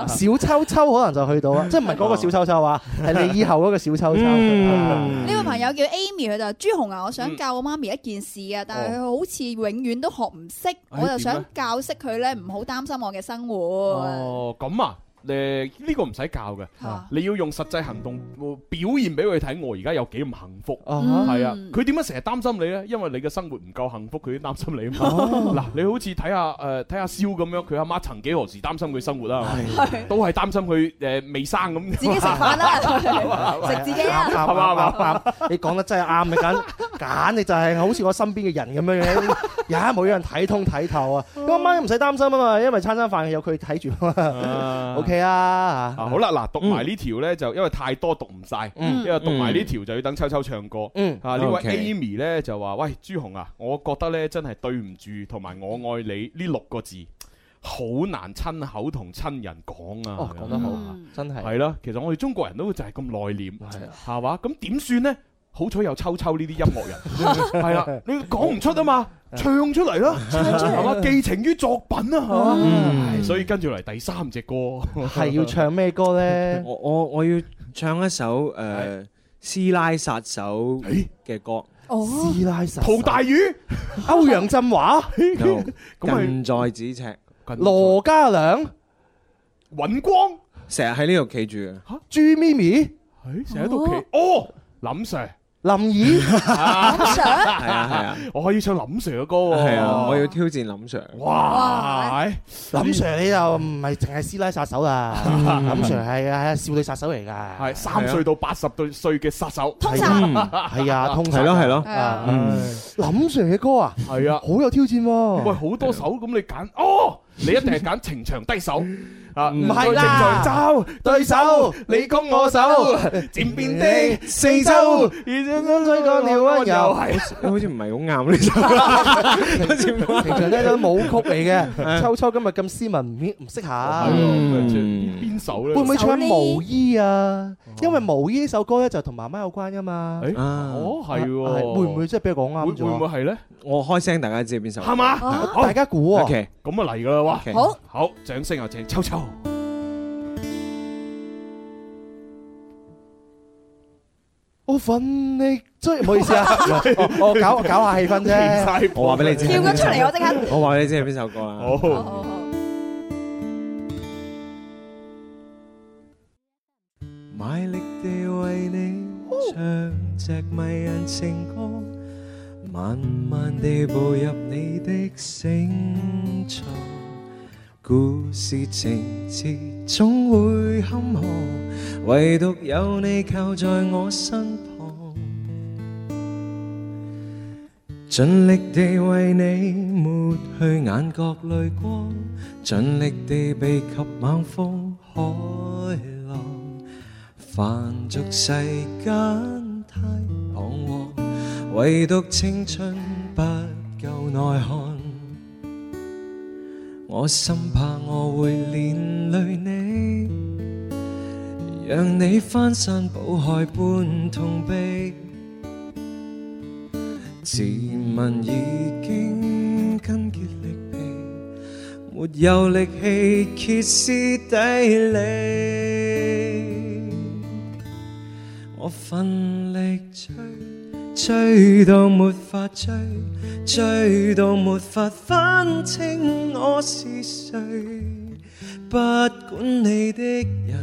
Speaker 4: 小秋秋可能就去到啊，即係唔係
Speaker 3: 哦
Speaker 4: 嗰個小秋秋啊，係你以後嗰個小秋秋。啊
Speaker 12: 嗯
Speaker 5: 呢位朋友叫 Amy，佢就話朱紅啊，我
Speaker 3: 嗯
Speaker 5: 想教我媽咪一件事啊，但係佢好似永遠都學唔識，我就
Speaker 3: 哦點啊
Speaker 5: 想
Speaker 3: 咧
Speaker 5: 教識佢咧，唔好擔心我嘅生活。
Speaker 3: 哦，咁啊。誒呢個唔使教嘅，你要用實際行動表現俾佢睇，我而家有幾唔幸福，
Speaker 4: 嗯
Speaker 3: 係啊！佢點解成日擔心你呢？因為你嘅生活唔夠幸福，佢都擔心你啊嘛。嗱，你好似睇下誒睇下蕭咁樣，佢阿媽曾幾何時擔心佢生活啦， 都係擔心佢誒未生咁。自
Speaker 5: 己食飯 啦， 食自己啊！
Speaker 4: 啱啱啱啱啱，你講得真係啱，你揀揀你就係好似我身邊嘅人咁樣樣， 也冇人睇通睇透啊！咁阿媽唔使擔心啊嘛，因為餐餐飯有佢睇住啊嘛
Speaker 3: 啊
Speaker 4: ，OK 啊。
Speaker 3: 啊，好啦，嗱，讀埋呢條呢，就因為太多讀唔晒，
Speaker 4: 嗯
Speaker 3: 因為讀埋呢條就要等秋秋唱歌。
Speaker 4: 嗯
Speaker 3: 啊，呢位
Speaker 12: OK
Speaker 3: Amy 呢，就話：喂，朱紅啊，我覺得呢真係對唔住同埋我愛你呢六個字，好難親口同親人講啊。
Speaker 4: 哦，講得好，真係。
Speaker 3: 係啦，其實我哋中國人都就係咁內斂，係嘛？咁點算呢？好彩有秋秋呢啲音樂人，係啦，你講唔出啊嘛，唱出嚟啦，係嘛？寄情於作品啊，係
Speaker 4: 嗯
Speaker 3: 嘛？唉所以跟住嚟第三隻歌
Speaker 4: 係要唱咩歌咧？
Speaker 12: 我我我要唱一首誒師奶殺手嘅歌，
Speaker 4: 師奶神
Speaker 3: 陶大宇、
Speaker 4: 哦歐陽振華、
Speaker 12: No，
Speaker 3: 係
Speaker 12: 近在咫尺，
Speaker 4: 羅嘉良、
Speaker 3: 尹光。
Speaker 12: 成日喺呢度企住 嘅。
Speaker 4: 朱咪咪、
Speaker 3: 誒，成日喺度企。哦，林 Sir，
Speaker 4: 林怡，
Speaker 5: 嗯
Speaker 12: 係啊係啊，
Speaker 3: 我可以唱林 Sir 嘅歌喎。
Speaker 12: 係啊，我要挑戰林 Sir。
Speaker 3: 哇！
Speaker 4: 林 Sir 你就唔係淨係師奶殺手啦，林 Sir 係啊少女殺手嚟㗎，
Speaker 3: 係三歲到八十歲嘅殺手，
Speaker 4: 係
Speaker 12: 嗯
Speaker 4: 啊係啊，通殺
Speaker 12: 係咯係咯嗯
Speaker 4: 啊林 Sir 嘅歌啊，
Speaker 3: 係啊，
Speaker 4: 好有挑戰喎。
Speaker 3: 喂，好多首咁你揀，哦，你一定係揀情場低手啊，唔
Speaker 4: 係啦
Speaker 3: 情場低
Speaker 4: 對手，
Speaker 3: 你攻我 守，漸變的四周，已經
Speaker 4: 追過了温柔。
Speaker 12: 好似唔係好啱呢 首。
Speaker 4: 平常咧都舞曲嚟 嘅，秋秋今日咁斯文，唔唔識下。
Speaker 3: 邊首咧？
Speaker 4: 會唔會唱毛衣啊？因為毛衣呢首歌咧就同媽媽有關噶嘛。
Speaker 3: 誒，
Speaker 12: 啊
Speaker 3: 哦，係喎，
Speaker 4: 會唔會即係俾佢講啱
Speaker 3: 會會唔會
Speaker 4: 咗？
Speaker 3: 係咧？
Speaker 12: 我開聲，大家知邊首？
Speaker 3: 係嘛？好
Speaker 4: 大家估啊！
Speaker 12: ？OK，
Speaker 3: 咁啊嚟噶啦，哇！
Speaker 12: OK
Speaker 5: 好，
Speaker 3: 好，掌聲有請秋秋。
Speaker 4: 我奮力所以唔好意思 啊，我我搞搞下氣氛啫。
Speaker 12: 我話俾你知，
Speaker 4: 跳咗出嚟我即刻
Speaker 12: 我話俾你知係邊首歌啊啦。好。
Speaker 13: 卖力地為你唱隻迷人情歌，慢慢地步入你的醒座。故事情節總會坎坷，唯獨有你靠在我身旁，盡力地為你抹去眼角淚光，盡力地避及猛風海浪。凡俗世間太彷徨，唯獨青春不夠耐看。我心怕我會連累你，讓你翻山倒海般痛悲。自問已經筋竭力疲，沒有力氣歇斯底里。我奮力追，追到沒法追，追到沒法分清我是誰。不管你的人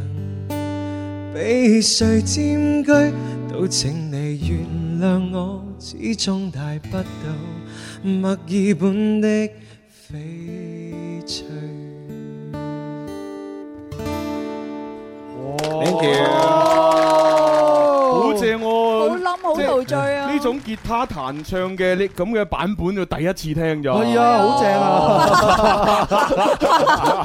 Speaker 13: 被誰佔據，都請你原諒我，始終大不到墨爾本的翡翠。
Speaker 3: Thank you，好正喎！
Speaker 5: 好冧好陶醉啊
Speaker 3: 呢種吉他彈唱嘅呢咁嘅版本，就第一次聽咗。
Speaker 4: 係啊，好正啊！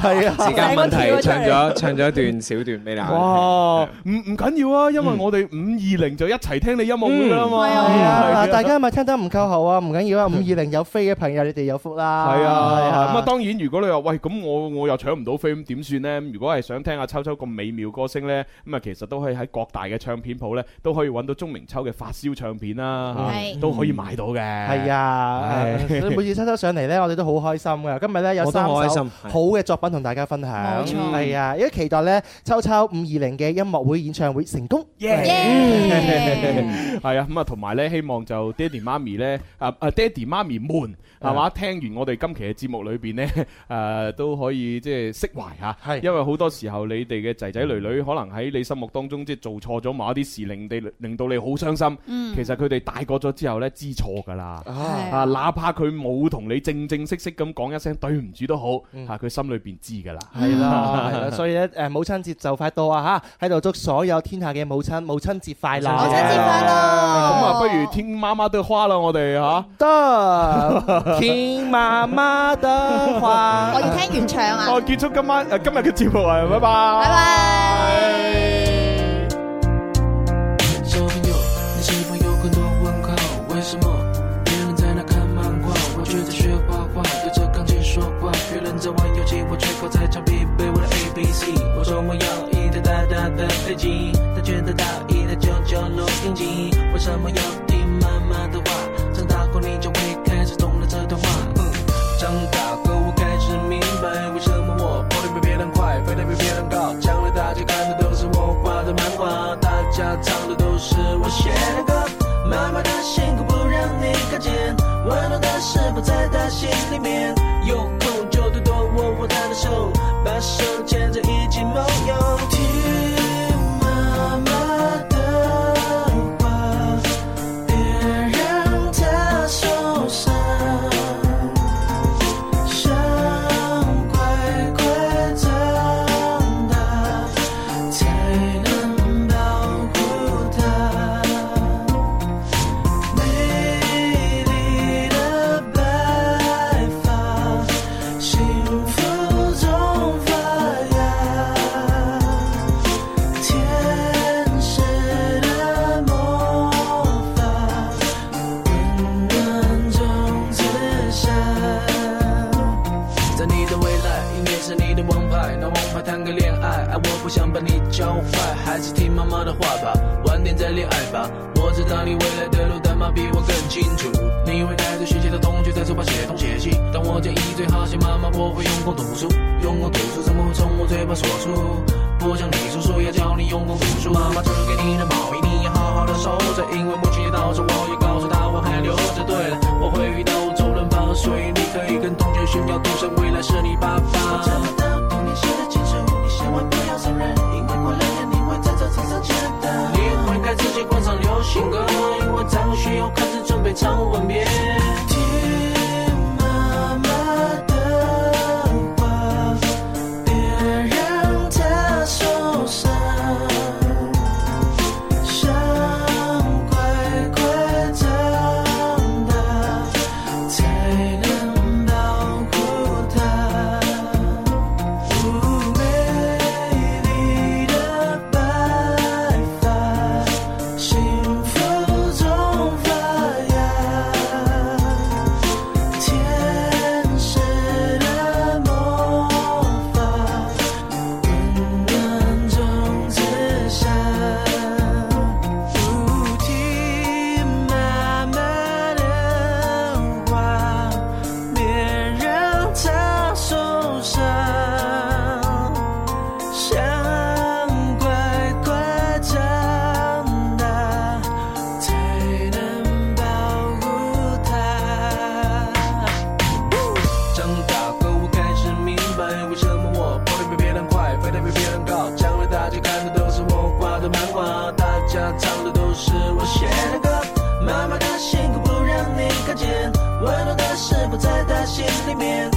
Speaker 4: 係啊，
Speaker 12: 時間 問題，唱咗唱咗一段小段俾大家。
Speaker 3: 哇，唔嗯唔緊要啊，因為我哋五二零就一齊聽你音樂會㗎啦嘛。
Speaker 4: 嗯
Speaker 3: 嗯
Speaker 4: 係啊，
Speaker 3: 係
Speaker 4: 大家係咪聽得唔夠喉啊？唔緊要啊，五二零有飛嘅朋友，你哋有福啦。
Speaker 3: 係啊，咁啊當然，如果你話喂咁我我又搶唔到飛，咁點算呢？如果係想聽阿秋秋咁美妙歌聲呢，咁啊其實都可以喺各大嘅唱片鋪呢，都可以揾到鐘明秋嘅發燒唱片啦，
Speaker 4: 係
Speaker 3: 嚇都可以買到嘅。
Speaker 4: 係
Speaker 3: 係
Speaker 4: 啊，誒所以每次秋秋上嚟咧，我哋都好開心嘅。今日咧有
Speaker 3: 我都
Speaker 4: 三首
Speaker 3: 好開心係
Speaker 4: 好嘅作品同大家分享，
Speaker 3: 冇錯
Speaker 4: 係啊，因為期待咧秋秋五二零嘅音樂會演唱會成功。
Speaker 3: 係啊，咁啊，同埋咧，希望就爹哋媽咪咧，啊啊爹哋媽咪們係嘛，聽完我哋今期嘅節目裏邊 咧，誒都可以即係嗯釋懷嚇，因為好多時候你哋嘅仔仔女女可能喺你心目當中即係做錯咗某一啲事，令你令到你好傷心。
Speaker 12: 嗯
Speaker 3: 其實佢哋大個咗之後咧，知錯㗎啦，啊，哪怕佢冇同你正正式式咁講一聲對唔住都好，嚇佢心裏邊知㗎啦。
Speaker 4: 係啦，係啦，所以咧，誒母親節就快到啊嚇，喺度祝所有天下嘅母親母親節快樂，母親節快
Speaker 3: 咁啊，不如天媽媽的花啦，我哋嚇。
Speaker 4: 得 天媽媽的 花。
Speaker 5: 我要聽原唱啊！
Speaker 3: 我結束今晚誒今日嘅節目啊，拜拜。哦拜
Speaker 5: 拜。
Speaker 13: 小朋友，你是否有很多问号？为什么别人在那看漫画，我却在学画画，对着钢琴说话？别人在玩游戏，我却靠在墙壁背我的 A B C。我说我要一台大大的飞机，他觉得大一台九九录音机。为什么要听妈妈的话？长大后你就会开始懂了这段话。嗯，长大后我开始明白，为什么我跑得比别人快，飞得比别人高，将来大家看的都是我画的漫画，大家唱的都是我写的歌。妈妈的辛苦不让你看见，温暖的事不在她心里面。有空就多多握握她的手，把手牵着一起梦游。听妈妈的话。别让他受伤，想快快长大，才能保护他。美丽的白发，幸福中发芽。天使的魔法，温暖中自杀。在你的未来，音乐是你的王牌，拿王牌谈个恋爱。哎，我不想把你教坏，还是听妈妈的话吧，晚点再恋爱吧。我知道你未来的路，但妈比我更清楚。你会带着学习的同学在手把写东写西，但我建议最好写妈妈，我会用功读书，用功读书怎么会从我嘴巴说出？不像你叔叔要教你用功读书，妈妈织给你的毛衣你要好好的收着，因为母亲节到时我
Speaker 1: 寻找独身未来是你爸爸。我找不到童年时的情书，你千万不要承认，因为过两年你会在早餐上见到。你会带自己观赏流行歌，因为张学友开始准备唱吻别。听妈妈的话，别让她受伤。想乖乖长大，才能保护她。美丽的白发，幸福中发芽。天使的魔法，温暖中自杀。不听妈妈的话，别让她受伤。想乖乖长大，才能保护她。长大后我开始明白，为什么我跑得比别人快，飞得比别人高。将来大家看的都是我画的漫画，大家唱的都是我写的歌。妈妈的辛苦不让你看见，温暖的事不在她心里面。